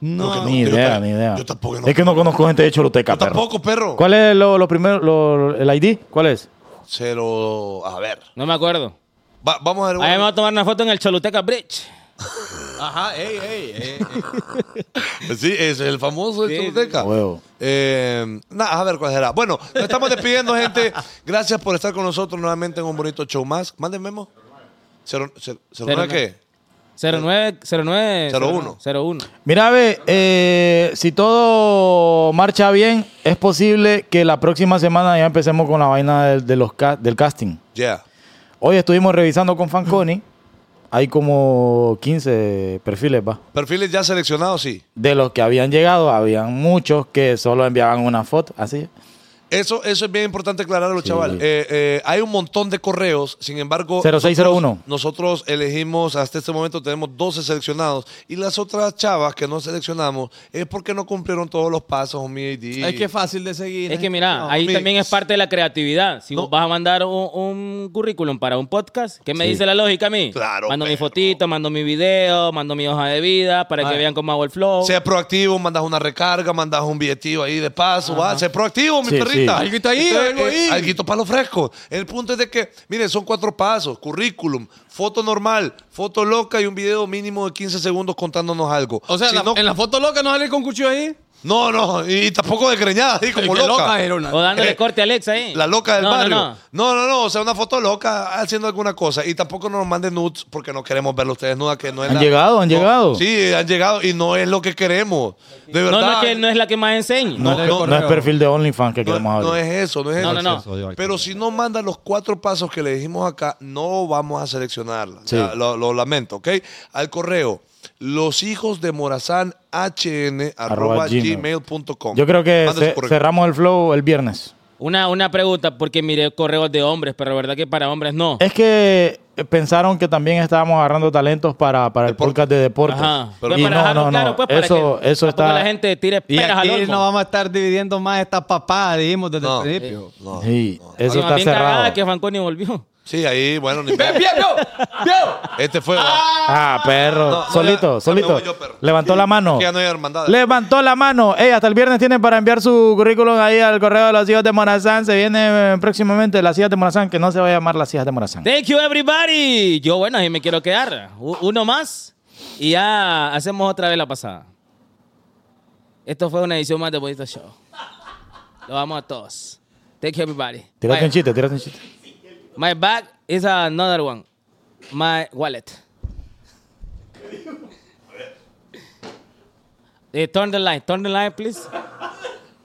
No, ni yo idea, ta- ni idea. yo tampoco, no. Es que no conozco gente de Choluteca, Yo perro. tampoco, perro. ¿Cuál es lo, lo primero, lo- el ID? ¿Cuál es? Cero. A ver. No me acuerdo. Va- vamos a ver. Ahí me voy a tomar una foto en el Choluteca Bridge. Ajá, ey, ey, ey, ey. Sí, es el famoso de Sí, Choluteca. Huevo. Eh, nada, a ver cuál será. Bueno, nos estamos despidiendo, gente. Gracias por estar con nosotros nuevamente en un bonito show más. Manden memo. Cero, cero, cero Cero nueve nueve. qué? 09, 09, Cero uno. 01. Mira, ve, eh, si todo marcha bien, es posible que la próxima semana ya empecemos con la vaina del, de los ca- del casting. Yeah. Hoy estuvimos revisando con Fanconi. Hay como 15 perfiles, va. Perfiles ya seleccionados, sí. De los que habían llegado, habían muchos que solo enviaban una foto, así. Eso, eso es bien importante aclararlo, Sí. chaval. Eh, eh, hay un montón de correos, sin embargo. 0601. Nosotros elegimos, hasta este momento tenemos 12 seleccionados. Y las otras chavas que no seleccionamos es porque no cumplieron todos los pasos, o mi ID. Es que es fácil de seguir. Es que mira, No, ahí mix. también es parte de la creatividad. Si vos vas a mandar un, un currículum para un podcast, ¿qué me dice la lógica a mí? Claro, Mando mi perro. fotito, mando mi video, mando mi hoja de vida para que vean cómo hago el flow. Sé proactivo, mandas una recarga, mandas un billetillo ahí de paso, va. Sé proactivo, Sí, mi sí, perrito. vuelta. Sí. Alguito ahí, Entonces, algo ahí. eh, alguito para lo fresco. El punto es de que, mire, son cuatro pasos: currículum, foto normal, foto loca y un video mínimo de 15 segundos contándonos algo. O sea, Si la- no, en la foto loca no sale con cuchillo ahí. no, no, y tampoco desgreñada, así como Qué loca. era una- O dándole Eh, corte a Alexa ahí. La loca del No, no, barrio. No no. no. no, o sea, una foto loca haciendo alguna cosa. Y tampoco nos manden nudes porque no queremos verlo ustedes nuda, que no es Han la- llegado, han no, llegado. Sí, han llegado y no es lo que queremos. De No, verdad. no es, que, no es la que más enseña. No, No, no, no, es perfil de OnlyFans que No, queremos no abrir. es eso, no es No, eso. no, no. Pero si no manda los cuatro pasos que le dijimos acá, no vamos a seleccionarla. Sí. Ya, lo, lo lamento, ¿ok? Al correo, los hijos de Morazán hn Arroba gmail. gmail.com. Yo creo que Manda su ce- correo. cerramos el flow el viernes. Una, una pregunta, porque miré correos de hombres, pero la verdad que para hombres no. Es que pensaron que también estábamos agarrando talentos para, para el Deporte. podcast de deportes. Ajá. Y Pues para no, dejarlo no, claro, no. pues, para eso, que eso tampoco está. la gente tire Y peras al aquí olmo. no vamos a estar dividiendo más esta papada, dijimos desde No. el principio. No. Sí, Sí, eso más está bien cagada cerrado. que Fanconi volvió. Sí, ahí, bueno, ni ¡Bien, bien, vio! ¡Vio! Este fue. Ah, perro. No, no, solito, ya- ya me solito. voy yo, perro. Levantó la mano. Que ya no hay hermandad. Levantó la mano. Ey, hasta el viernes tienen para enviar su currículum ahí al correo de las hijas de Morazán. Se viene eh, próximamente las hijas de Morazán, que no se va a llamar las hijas de Morazán. Thank you everybody. Yo bueno, ahí me quiero quedar. U- Uno más y ya hacemos otra vez la pasada. Esto fue una edición más de Bonito Show. Lo vamos a todos. Thank you everybody. Tírate un My, chiste, tírate un chiste. my bag is another one. My wallet. Eh, turn the light, turn the light, please.